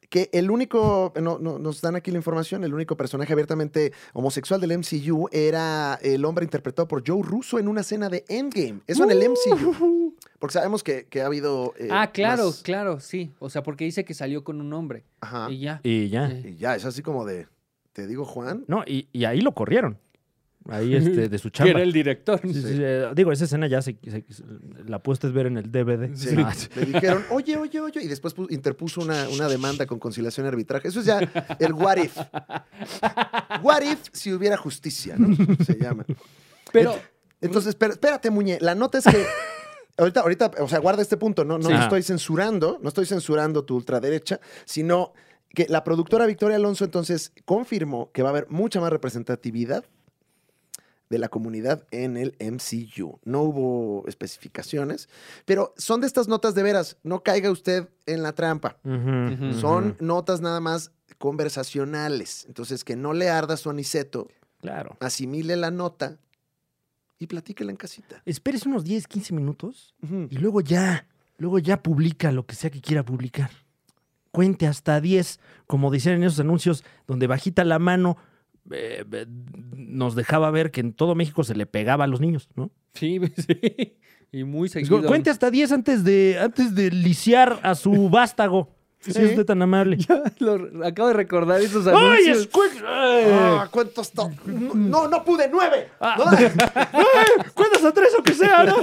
Speaker 1: que el único, no, no- nos dan aquí la información, el único personaje abiertamente homosexual del MCU era el hombre interpretado por Joe Russo en una escena de Endgame. Eso
Speaker 2: Uh.
Speaker 1: en el MCU. Porque sabemos que, que ha habido... eh,
Speaker 3: ah, claro,
Speaker 1: más- Ah.
Speaker 3: claro, sí. O sea, porque dice que salió con un hombre.
Speaker 1: Ajá.
Speaker 3: Y
Speaker 1: Y,
Speaker 3: ya.
Speaker 2: Y ya.
Speaker 3: Sí.
Speaker 1: ya, es así como de, te digo Juan.
Speaker 2: No, y, y ahí lo corrieron. Ahí este, de su
Speaker 3: Que era
Speaker 2: chamba.
Speaker 3: el director.
Speaker 2: Sí, sí,
Speaker 1: Sí.
Speaker 2: eh, digo, esa escena ya se, se- la puesta es ver en el DVD.
Speaker 1: Sí.
Speaker 2: Ah,
Speaker 1: Le dijeron, oye, oye, oye, y después pu- interpuso una, una demanda con conciliación y arbitraje. Eso es ya el what if. What if si hubiera justicia, ¿no? Se llama.
Speaker 3: Pero
Speaker 1: Entonces, espera- espérate, Muñe. La nota es que. Ahorita, ahorita, o sea, guarda este punto. No, no
Speaker 2: Sí.
Speaker 1: lo
Speaker 2: Ajá.
Speaker 1: estoy censurando, no estoy censurando tu ultraderecha, sino que la productora Victoria Alonso entonces confirmó que va a haber mucha más representatividad de la comunidad en el MCU. No hubo especificaciones, pero son de estas notas de veras. No caiga usted en la trampa.
Speaker 2: ujú,
Speaker 1: Son
Speaker 2: ujú.
Speaker 1: notas nada más conversacionales. Entonces, que no le arda su aniceto,
Speaker 2: Claro.
Speaker 1: asimile la nota y platíquela en casita.
Speaker 2: Espérese unos 10, 15 minutos
Speaker 1: Ujú.
Speaker 2: y luego ya, luego ya publica lo que sea que quiera publicar. Cuente hasta 10, como decían en esos anuncios donde bajita la mano eh, eh, nos dejaba ver que en todo México se le pegaba a los niños, ¿no?
Speaker 3: Sí, sí. Y muy
Speaker 2: Es
Speaker 3: seguido.
Speaker 2: como, Cuente hasta 10 antes de, antes de lisiar a su vástago. Si
Speaker 1: Sí.
Speaker 2: es usted tan amable.
Speaker 3: Lo- acabo de recordar esos
Speaker 2: ¡Ay,
Speaker 3: anuncios.
Speaker 2: escuin- ay!
Speaker 1: Ah, ¿Cuántos? to- No, no pude, nueve.
Speaker 2: Ah.
Speaker 1: No.
Speaker 2: ¡Ay! ¡Cuentas a tres o que sea! ¿no?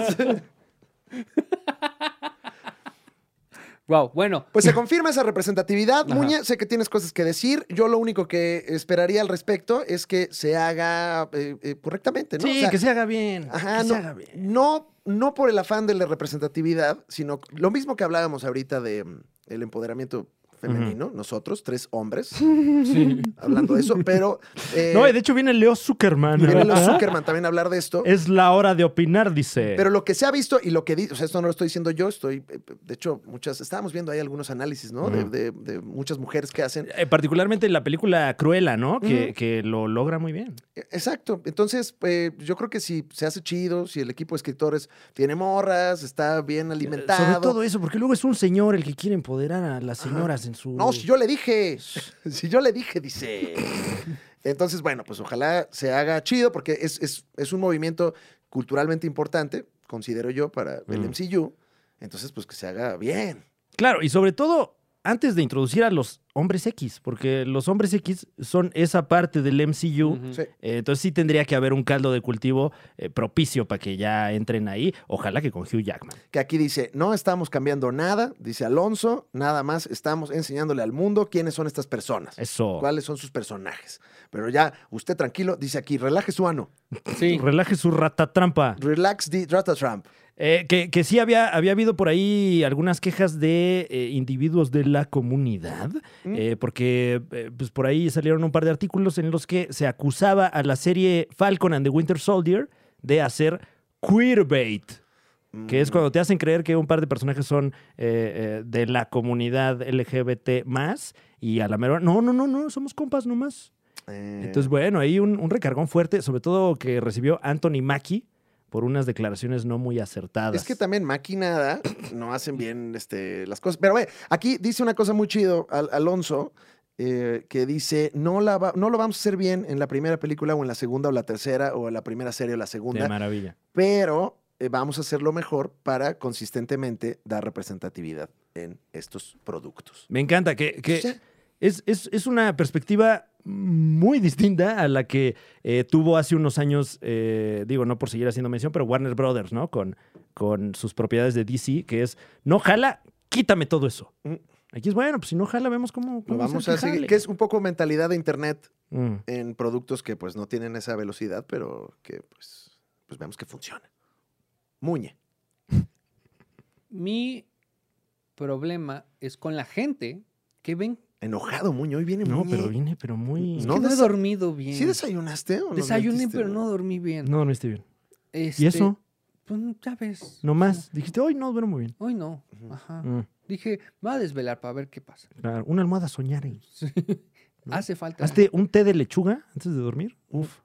Speaker 3: Wow, bueno.
Speaker 1: Pues se confirma esa representatividad.
Speaker 3: Ajá.
Speaker 1: Muñe, sé que tienes cosas que decir. Yo lo único que esperaría al respecto es que se haga eh, eh, correctamente, ¿no?
Speaker 2: Sí,
Speaker 1: O sea,
Speaker 2: que se haga bien.
Speaker 1: ajá,
Speaker 2: que
Speaker 1: no,
Speaker 2: se haga bien.
Speaker 1: No, no por el afán de la representatividad, sino lo mismo que hablábamos ahorita de mm, el empoderamiento femenino, nosotros, tres hombres, hablando de eso, pero eh,
Speaker 2: No, y de hecho viene Leo Zuckerman.
Speaker 1: viene Leo
Speaker 2: Ajá.
Speaker 1: Zuckerman también a hablar de esto.
Speaker 2: Es la hora de opinar, dice.
Speaker 1: Pero lo que se ha visto y lo que dice, o sea, esto no lo estoy diciendo yo, estoy, eh, de hecho, muchas, estábamos viendo ahí algunos análisis, ¿no? De,
Speaker 2: Ujú.
Speaker 1: de- de muchas mujeres que hacen.
Speaker 2: Eh, particularmente la película Cruella, ¿no? Que,
Speaker 1: Ujú.
Speaker 2: que lo logra muy bien.
Speaker 1: Eh, Exacto. Entonces, eh, yo creo que si se hace chido, si el equipo de escritores tiene morras, está bien alimentado.
Speaker 2: Sobre todo eso, porque luego es un señor el que quiere empoderar a las señoras en su.
Speaker 1: No, si yo le dije. Si yo le dije, dice. Entonces, bueno, pues ojalá se haga chido, porque es, es- es un movimiento culturalmente importante, considero yo, para el
Speaker 2: Mm.
Speaker 1: MCU. Entonces, pues que se haga bien.
Speaker 2: Claro, y sobre todo antes de introducir a los hombres X, porque los hombres X son esa parte del MCU.
Speaker 3: Ujú.
Speaker 1: Sí.
Speaker 2: Eh, Entonces sí tendría que haber un caldo de cultivo eh, propicio para que ya entren ahí. Ojalá que con Hugh Jackman.
Speaker 1: que aquí dice, no estamos cambiando nada, dice Alonso, nada más estamos enseñándole al mundo quiénes son estas personas,
Speaker 2: Eso.
Speaker 1: cuáles son sus personajes. Pero ya, usted tranquilo, dice aquí, relaje su ano,
Speaker 3: Sí.
Speaker 2: Relaje su ratatrampa.
Speaker 1: relax the Trump.
Speaker 2: Eh, que, que sí había, había habido por ahí algunas quejas de eh, individuos de la comunidad,
Speaker 1: Mm.
Speaker 2: eh, porque eh, pues por ahí salieron un par de artículos en los que se acusaba a la serie Falcon and the Winter Soldier de hacer queerbait,
Speaker 1: Mm,
Speaker 2: que es cuando te hacen creer que un par de personajes son eh, eh, de la comunidad LGBT más y a la mera hora, no, no, no, no, somos compas nomás.
Speaker 1: Eh.
Speaker 2: Entonces, bueno, ahí un, un recargón fuerte, sobre todo que recibió Anthony Mackie por unas declaraciones no muy acertadas.
Speaker 1: Es que también maquinada no hacen bien este, las cosas. Pero ve, aquí dice una cosa muy chido Al- Alonso, eh, que dice, no, la va- no lo vamos a hacer bien en la primera película o en la segunda o la tercera o en la primera serie o la
Speaker 2: De
Speaker 1: segunda,
Speaker 2: maravilla.
Speaker 1: pero eh, vamos a hacerlo mejor para consistentemente dar representatividad en estos productos.
Speaker 2: Me encanta que, que
Speaker 1: Sí.
Speaker 2: es, es- es una perspectiva muy distinta a la que eh, tuvo hace unos años, eh, digo, no por seguir haciendo mención, pero Warner Brothers, ¿no? Con, con sus propiedades de DC, que es, no jala, quítame todo eso.
Speaker 1: Mm.
Speaker 2: Aquí es, bueno, pues si no jala, vemos cómo...
Speaker 1: Lo
Speaker 2: cómo
Speaker 1: vamos
Speaker 2: hacer
Speaker 1: a
Speaker 2: que
Speaker 1: seguir,
Speaker 2: jale.
Speaker 1: que es un poco mentalidad de internet
Speaker 2: Mm.
Speaker 1: en productos que pues no tienen esa velocidad, pero que pues, pues vemos que funciona. Muñe.
Speaker 3: Mi problema es con la gente que ven.
Speaker 1: Enojado, Muñe. Hoy viene
Speaker 2: No,
Speaker 1: Muñe.
Speaker 2: pero viene, pero muy...
Speaker 3: Es
Speaker 1: No
Speaker 3: que no he
Speaker 1: desa-
Speaker 3: dormido bien.
Speaker 1: ¿Sí desayunaste? o nos
Speaker 3: Desayuné,
Speaker 1: mentiste,
Speaker 3: pero
Speaker 1: güey?
Speaker 3: no dormí bien.
Speaker 2: No, no estoy bien.
Speaker 3: Este,
Speaker 2: ¿Y eso?
Speaker 3: Pues ya ves.
Speaker 2: Nomás. Dijiste, hoy no duermo bien.
Speaker 3: Hoy no.
Speaker 1: Ujú.
Speaker 3: Ajá.
Speaker 2: Mm.
Speaker 3: Dije, me voy a desvelar para ver qué pasa.
Speaker 2: Claro, una almohada soñar. ¿eh? ¿No?
Speaker 3: Hace
Speaker 1: Ah.
Speaker 3: falta.
Speaker 2: ¿Hazte un té de lechuga antes de dormir? Uf.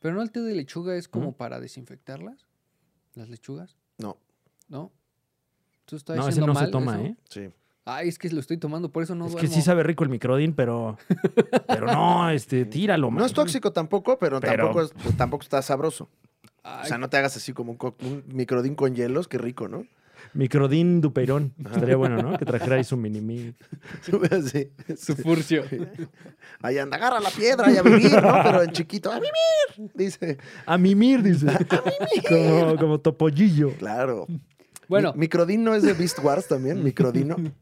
Speaker 3: Pero no el té de lechuga es como
Speaker 2: ¿Mm?
Speaker 3: para desinfectarlas. Las lechugas,
Speaker 1: No,
Speaker 3: ¿no? Tú estás
Speaker 2: No, ese
Speaker 3: haciendo
Speaker 2: no
Speaker 3: mal
Speaker 2: se toma,
Speaker 3: eso.
Speaker 2: ¿eh?
Speaker 1: sí.
Speaker 3: Ay, es que lo estoy tomando, por eso no
Speaker 2: es
Speaker 3: duermo.
Speaker 2: que sí sabe rico el microdin, pero. Pero no, este, tíralo, man.
Speaker 1: No es tóxico tampoco, pero,
Speaker 2: Pero-
Speaker 1: Tampoco, es- pues, tampoco está sabroso.
Speaker 3: Ay,
Speaker 1: O sea, no te hagas así como un, co- un microdín con hielos, qué rico, ¿no?
Speaker 2: Microdin Duperón.
Speaker 1: Ah.
Speaker 2: Estaría bueno, ¿no? Que trajerais un mini mini.
Speaker 1: Así.
Speaker 3: Su furcio.
Speaker 1: Ahí anda, agarra la piedra y a vivir, ¿no? Pero en chiquito, a vivir, dice.
Speaker 2: A mimir, dice. Como, como topollillo.
Speaker 1: Claro.
Speaker 3: Bueno,
Speaker 1: Mi- Microdino es de Beast Wars también, Microdino. De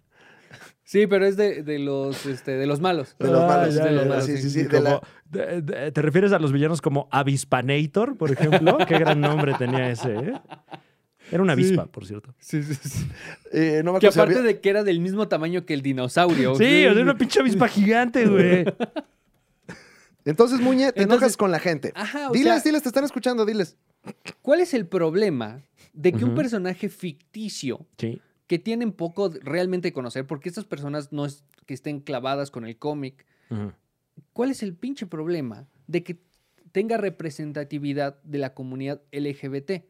Speaker 3: sí, pero es de, de los, este, de los malos.
Speaker 1: los
Speaker 2: Ah,
Speaker 1: malos.
Speaker 2: ya,
Speaker 1: de los
Speaker 2: ya,
Speaker 1: malos,
Speaker 2: ya.
Speaker 1: sí, sí, sí.
Speaker 2: Y
Speaker 1: de la-
Speaker 2: como- de- de- ¿Te refieres a los villanos como Avispanator, por ejemplo? Qué gran nombre tenía ese, ¿eh? Era una avispa, por cierto.
Speaker 3: Sí, sí, sí.
Speaker 1: eh, no me
Speaker 3: Que
Speaker 1: acuerdo si
Speaker 3: aparte
Speaker 1: había-
Speaker 3: de que era del mismo tamaño que el dinosaurio.
Speaker 2: Sí, o sea, una pinche avispa gigante, güey.
Speaker 1: Entonces, Muñe, te
Speaker 3: Entonces-
Speaker 1: enojas con la gente.
Speaker 3: Ajá, o
Speaker 1: diles,
Speaker 3: sea-
Speaker 1: diles, te están escuchando, diles.
Speaker 3: ¿Cuál es el problema de que un
Speaker 2: Ujú.
Speaker 3: personaje ficticio
Speaker 2: Sí.
Speaker 3: que tienen poco de- realmente de conocer, porque estas personas no es que estén clavadas con el cómic,
Speaker 2: Ujú.
Speaker 3: ¿cuál es el pinche problema de que tenga representatividad de la comunidad LGBT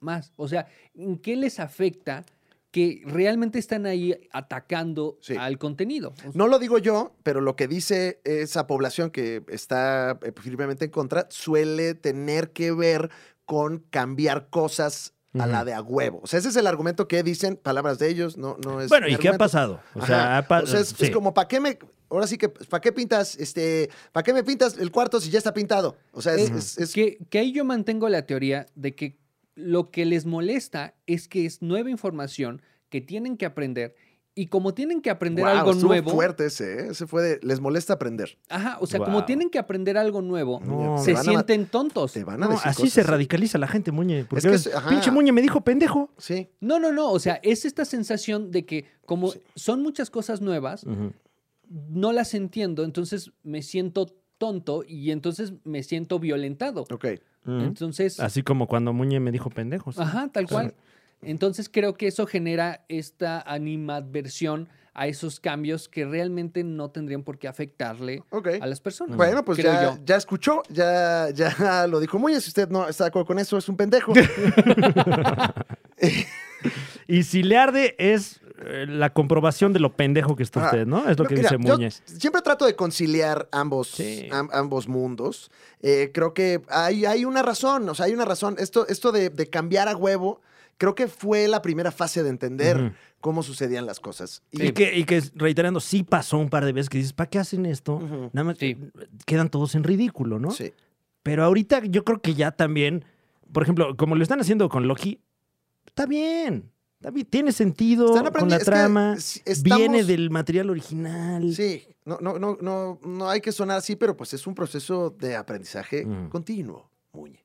Speaker 3: más? O sea, ¿en qué les afecta que realmente están ahí atacando
Speaker 1: Sí.
Speaker 3: al contenido. O sea,
Speaker 1: No lo digo yo, pero lo que dice esa población que está eh, firmemente en contra suele tener que ver con cambiar cosas a la
Speaker 2: Ujú.
Speaker 1: de a huevo. O sea, ese es el argumento que dicen, palabras de ellos, no, no es.
Speaker 2: Bueno,
Speaker 1: mi
Speaker 2: ¿y qué ha
Speaker 1: argumento.
Speaker 2: pasado? O
Speaker 1: Ajá.
Speaker 2: sea, ha pa-
Speaker 1: O sea, es, es
Speaker 2: sí.
Speaker 1: como, ¿para qué me.? Ahora sí que, ¿para qué pintas este, para qué me pintas el cuarto si ya está pintado? O sea, es,
Speaker 3: Eh,
Speaker 1: es- es-
Speaker 3: que, que ahí yo mantengo la teoría de que lo que les molesta es que es nueva información que tienen que aprender y como tienen que aprender
Speaker 1: Guau,
Speaker 3: algo
Speaker 1: estuvo
Speaker 3: nuevo,
Speaker 1: fuerte ese, ¿eh? Ese fue de, les molesta aprender.
Speaker 3: ajá, o sea,
Speaker 2: Guau.
Speaker 3: como tienen que aprender algo nuevo,
Speaker 2: No,
Speaker 1: Te
Speaker 3: se
Speaker 1: van a ma-
Speaker 3: sienten tontos.
Speaker 1: Te van a
Speaker 2: No,
Speaker 1: decir
Speaker 2: así
Speaker 1: cosas.
Speaker 2: se radicaliza la gente, Muñe. Porque
Speaker 1: que
Speaker 2: ves,
Speaker 1: se- ajá.
Speaker 2: pinche Muñe me dijo pendejo.
Speaker 1: Sí.
Speaker 3: No, no, no, o sea, es esta sensación de que como
Speaker 1: Sí. Mm.
Speaker 3: son muchas cosas nuevas, no las entiendo, entonces me siento tonto y entonces me siento violentado.
Speaker 1: Ok.
Speaker 2: Ujú.
Speaker 3: Entonces,
Speaker 2: Así como cuando Muñe me dijo pendejos.
Speaker 3: Ajá, tal cual. Entonces creo que eso genera esta animadversión a esos cambios que realmente no tendrían por qué afectarle
Speaker 1: Ok.
Speaker 3: a las personas.
Speaker 1: Bueno, pues
Speaker 3: creo
Speaker 1: ya,
Speaker 3: yo.
Speaker 1: ya escuchó, ya, ya lo dijo muy. Si usted no está de acuerdo con eso, es un pendejo.
Speaker 2: Y si le arde es eh, la comprobación de lo pendejo que está
Speaker 1: Ajá.
Speaker 2: usted, ¿no? Es lo
Speaker 1: No,
Speaker 2: que
Speaker 1: mira,
Speaker 2: dice
Speaker 1: yo
Speaker 2: Muñe.
Speaker 1: Siempre trato de conciliar ambos,
Speaker 2: Sí.
Speaker 1: am- ambos mundos. Eh, creo que hay, hay una razón, o sea, hay una razón. Esto, esto de, de cambiar a huevo, creo que fue la primera fase de entender
Speaker 2: Ujú.
Speaker 1: cómo sucedían las cosas. Y-
Speaker 2: Y, que, y que, reiterando, sí pasó un par de veces que dices, ¿para qué hacen esto?
Speaker 1: Ujú.
Speaker 2: Nada más
Speaker 3: Sí.
Speaker 2: quedan todos en ridículo, ¿no?
Speaker 1: Sí.
Speaker 2: Pero ahorita yo creo que ya también, por ejemplo, como lo están haciendo con Loki, está bien. Está bien, tiene sentido
Speaker 1: Están
Speaker 2: con la
Speaker 1: aprendi- es que
Speaker 2: trama.
Speaker 1: si- estamos-
Speaker 2: Viene del material original.
Speaker 1: Sí, no, no, no, no, no hay que sonar así, pero pues es un proceso de aprendizaje
Speaker 2: Ujú.
Speaker 1: continuo, Muñe.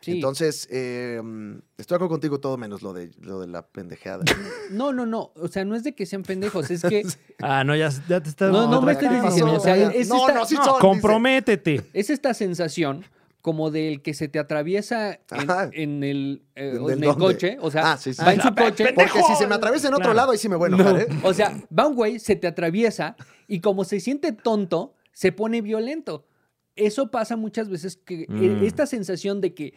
Speaker 3: Sí.
Speaker 1: Entonces, eh, mm, estoy de acuerdo contigo todo menos lo de, lo de la pendejeada.
Speaker 3: No, no, no. O sea, no es de que sean pendejos, es que
Speaker 2: Ah, no, ya, ya te estás...
Speaker 3: No, no
Speaker 2: otra
Speaker 3: me estés
Speaker 2: vez.
Speaker 3: diciendo, o sea,
Speaker 1: Oigan,
Speaker 3: es
Speaker 1: no,
Speaker 3: esta-
Speaker 1: no, sí
Speaker 2: No,
Speaker 1: son, dice.
Speaker 2: comprométete.
Speaker 3: es esta sensación como del que se te atraviesa en,
Speaker 1: Ajá.
Speaker 3: en el, eh,
Speaker 1: ¿Del
Speaker 3: o en el
Speaker 1: dónde?
Speaker 3: coche. O sea,
Speaker 1: Ah, sí, sí.
Speaker 3: va en su
Speaker 2: Ah, pe-
Speaker 3: coche.
Speaker 1: Porque si se me atraviesa en otro
Speaker 2: Claro.
Speaker 1: lado, ahí sí me voy a enojar,
Speaker 3: No.
Speaker 1: ¿eh?
Speaker 3: O sea, va un güey, se te atraviesa y como se siente tonto, se pone violento. Eso pasa muchas veces que eh,
Speaker 2: Mm.
Speaker 3: esta sensación de que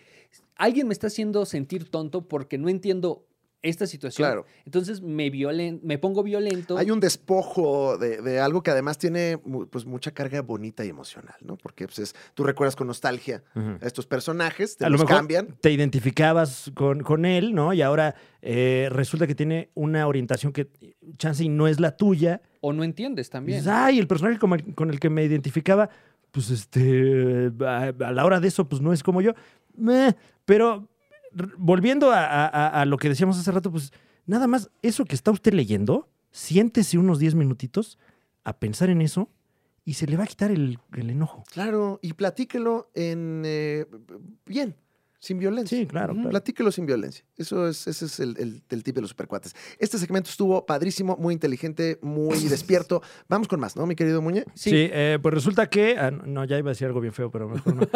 Speaker 3: alguien me está haciendo sentir tonto porque no entiendo esta situación.
Speaker 1: Claro.
Speaker 3: Entonces me violen, me pongo violento.
Speaker 1: Hay un despojo de, de algo que además tiene mu- pues, mucha carga bonita y emocional, ¿no? Porque pues, es- tú recuerdas con nostalgia
Speaker 2: Ujú.
Speaker 1: a estos personajes, te
Speaker 2: a lo
Speaker 1: los
Speaker 2: mejor
Speaker 1: cambian.
Speaker 2: te identificabas con, con él, ¿no? Y ahora eh, resulta que tiene una orientación que, chance, y no es la tuya.
Speaker 3: O no entiendes
Speaker 2: Y
Speaker 3: también.
Speaker 2: dices, Pues, ay, el personaje con el, con el que me identificaba, pues este, a, a la hora de eso, pues no es como yo. Meh. pero r- volviendo a, a- a- a lo que decíamos hace rato, pues nada más, eso que está usted leyendo, siéntese unos 10 minutitos a pensar en eso y se le va a quitar el, el enojo.
Speaker 1: Claro, y platíquelo en eh, bien, sin violencia.
Speaker 2: Sí, claro,
Speaker 3: Ujú,
Speaker 2: claro.
Speaker 1: Platíquelo sin violencia. Eso es, ese es el, el- el tip de los supercuates. Este segmento estuvo padrísimo, muy inteligente, muy despierto. Vamos con más, ¿no, mi querido Muñe?
Speaker 2: Sí, eh, pues resulta que. ah, no, ya iba a decir algo bien feo, pero mejor no.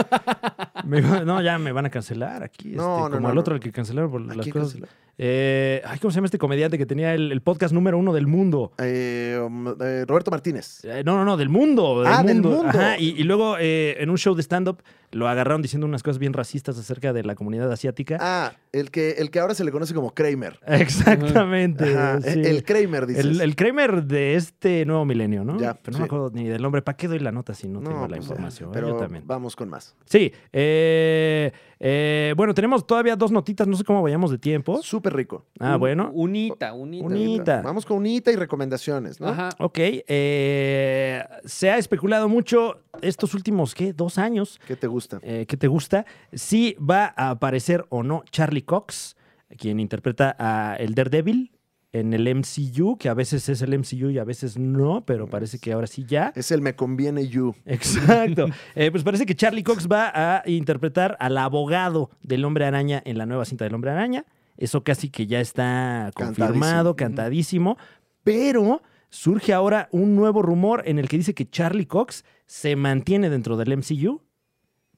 Speaker 2: Me iba- no, ya me van a cancelar aquí. este,
Speaker 1: No, no,
Speaker 2: como
Speaker 1: no,
Speaker 2: al
Speaker 1: no.
Speaker 2: otro al que cancelaron por las
Speaker 1: Aquí,
Speaker 2: cosas.
Speaker 1: cancela.
Speaker 2: Eh, ay, ¿cómo se llama este comediante que tenía el, el podcast número uno del mundo?
Speaker 1: Eh, um, eh, Roberto Martínez.
Speaker 2: Eh, no, no, no, del mundo. Del
Speaker 1: Ah, del
Speaker 2: mundo.
Speaker 1: mundo.
Speaker 2: Ajá, y, y luego eh, en un show de stand-up lo agarraron diciendo unas cosas bien racistas acerca de la comunidad asiática.
Speaker 1: Ah, el que, el que ahora se le conoce como Kramer.
Speaker 2: Exactamente.
Speaker 1: Ajá, e-,
Speaker 2: sí.
Speaker 1: El Kramer, dices.
Speaker 2: El, el Kramer de este nuevo milenio, ¿no?
Speaker 1: Ya,
Speaker 2: pero no
Speaker 1: sí.
Speaker 2: me acuerdo ni del nombre. ¿Para qué doy la nota si no, tengo la
Speaker 1: pues,
Speaker 2: información? eh?
Speaker 1: Pero
Speaker 2: Yo también.
Speaker 1: vamos con más.
Speaker 2: Sí. eh, eh, bueno, tenemos todavía dos notitas. No sé cómo vayamos de tiempo.
Speaker 1: Súper rico.
Speaker 2: Ah,
Speaker 3: Un-
Speaker 2: bueno.
Speaker 3: Unita, unita.
Speaker 2: Uni- Unita.
Speaker 1: Vamos con unita y recomendaciones, ¿no?
Speaker 3: Ajá.
Speaker 2: Ok. eh, se ha especulado mucho estos últimos, ¿qué? Dos años.
Speaker 1: ¿Qué te gusta?
Speaker 2: eh, ¿Qué te gusta? Si va a aparecer o no Charlie Cox, quien interpreta a el Daredevil en el MCU, que a veces es el MCU y a veces no, pero parece que ahora sí ya.
Speaker 1: Es el me conviene you.
Speaker 2: Exacto. Eh, pues parece que Charlie Cox va a interpretar al abogado del hombre araña en la nueva cinta del hombre araña. Eso casi que ya está confirmado, cantadísimo. Pero surge ahora un nuevo rumor en el que dice que Charlie Cox se mantiene dentro del MCU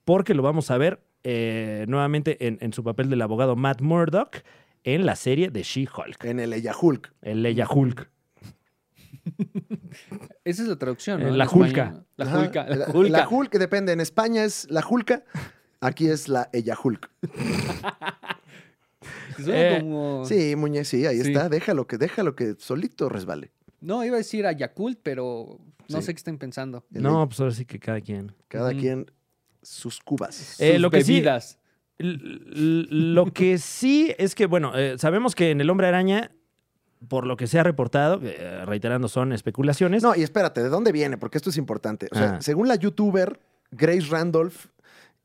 Speaker 2: porque lo vamos a ver eh, nuevamente en, en su papel del abogado Matt Murdock en la serie de She-Hulk,
Speaker 1: En el Ella Hulk.
Speaker 2: el Leia Hulk.
Speaker 3: Esa es la traducción, ¿no?
Speaker 2: Eh,
Speaker 3: En
Speaker 2: la
Speaker 3: español.
Speaker 2: Julka.
Speaker 3: La
Speaker 1: Ajá,
Speaker 3: Julka. La
Speaker 1: la-
Speaker 3: Julka.
Speaker 1: La Hulk, depende. En España es la Julka. Aquí es la Ella Hulk.
Speaker 3: Suena
Speaker 2: Eh,
Speaker 3: como...
Speaker 1: Sí, Muñe, sí, ahí
Speaker 3: Oh. Sí.
Speaker 1: está. Déjalo que, déjalo que solito resbale.
Speaker 3: No, iba a decir a Yakult, pero no
Speaker 1: Sí. Eh,
Speaker 3: sé qué estén pensando.
Speaker 1: El
Speaker 2: No, pues ahora sí que cada quien.
Speaker 1: Cada
Speaker 3: Ujú.
Speaker 1: quien sus cubas.
Speaker 2: Eh,
Speaker 3: Sus
Speaker 2: lo que sí-
Speaker 3: bebidas.
Speaker 2: L- l- Lo que sí es que, bueno, eh, sabemos que en El Hombre Araña, por lo que se ha reportado, eh, reiterando, son especulaciones.
Speaker 1: No, y espérate, ¿de dónde viene? Porque esto es importante. O sea,
Speaker 2: Ah.
Speaker 1: según la youtuber Grace Randolph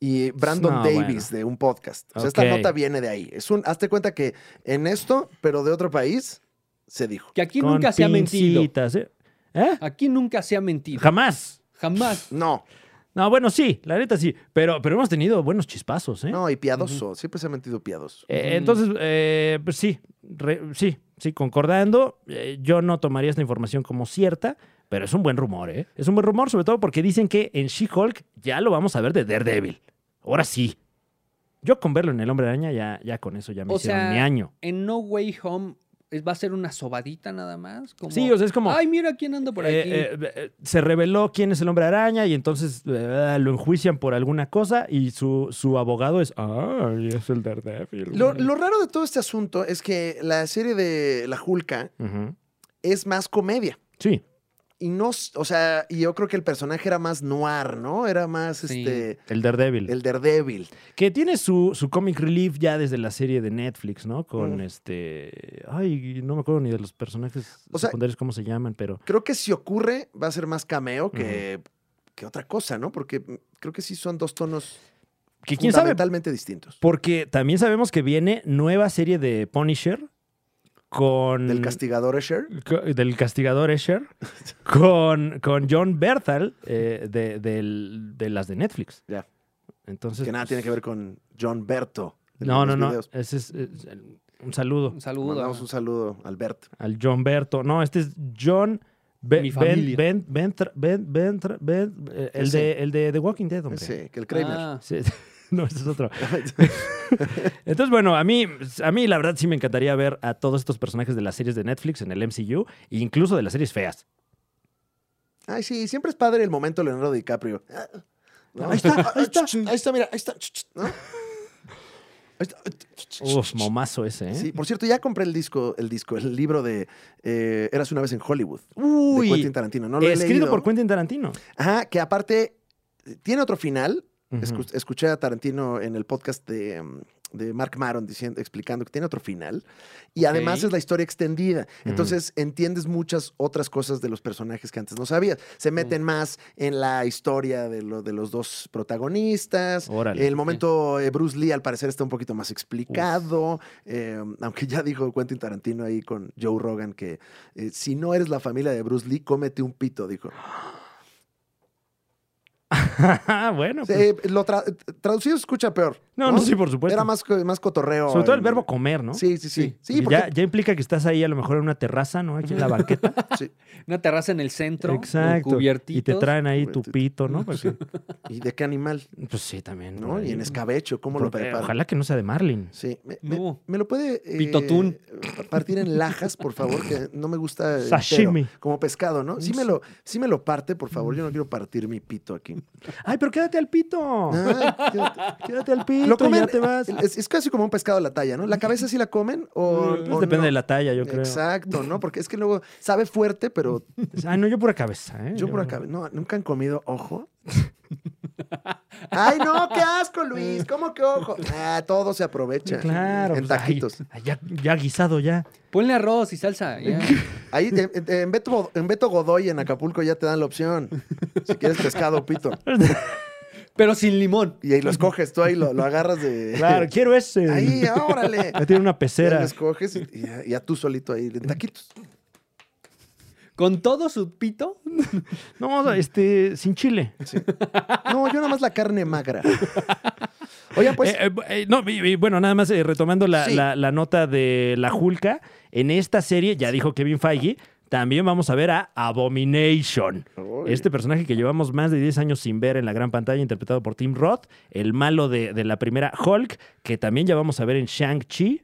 Speaker 1: y Brandon
Speaker 2: No,
Speaker 1: Davis de un podcast. O sea,
Speaker 2: Ok.
Speaker 1: esta nota viene de ahí. Es un, hazte cuenta que en esto, pero de otro país, se dijo.
Speaker 3: Que aquí
Speaker 2: con
Speaker 3: nunca se ha mentido. Ah,
Speaker 2: pincitas, ¿eh? ¿Eh?
Speaker 3: Aquí nunca se ha mentido.
Speaker 2: Jamás.
Speaker 3: Jamás.
Speaker 1: No,
Speaker 2: No, bueno, sí, la neta sí, pero, pero hemos tenido buenos chispazos, ¿eh?
Speaker 1: no, y piadoso. Siempre se ha mentido piadoso.
Speaker 2: Eh,
Speaker 3: Ujú.
Speaker 2: entonces, eh, pues sí, re- sí, sí, concordando, eh, yo no tomaría esta información como cierta, pero es un buen rumor, ¿eh? Es un buen rumor, sobre todo porque dicen que en She-Hulk ya lo vamos a ver de Daredevil. Ahora sí. Yo con verlo en El Hombre Araña ya, ya con eso ya me
Speaker 3: O
Speaker 2: hicieron
Speaker 3: sea,
Speaker 2: mi año.
Speaker 3: En No Way Home es- va a ser una sobadita nada más. Como,
Speaker 2: Sí, o sea, es como...
Speaker 3: Ay, mira quién anda por aquí.
Speaker 2: eh, eh, eh, se reveló quién es el hombre araña y entonces eh, lo enjuician por alguna cosa y su, su abogado es, ah, es el Daredevil.
Speaker 1: Lo, lo raro de todo este asunto es que la serie de La Julka
Speaker 2: Ujú.
Speaker 1: es más comedia.
Speaker 2: Sí,
Speaker 1: Y no, s- o sea, y yo creo que el personaje era más noir, ¿no? Era más
Speaker 3: Sí.
Speaker 1: este.
Speaker 2: el Daredevil.
Speaker 1: El Daredevil.
Speaker 2: Que tiene su, su comic relief ya desde la serie de Netflix, ¿no? Con
Speaker 1: Mm.
Speaker 2: este. Ay, no me acuerdo ni de los personajes
Speaker 1: O sea-
Speaker 2: secundarios cómo se llaman, pero.
Speaker 1: Creo que si ocurre, va a ser más cameo que, que otra cosa, ¿no? Porque mm, creo que sí son dos tonos
Speaker 2: Que quién sabe.
Speaker 1: fundamentalmente distintos.
Speaker 2: Porque también sabemos que viene nueva serie de Punisher con.
Speaker 1: Del castigador Escher.
Speaker 2: co- del castigador Escher. con, con John Berthal eh, de, del- de las de Netflix.
Speaker 1: Ya.
Speaker 2: Entonces. pues,
Speaker 1: Que nada tiene que ver con John Berto. de
Speaker 2: No, no,
Speaker 1: los
Speaker 2: no.
Speaker 1: videos.
Speaker 2: Ese es, es el- un saludo
Speaker 3: Un
Speaker 1: Le
Speaker 3: saludo.
Speaker 1: Mandamos un saludo a Alberto.
Speaker 2: al John Berto. No, este es John. Be-
Speaker 3: Mi
Speaker 2: Ben-
Speaker 3: familia.
Speaker 2: Ben- Bentra- Ben- Bentra- Ben- eh, el,
Speaker 1: Ese.
Speaker 2: de, el de The Walking Dead, hombre.
Speaker 1: Ese, que el Kramer.
Speaker 3: Ah,
Speaker 2: Sí. No, ese es otro. Entonces, bueno, a mí, a mí la verdad sí me encantaría ver a todos estos personajes de las series de Netflix en el MCU, e incluso de las series feas.
Speaker 1: Ay, sí, siempre es padre el momento Leonardo DiCaprio. Ah, ¿no?
Speaker 2: Ahí está, ahí está.
Speaker 1: Ahí está, mira, ahí está. ¿no? Ahí está.
Speaker 2: Uf, momazo ese, ¿eh?
Speaker 1: Sí, por cierto, ya compré el disco, el disco, el libro de eh, Eras una vez en Hollywood.
Speaker 2: Uy,
Speaker 1: de Quentin Tarantino. No lo he
Speaker 2: escrito
Speaker 1: leído.
Speaker 2: por Quentin Tarantino.
Speaker 1: Ajá, que aparte eh, tiene otro final.
Speaker 2: Ujú.
Speaker 1: Escu- Escuché a Tarantino en el podcast de, mm, de Mark Maron diciendo, explicando que tiene otro final. Y además
Speaker 3: Ok.
Speaker 1: es la historia extendida.
Speaker 2: Ujú.
Speaker 1: Entonces entiendes muchas otras cosas de los personajes que antes no sabías. Se meten más en la historia de, lo, de los dos protagonistas.
Speaker 2: Órale.
Speaker 1: El momento eh, Bruce Lee, al parecer, está un poquito más explicado. eh, aunque ya dijo Quentin Tarantino ahí con Joe Rogan que eh, si no eres la familia de Bruce Lee, cómete un pito, dijo.
Speaker 2: Ah, bueno,
Speaker 1: Sí,
Speaker 2: pues,
Speaker 1: lo tra- eh, traducido se escucha peor.
Speaker 2: no, no, sí, por supuesto.
Speaker 1: Era más, co- más cotorreo.
Speaker 2: Sobre todo el
Speaker 1: en-
Speaker 2: verbo comer, ¿no?
Speaker 1: Sí, sí, sí. Sí,
Speaker 2: Porque
Speaker 1: porque
Speaker 2: ya, ya implica que estás ahí a lo mejor en una terraza, ¿no? Aquí en la banqueta.
Speaker 1: sí.
Speaker 3: una terraza en el centro.
Speaker 2: Exacto.
Speaker 3: Cubiertitos.
Speaker 2: Y te traen ahí tu
Speaker 1: Cubiertitos.
Speaker 2: pito, ¿no? Pues,
Speaker 1: ¿Y de qué animal?
Speaker 2: pues sí, también.
Speaker 1: ¿No?
Speaker 2: por
Speaker 1: Y
Speaker 2: ahí.
Speaker 1: en escabecho, ¿cómo lo
Speaker 2: Porque
Speaker 1: preparan?
Speaker 2: Ojalá que no sea de Marlin.
Speaker 1: Sí. Me, me-
Speaker 3: No.
Speaker 1: me lo puede. eh,
Speaker 3: Pitotún.
Speaker 1: Partir en lajas, por favor, que no me gusta. entero,
Speaker 2: Sashimi.
Speaker 1: como pescado, ¿no? Sí me, lo, sí me lo parte, por favor. Yo no quiero partir mi pito aquí.
Speaker 2: Ay, pero quédate al pito.
Speaker 1: Ay, quédate.
Speaker 2: Quédate al pito.
Speaker 1: Lo comen-
Speaker 2: ya te vas.
Speaker 1: Es, es casi como un pescado a la talla, ¿no? ¿La cabeza sí la comen o.?
Speaker 2: Pues
Speaker 1: o
Speaker 2: depende
Speaker 1: no?
Speaker 2: de la talla, yo creo.
Speaker 1: Exacto, ¿no? Porque es que luego sabe fuerte, pero
Speaker 2: Ay, no, yo pura cabeza, ¿eh?
Speaker 1: Yo por acá, no, nunca han comido ojo. Ay, no, qué asco, Luis. ¿Cómo que ojo? Ah, todo se aprovecha.
Speaker 2: Claro.
Speaker 1: En
Speaker 2: pues, ay,
Speaker 1: taquitos.
Speaker 2: ay, ya, ya guisado, ya.
Speaker 3: Ponle arroz y salsa. ya.
Speaker 1: Ahí te- en, en Beto, en Beto Godoy, en Acapulco, ya te dan la opción. Si quieres pescado, o pito.
Speaker 3: Pero sin limón.
Speaker 1: Y ahí lo escoges tú, ahí lo, lo agarras de.
Speaker 2: Claro, quiero ese.
Speaker 1: Ahí, órale.
Speaker 2: Ya tiene una
Speaker 1: Ya lo
Speaker 2: pecera.
Speaker 1: escoges y y ya, ya tú solito ahí, en taquitos.
Speaker 3: Con todo su pito.
Speaker 2: No, este, sin chile.
Speaker 1: No, yo nada más la carne magra. Oigan, pues.
Speaker 2: Eh, eh, eh, no, y- y bueno, nada más eh, retomando la,
Speaker 1: Sí.
Speaker 2: la- la nota de la Julka, en esta serie, ya dijo Kevin Feige, también vamos a ver a Abomination.
Speaker 1: Oye.
Speaker 2: Este personaje que llevamos más de 10 años sin ver en la gran pantalla, interpretado por Tim Roth, el malo de, de la primera Hulk, que también ya vamos a ver en Shang-Chi,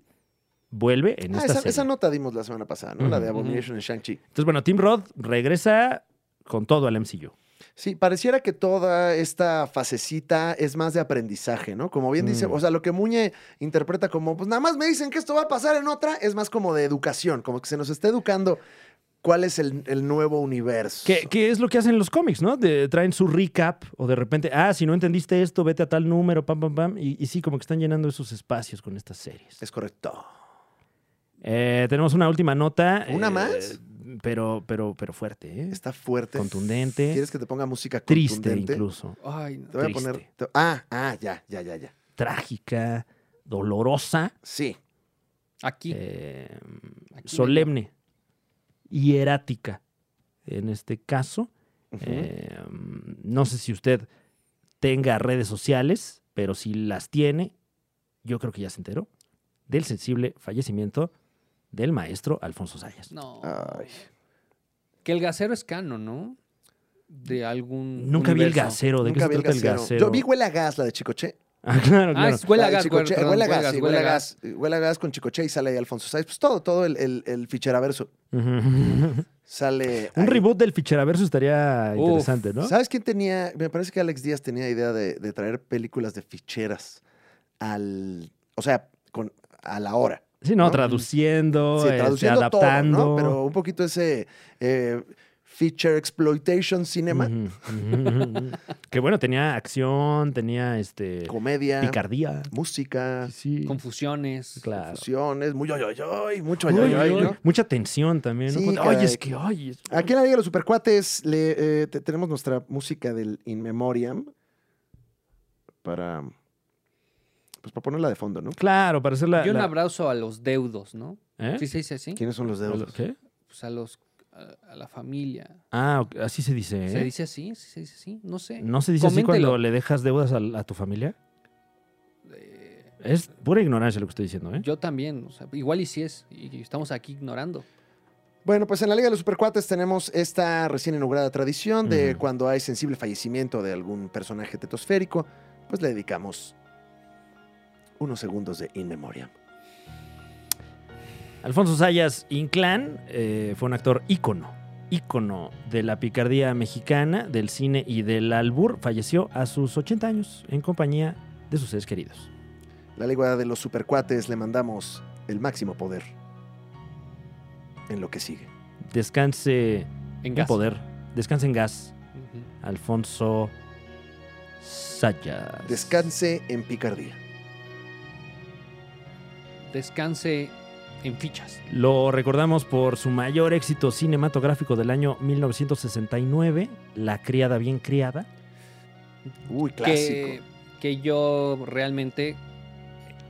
Speaker 2: vuelve en
Speaker 1: Ah,
Speaker 2: esta
Speaker 1: esa,
Speaker 2: serie.
Speaker 1: esa nota dimos la semana pasada, ¿no? La de
Speaker 2: Ujú.
Speaker 1: Abomination en Shang-Chi.
Speaker 2: Entonces, bueno, Tim Roth regresa con todo al MCU.
Speaker 1: Sí, pareciera que toda esta fasecita es más de aprendizaje, ¿no? Como bien dice,
Speaker 2: Mm.
Speaker 1: o sea, lo que Muñe interpreta como, pues nada más me dicen que esto va a pasar en otra, es más como de educación, como que se nos está educando cuál es el, el nuevo universo.
Speaker 2: Que, que es lo que hacen los cómics, ¿no? De- traen su recap o de repente, ah, si no entendiste esto, vete a tal número, pam, pam, pam. Y, y sí, como que están llenando esos espacios con estas series.
Speaker 1: Es correcto.
Speaker 2: Eh, tenemos una última nota.
Speaker 1: ¿Una
Speaker 2: eh,
Speaker 1: más?
Speaker 2: Pero, pero, pero fuerte, ¿eh?
Speaker 1: Está fuerte.
Speaker 2: contundente,
Speaker 1: ¿Quieres que te ponga música
Speaker 2: triste
Speaker 1: contundente?
Speaker 2: incluso,
Speaker 3: Ay, no.
Speaker 1: Te voy a
Speaker 2: Triste.
Speaker 1: poner. te- ah, ah, ya, ya, ya, ya.
Speaker 2: trágica, dolorosa,
Speaker 1: Sí.
Speaker 3: Aquí.
Speaker 2: eh,
Speaker 3: Aquí
Speaker 2: solemne y erática. En este caso,
Speaker 1: Ujú.
Speaker 2: Eh, no sé si usted tenga redes sociales, pero si las tiene, yo creo que ya se enteró del sensible fallecimiento del maestro Alfonso Sayas.
Speaker 3: No.
Speaker 1: Ay.
Speaker 3: Que el gasero es cano, ¿no? De algún.
Speaker 2: Nunca vi el
Speaker 3: universo.
Speaker 2: gasero. ¿De qué
Speaker 1: Nunca
Speaker 2: se
Speaker 1: vi el
Speaker 2: trata el
Speaker 1: gasero.
Speaker 2: gasero?
Speaker 1: Yo vi Huele a Gas, la de Chicoche.
Speaker 2: Ah, claro,
Speaker 3: Ah,
Speaker 2: claro.
Speaker 3: es huele a
Speaker 1: La de
Speaker 3: gas,
Speaker 1: Chicoche-
Speaker 3: perdón,
Speaker 1: Huele a
Speaker 3: huele
Speaker 1: Gas, sí, Huele a Gas. Huele a Gas con Chicoche y sale ahí Alfonso Sáenz. Pues todo, todo el, el, el ficheraverso.
Speaker 2: Ujú.
Speaker 1: Sale.
Speaker 2: Un
Speaker 1: ahí.
Speaker 2: reboot del Ficheraverso estaría
Speaker 3: Uf.
Speaker 2: interesante, ¿no?
Speaker 1: ¿Sabes quién tenía? Me parece que Alex Díaz tenía idea de, de traer películas de ficheras al. O sea, con, a la hora.
Speaker 2: Sí, no,
Speaker 1: ¿no?
Speaker 2: traduciendo,
Speaker 1: Sí,
Speaker 2: este,
Speaker 1: traduciendo todo,
Speaker 2: adaptando.
Speaker 1: ¿no? Pero un poquito ese eh, feature exploitation cinema,
Speaker 2: Ujú, ujú, ujú. que bueno, tenía acción, tenía este
Speaker 1: comedia,
Speaker 2: picardía.
Speaker 1: música,
Speaker 2: Sí, sí.
Speaker 3: Confusiones.
Speaker 2: Claro.
Speaker 1: fusiones, muy oy, oy, oy, mucho oy,
Speaker 2: Uy,
Speaker 1: oy, oy,
Speaker 2: uy,
Speaker 1: ¿no?
Speaker 2: Mucha tensión también. ¿no?
Speaker 1: Sí,
Speaker 2: Cuando,
Speaker 1: caray.
Speaker 2: Ay, es que, Ah, ay, es-
Speaker 1: Aquí en la Liga de los Supercuates le, eh, te- tenemos nuestra música del In Memoriam para, pues, para ponerla de fondo, ¿no?
Speaker 2: Claro, para hacer la.
Speaker 3: Yo un
Speaker 2: la-
Speaker 3: abrazo a los deudos, ¿no?
Speaker 2: ¿Eh?
Speaker 3: Sí se dice así.
Speaker 1: ¿Quiénes son los dedos?
Speaker 2: ¿Qué?
Speaker 3: Pues a los. A, a la familia.
Speaker 2: Ah, ok, así se dice. ¿eh?
Speaker 3: ¿Se dice así? ¿Sí se dice así? No sé.
Speaker 2: ¿No se dice así
Speaker 3: Coméntelo.
Speaker 2: cuando le dejas deudas a, a tu familia?
Speaker 3: Eh,
Speaker 2: Es pura ignorancia lo que estoy diciendo, ¿eh?
Speaker 3: yo también. o sea, igual y si es. Y estamos aquí ignorando.
Speaker 1: Bueno, pues en la Liga de los Supercuates tenemos esta recién inaugurada tradición de
Speaker 2: Ujú.
Speaker 1: cuando hay sensible fallecimiento de algún personaje tetosférico, pues le dedicamos unos segundos de In Memoriam.
Speaker 2: Alfonso Sayas Inclán eh, fue un actor ícono, ícono de la picardía mexicana, del cine y del albur. Falleció a sus 80 años en compañía de sus seres queridos.
Speaker 1: La Liga de los Supercuates le mandamos el máximo poder en lo que sigue.
Speaker 2: Descanse
Speaker 3: En
Speaker 2: en
Speaker 3: gas.
Speaker 2: poder, descanse en gas.
Speaker 3: Ujú.
Speaker 2: Alfonso Sayas.
Speaker 1: Descanse en picardía.
Speaker 3: Descanse en fichas.
Speaker 2: Lo recordamos por su mayor éxito cinematográfico del año 1969, La criada bien criada.
Speaker 1: Uy, clásico.
Speaker 3: Que, que yo realmente.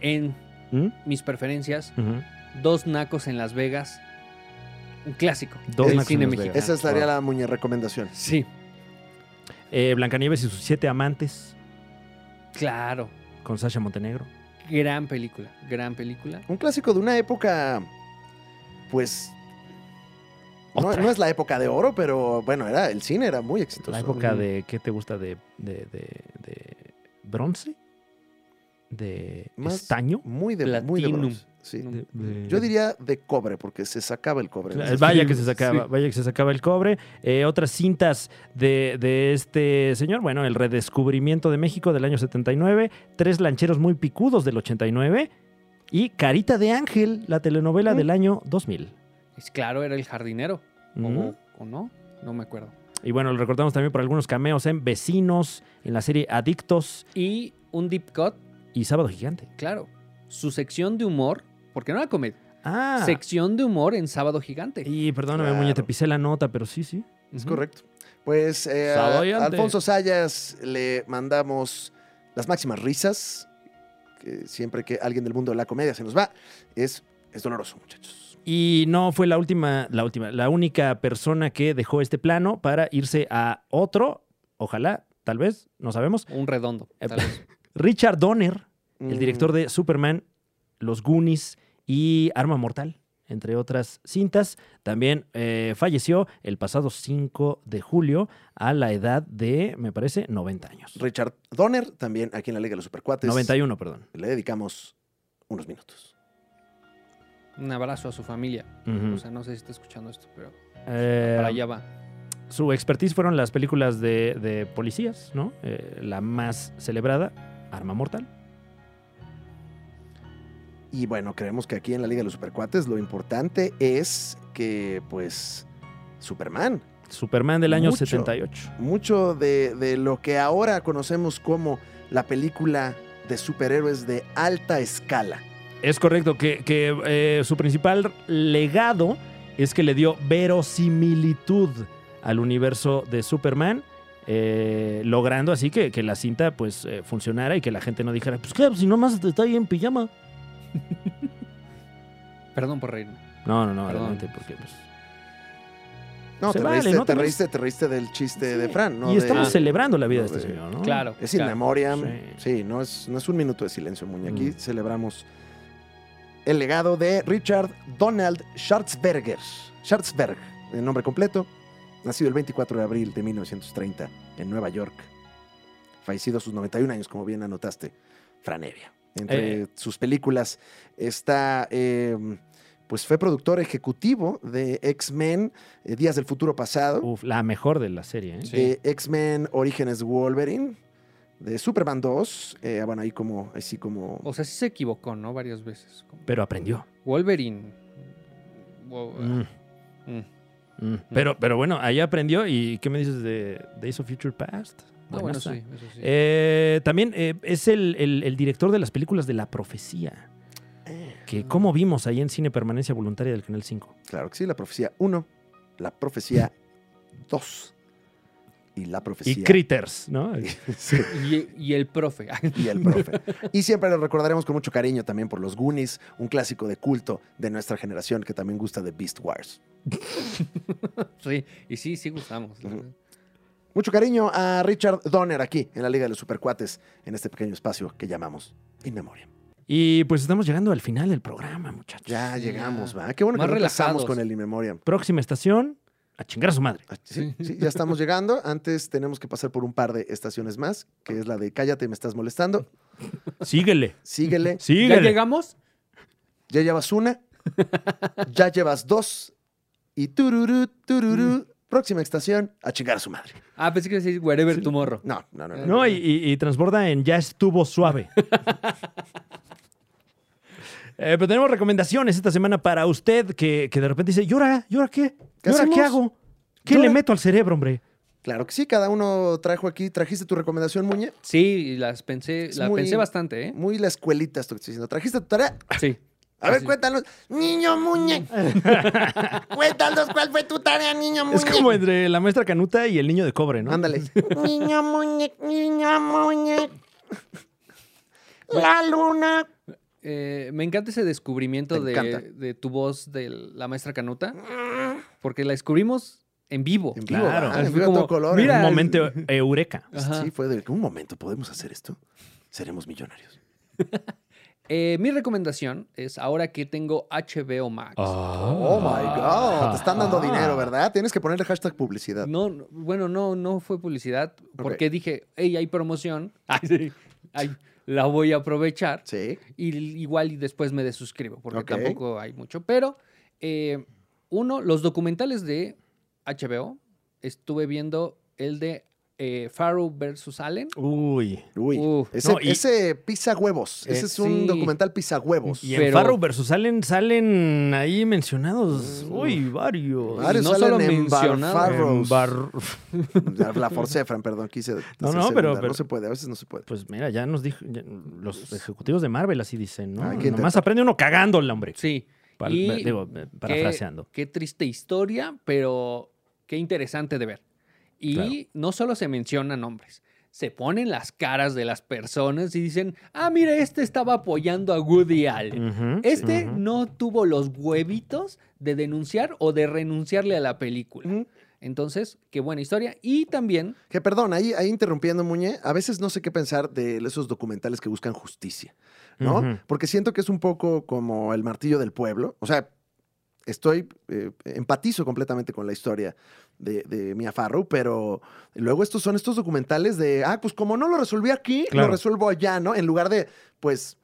Speaker 3: En
Speaker 2: ¿Mm?
Speaker 3: mis preferencias.
Speaker 2: Ujú.
Speaker 3: Dos nacos en Las Vegas. Un clásico.
Speaker 2: Dos
Speaker 1: El
Speaker 2: Nacos
Speaker 3: cine
Speaker 2: en Las Vegas.
Speaker 1: Esa estaría la muñe recomendación.
Speaker 3: Sí,
Speaker 2: Eh, Blancanieves y sus siete amantes
Speaker 3: claro.
Speaker 2: con Sasha Montenegro.
Speaker 3: Gran película, gran película.
Speaker 1: Un clásico de una época, pues... No,
Speaker 2: Otra.
Speaker 1: no es la época de oro, pero bueno, era el cine era muy exitoso.
Speaker 2: La época
Speaker 1: Ujú.
Speaker 2: de, ¿qué te gusta? ¿De, de, de- de bronce? ¿De
Speaker 1: Más-
Speaker 2: estaño?
Speaker 1: Muy de, muy de
Speaker 3: Platinum.
Speaker 1: bronce, sí.
Speaker 3: No,
Speaker 2: De- de-
Speaker 1: Yo diría de cobre, porque se sacaba el cobre.
Speaker 2: Claro,
Speaker 1: Entonces,
Speaker 2: Vaya que
Speaker 3: Sí.
Speaker 2: se sacaba, vaya que se sacaba el cobre. Eh, otras cintas de, de este señor, bueno, el redescubrimiento de México del año 79, tres lancheros muy picudos del 89 y Carita de Ángel, la telenovela
Speaker 1: Mm.
Speaker 2: del año 2000.
Speaker 3: Es claro, era el jardinero.
Speaker 1: Oh,
Speaker 3: o-
Speaker 2: Ujú.
Speaker 3: o, no? No me acuerdo.
Speaker 2: Y bueno, lo recordamos también por algunos cameos en Vecinos, en la serie Adictos
Speaker 3: Y un deep cut,
Speaker 2: y Sábado Gigante.
Speaker 3: claro. Su sección de humor, porque no era comedia.
Speaker 2: Ah,
Speaker 3: Sección de humor en Sábado Gigante.
Speaker 2: y perdóname,
Speaker 1: Claro.
Speaker 2: Muñe, te pisé la nota, pero sí, sí.
Speaker 1: Es
Speaker 3: Ujú.
Speaker 1: correcto. Pues eh, a
Speaker 2: Saboyante.
Speaker 1: Alfonso Sayas le mandamos las máximas risas. Que siempre que alguien del mundo de la comedia se nos va, es, es doloroso, muchachos.
Speaker 2: Y no fue la última, la última, la única persona que dejó este plano para irse a otro, ojalá, tal vez, no sabemos.
Speaker 3: Un redondo.
Speaker 2: Eh,
Speaker 3: tal vez.
Speaker 2: Richard Donner,
Speaker 1: Mm,
Speaker 2: el director de Superman, Los Goonies y Arma Mortal, entre otras cintas, también eh, falleció el pasado 5 de julio a la edad de, me parece, 90 años.
Speaker 1: Mm, Richard Donner, también aquí en la Liga de los Supercuates.
Speaker 2: 91, perdón.
Speaker 1: Le dedicamos unos minutos.
Speaker 3: Un abrazo a su familia.
Speaker 2: Ujú.
Speaker 3: O sea, no sé si está escuchando esto, pero
Speaker 2: Eh,
Speaker 3: para allá va.
Speaker 2: su expertise fueron las películas de, de policías, ¿no? Eh, la más celebrada, Arma Mortal.
Speaker 1: Y bueno, creemos que aquí en la Liga de los Supercuates lo importante es que, pues, Superman.
Speaker 2: Superman del año
Speaker 1: Mucho.
Speaker 2: 78.
Speaker 1: Mucho de, de lo que ahora conocemos como la película de superhéroes de alta escala.
Speaker 2: Es correcto que, que, eh, su principal legado es que le dio verosimilitud al universo de Superman, eh, logrando así que, que la cinta pues eh, funcionara y que la gente no dijera, pues qué, si nomás está ahí en pijama.
Speaker 3: Perdón por reírme.
Speaker 2: No, no, no,
Speaker 3: Perdón.
Speaker 2: adelante, porque pues...
Speaker 1: No,
Speaker 2: Se
Speaker 1: te,
Speaker 2: vale,
Speaker 1: reíste,
Speaker 2: ¿no?
Speaker 1: te
Speaker 2: También-
Speaker 1: reíste, te reíste del chiste
Speaker 2: Sí.
Speaker 1: de Fran, ¿no?
Speaker 2: y
Speaker 1: De-
Speaker 2: estamos celebrando la vida de
Speaker 1: no
Speaker 2: este
Speaker 1: de-
Speaker 2: señor, ¿no?
Speaker 3: Claro.
Speaker 1: Es in
Speaker 3: claro.
Speaker 1: memoriam.
Speaker 2: Sí.
Speaker 1: Sí, no, es, no es un minuto de silencio, Muñe. Aquí
Speaker 2: Mm.
Speaker 1: celebramos el legado de Richard Donald Schatzberger. Schatzberg, el nombre completo. Nacido el 24 de abril de 1930 en Nueva York. Fallecido a sus 91 años, como bien anotaste, Franevia. Entre sus películas está. eh, pues fue productor ejecutivo de X-Men, eh, Días del Futuro Pasado
Speaker 2: Uf, la mejor de la serie, ¿eh?
Speaker 3: Sí.
Speaker 1: de X-Men Orígenes Wolverine, de Superman 2, eh, bueno, ahí como, así como...
Speaker 3: O sea, sí se equivocó, ¿no? Varias veces. Como-
Speaker 2: Pero aprendió.
Speaker 3: Wolverine. Wo-
Speaker 2: Mm,
Speaker 3: Mm.
Speaker 2: mm. Pero, pero bueno, ahí aprendió. ¿Y qué me dices de Days of Future Past?
Speaker 3: Ah, bueno,
Speaker 2: Buenaza.
Speaker 3: sí, eso sí.
Speaker 2: Eh, también eh, es el, el- el director de las películas de La Profecía. Que
Speaker 3: Ah.
Speaker 2: como vimos ahí en Cine Permanencia Voluntaria del Canal 5.
Speaker 1: Claro que sí, la profecía 1, la profecía 2 y la profecía...
Speaker 2: Y Critters, ¿no?
Speaker 1: Sí,
Speaker 3: Y, y el profe.
Speaker 1: y el profe. Y siempre lo recordaremos con mucho cariño también por los Goonies, un clásico de culto de nuestra generación que también gusta de Beast Wars.
Speaker 3: sí, y sí, sí gustamos. la
Speaker 1: Ujú.
Speaker 3: verdad.
Speaker 1: Mucho cariño a Richard Donner aquí en la Liga de los Supercuates, en este pequeño espacio que llamamos In Memoriam.
Speaker 2: Y pues estamos llegando al final del programa, muchachos.
Speaker 1: Ya
Speaker 3: Sí,
Speaker 1: llegamos,
Speaker 3: ya.
Speaker 1: ¿va? Qué bueno
Speaker 3: Más
Speaker 1: que no empezamos
Speaker 3: relajados.
Speaker 1: con el In Memoriam.
Speaker 2: Próxima estación, a chingar a su madre.
Speaker 1: Ah, Sí, sí, ya estamos llegando. Antes tenemos que pasar por un par de estaciones más, que es la de Cállate, me estás molestando.
Speaker 2: Síguele,
Speaker 1: Síguele.
Speaker 3: ¿Ya
Speaker 2: síguele.
Speaker 3: llegamos?
Speaker 1: Ya llevas una. Ya llevas dos. Y tururú, tururú. Próxima estación, a chingar a su madre.
Speaker 3: Ah, pensé que decís wherever tomorrow.
Speaker 1: No, no, no. no.
Speaker 2: No, y, y- y transborda en Ya estuvo suave. Eh, pero tenemos recomendaciones esta semana para usted que, que de repente dice, ¿y ahora? ¿Y ahora qué? ¿Y
Speaker 1: ¿Qué
Speaker 2: ahora qué
Speaker 1: hacemos?
Speaker 2: hago? ¿Qué
Speaker 1: ¿Y
Speaker 2: le
Speaker 1: ahora?
Speaker 2: meto al cerebro, hombre?
Speaker 1: Claro que sí, cada uno trajo aquí, trajiste tu recomendación, Muñe.
Speaker 3: Sí, y las pensé,
Speaker 1: Es
Speaker 3: las
Speaker 1: muy-
Speaker 3: pensé bastante, ¿eh?
Speaker 1: Muy la escuelita esto que estoy diciendo. ¿Trajiste tu tarea?
Speaker 3: Sí.
Speaker 1: A ver,
Speaker 3: Así.
Speaker 1: cuéntanos. Niño Muñe. cuéntanos cuál fue tu tarea, niño Muñe.
Speaker 2: Es como entre la maestra Canuta y el niño de cobre, ¿no?
Speaker 1: Ándale.
Speaker 4: Niño muñe, niño muñe. La luna.
Speaker 3: Eh, me encanta ese descubrimiento
Speaker 1: Te
Speaker 3: de,
Speaker 1: encanta.
Speaker 3: de tu voz de la maestra Canuta, porque la descubrimos en vivo.
Speaker 1: En vivo,
Speaker 2: Claro.
Speaker 1: ¿verdad?
Speaker 3: Así
Speaker 1: en vivo a
Speaker 3: como,
Speaker 1: todo color.
Speaker 3: mira,
Speaker 2: Un momento eh, eureka.
Speaker 3: Ajá.
Speaker 1: Sí, fue de un momento podemos hacer esto, seremos millonarios.
Speaker 3: Eh, mi recomendación es ahora que tengo HBO Max.
Speaker 1: Oh my God, te están dando
Speaker 2: Ah.
Speaker 1: dinero, ¿verdad? Tienes que ponerle hashtag publicidad.
Speaker 3: No, no, bueno, no, no fue publicidad, porque dije, hey, hay promoción, Ay, sí. Ay, la voy a aprovechar.
Speaker 1: Sí.
Speaker 3: Y igual y después me desuscribo, porque
Speaker 1: Ok.
Speaker 3: tampoco hay mucho. Pero, eh, uno, los documentales de HBO. Estuve viendo el de eh, Farrow versus Allen.
Speaker 2: Uy.
Speaker 1: Uy.
Speaker 3: Uf,
Speaker 1: ese,
Speaker 2: no, y-
Speaker 1: ese pisa huevos.
Speaker 2: Eh,
Speaker 1: Ese es un
Speaker 3: sí.
Speaker 1: documental pisa huevos.
Speaker 2: Y en
Speaker 3: Pero-
Speaker 2: Farrow versus Allen salen ahí mencionados. Uy, varios.
Speaker 1: Varios
Speaker 3: no solo
Speaker 1: salen en
Speaker 3: mencionado.
Speaker 1: Barfarros.
Speaker 2: En bar-
Speaker 1: La- La Forcefran, perdón, quise. decir
Speaker 2: no,
Speaker 1: segunda.
Speaker 2: pero- pero-
Speaker 1: No se puede, a veces no se puede.
Speaker 2: Pues mira, ya nos dijo ya- los ejecutivos de Marvel así dicen, ¿no?
Speaker 1: Pues Hay que
Speaker 2: Nomás aprende uno cagándola, hombre.
Speaker 3: Sí.
Speaker 2: Pal-
Speaker 3: Y
Speaker 2: eh, digo, eh, parafraseando.
Speaker 3: Qué, qué triste historia, pero qué interesante de ver. Y
Speaker 2: Claro.
Speaker 3: no solo se mencionan nombres, se ponen las caras de las personas y dicen, ah, mira, este estaba apoyando a Woody Allen.
Speaker 2: Ujú,
Speaker 3: Este
Speaker 2: ujú.
Speaker 3: no tuvo los huevitos de denunciar o de renunciarle a la película.
Speaker 1: Ujú.
Speaker 3: Entonces, qué buena historia. Y también,
Speaker 1: Que perdón, ahí, ahí interrumpiendo, Muñe, a veces no sé qué pensar de esos documentales que buscan justicia, ¿no?
Speaker 2: Ujú.
Speaker 1: Porque siento que es un poco como el martillo del pueblo. O sea, estoy, eh, empatizo completamente con la historia de, de Mia Farrow, pero luego estos son estos documentales de, ah, pues como no lo resolví aquí,
Speaker 2: Claro.
Speaker 1: lo resuelvo allá, ¿no? En lugar de, pues,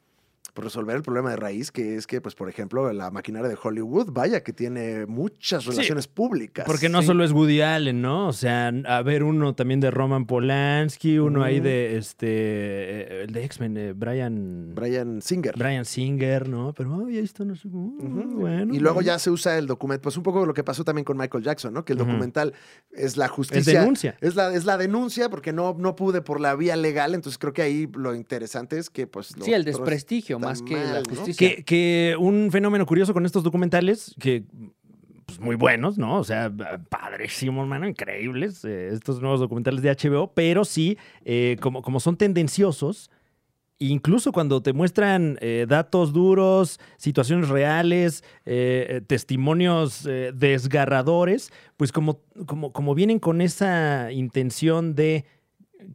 Speaker 1: por resolver el problema de raíz, que es que, pues, por ejemplo, la maquinaria de Hollywood, vaya que tiene muchas relaciones públicas.
Speaker 2: Porque no
Speaker 3: Sí.
Speaker 2: solo es Woody Allen, ¿no? O sea, a ver, uno también de Roman Polanski, uno ahí de este. eh, El de X-Men, eh, Brian.
Speaker 1: Brian Singer.
Speaker 2: Brian Singer, ¿no? Pero ay, ahí está, no sé. uh,
Speaker 1: Ujú.
Speaker 2: bueno,
Speaker 1: y luego
Speaker 2: bueno.
Speaker 1: ya se usa el documento, pues un poco lo que pasó también con Michael Jackson, ¿no? Que el
Speaker 2: Ujú.
Speaker 1: documental es la
Speaker 2: Es
Speaker 1: justicia.
Speaker 2: denuncia.
Speaker 1: Es la, es la denuncia porque no, no pude por la vía legal, entonces creo que ahí lo interesante es que pues... lo
Speaker 3: Sí, el
Speaker 1: otro es-
Speaker 3: desprestigio
Speaker 1: está
Speaker 3: más que
Speaker 1: mal,
Speaker 3: la
Speaker 1: ¿no?
Speaker 3: justicia.
Speaker 2: Que, que un fenómeno curioso con estos documentales, que pues muy buenos, ¿no? O sea, padrísimos, mano, increíbles eh, estos nuevos documentales de HBO, pero sí, eh, como, como son tendenciosos, incluso cuando te muestran eh, datos duros, situaciones reales, eh, eh, testimonios eh, desgarradores, pues como, como, como vienen con esa intención de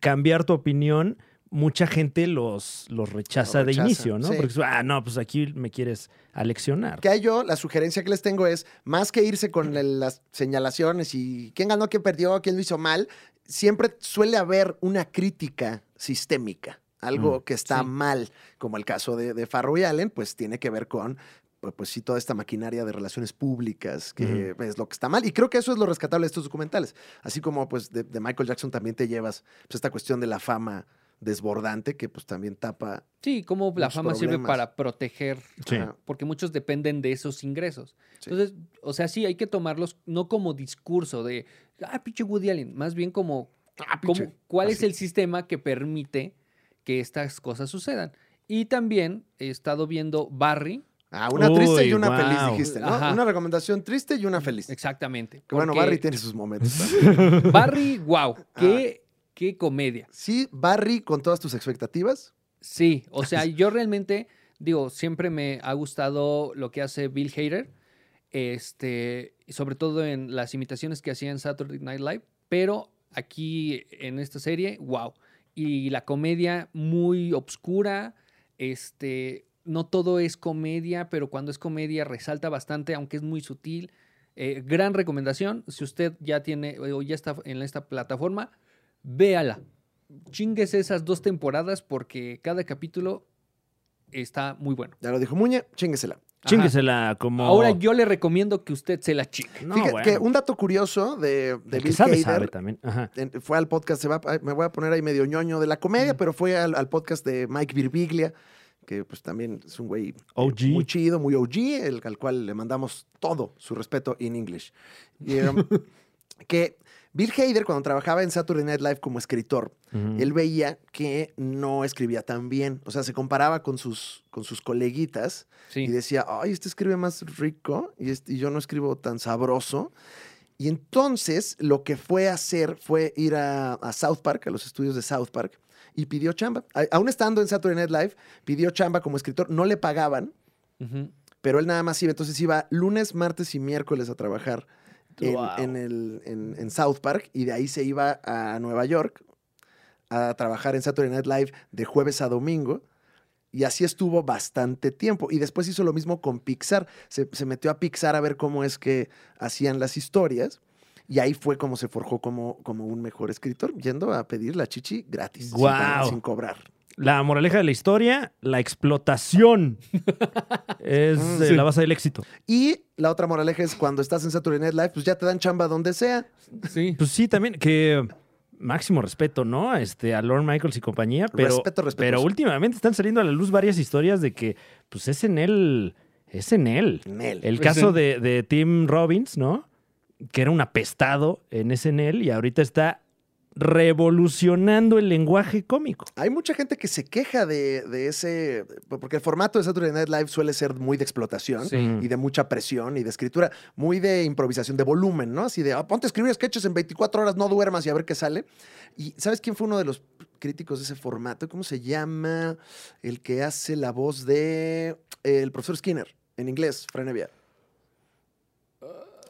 Speaker 2: cambiar tu opinión, mucha gente los, los rechaza
Speaker 1: Lo
Speaker 2: de
Speaker 1: rechaza,
Speaker 2: inicio, ¿no?
Speaker 1: sí.
Speaker 2: Porque, ah, no, pues aquí me quieres aleccionar.
Speaker 1: Que ahí yo, la sugerencia que les tengo es, más que irse con el- las señalaciones y quién ganó, quién perdió, quién lo hizo mal, siempre suele haber una crítica sistémica, algo
Speaker 2: Mm,
Speaker 1: que está
Speaker 3: sí.
Speaker 1: mal, como el caso de, de Farrow y Allen, pues tiene que ver con... Pues, pues sí, toda esta maquinaria de relaciones públicas, que es lo que está mal. Y creo que eso es lo rescatable de estos documentales. Así como pues de, de Michael Jackson también te llevas pues, esta cuestión de la fama desbordante, que pues también tapa...
Speaker 3: Sí, como la
Speaker 1: Muchos
Speaker 3: fama sirve
Speaker 1: problemas.
Speaker 3: para proteger,
Speaker 2: Sí.
Speaker 1: Ajá.
Speaker 3: porque muchos dependen de esos ingresos.
Speaker 1: Sí.
Speaker 3: Entonces, o sea, sí, hay que tomarlos no como discurso de, ah, pinche Woody Allen, más bien como,
Speaker 1: Ah,
Speaker 3: como,
Speaker 1: pinche.
Speaker 3: ¿cuál es
Speaker 1: Así.
Speaker 3: el sistema que permite que estas cosas sucedan? Y también he estado viendo Barry,
Speaker 1: Ah, una triste y
Speaker 2: Uy,
Speaker 1: una
Speaker 2: guau. Mm,
Speaker 1: feliz, dijiste, ¿no?
Speaker 3: Ajá.
Speaker 1: Una recomendación triste y una feliz.
Speaker 3: exactamente.
Speaker 1: Que bueno,
Speaker 3: porque
Speaker 1: Barry tiene sus momentos.
Speaker 3: Barry, wow, qué, qué comedia.
Speaker 1: sí, Barry con todas tus expectativas.
Speaker 3: Sí, o sea, yo realmente, digo, siempre me ha gustado lo que hace Bill Hader, este, y sobre todo en las imitaciones que hacía en Saturday Night Live, pero aquí en esta serie, wow. Y la comedia muy obscura, este, no todo es comedia, pero cuando es comedia resalta bastante, aunque es muy sutil. Eh, gran recomendación, si usted ya tiene o ya está en esta plataforma, véala chingues esas dos temporadas porque cada capítulo está muy bueno.
Speaker 1: Ya lo dijo Muñe, chinguesela.
Speaker 3: Ajá.
Speaker 2: Chinguesela como...
Speaker 3: Ahora yo le recomiendo que usted se la chingue.
Speaker 2: No,
Speaker 1: Fíjate
Speaker 2: bueno.
Speaker 1: que un dato curioso de, de
Speaker 2: El que
Speaker 1: Bill
Speaker 2: sabe,
Speaker 1: Hader,
Speaker 2: sabe también. Ajá.
Speaker 1: en- fue al podcast, se va, ay, me voy a poner ahí medio ñoño de la
Speaker 2: Mm.
Speaker 1: comedia, pero fue al, al podcast de Mike Birbiglia, que pues también es un güey eh,
Speaker 2: OG.
Speaker 1: muy chido, muy OG, el, al cual le mandamos todo su respeto in English. Y, um, que Bill Hader, cuando trabajaba en Saturday Night Live como escritor,
Speaker 2: Ujú.
Speaker 1: él veía que no escribía tan bien. O sea, se comparaba con sus, con sus coleguitas y
Speaker 3: Sí.
Speaker 1: decía, ay, este escribe más rico y, este- y yo no escribo tan sabroso. Y entonces lo que fue a hacer fue ir a, a South Park, a los estudios de South Park, y pidió chamba. A- Aún estando en Saturday Night Live, pidió chamba como escritor. No le pagaban,
Speaker 3: Ujú.
Speaker 1: pero él nada más iba. Entonces iba lunes, martes y miércoles a trabajar en,
Speaker 2: Wow.
Speaker 1: en el- en- en South Park y de ahí se iba a Nueva York a trabajar en Saturday Night Live de jueves a domingo. Y así estuvo bastante tiempo. Y después hizo lo mismo con Pixar. Se, se metió a Pixar a ver cómo es que hacían las historias. Y ahí fue como se forjó como, como un mejor escritor, yendo a pedir la chichi gratis, sin pagar,
Speaker 2: Guau.
Speaker 1: sin cobrar.
Speaker 2: La moraleja de la historia, la explotación es
Speaker 1: Mm.
Speaker 2: eh,
Speaker 1: Sí.
Speaker 2: la base del éxito.
Speaker 1: Y la otra moraleja es cuando estás en Saturday Night Live, pues ya te dan chamba donde sea.
Speaker 3: Sí.
Speaker 2: Pues sí, también que máximo respeto, ¿no? Este, a Lorne Michaels y compañía, pero,
Speaker 1: Respeto, respeto.
Speaker 2: pero últimamente están saliendo a la luz varias historias de que, pues es en él, es en él.
Speaker 1: Nel.
Speaker 2: El
Speaker 3: Es
Speaker 2: caso
Speaker 3: en-
Speaker 2: de, de Tim Robbins, ¿no? Que era un apestado en SNL y ahorita está revolucionando el lenguaje cómico.
Speaker 1: Hay mucha gente que se queja de, de ese, porque el formato de Saturday Night Live suele ser muy de explotación
Speaker 3: Sí.
Speaker 1: y de mucha presión y de escritura, muy de improvisación, de volumen, ¿no? Así de, "Ah, ponte a escribir sketches en 24 horas, no duermas y a ver qué sale. ¿Y sabes quién fue uno de los críticos de ese formato? ¿Cómo se llama el que hace la voz de eh, el profesor Skinner en inglés, Franevia?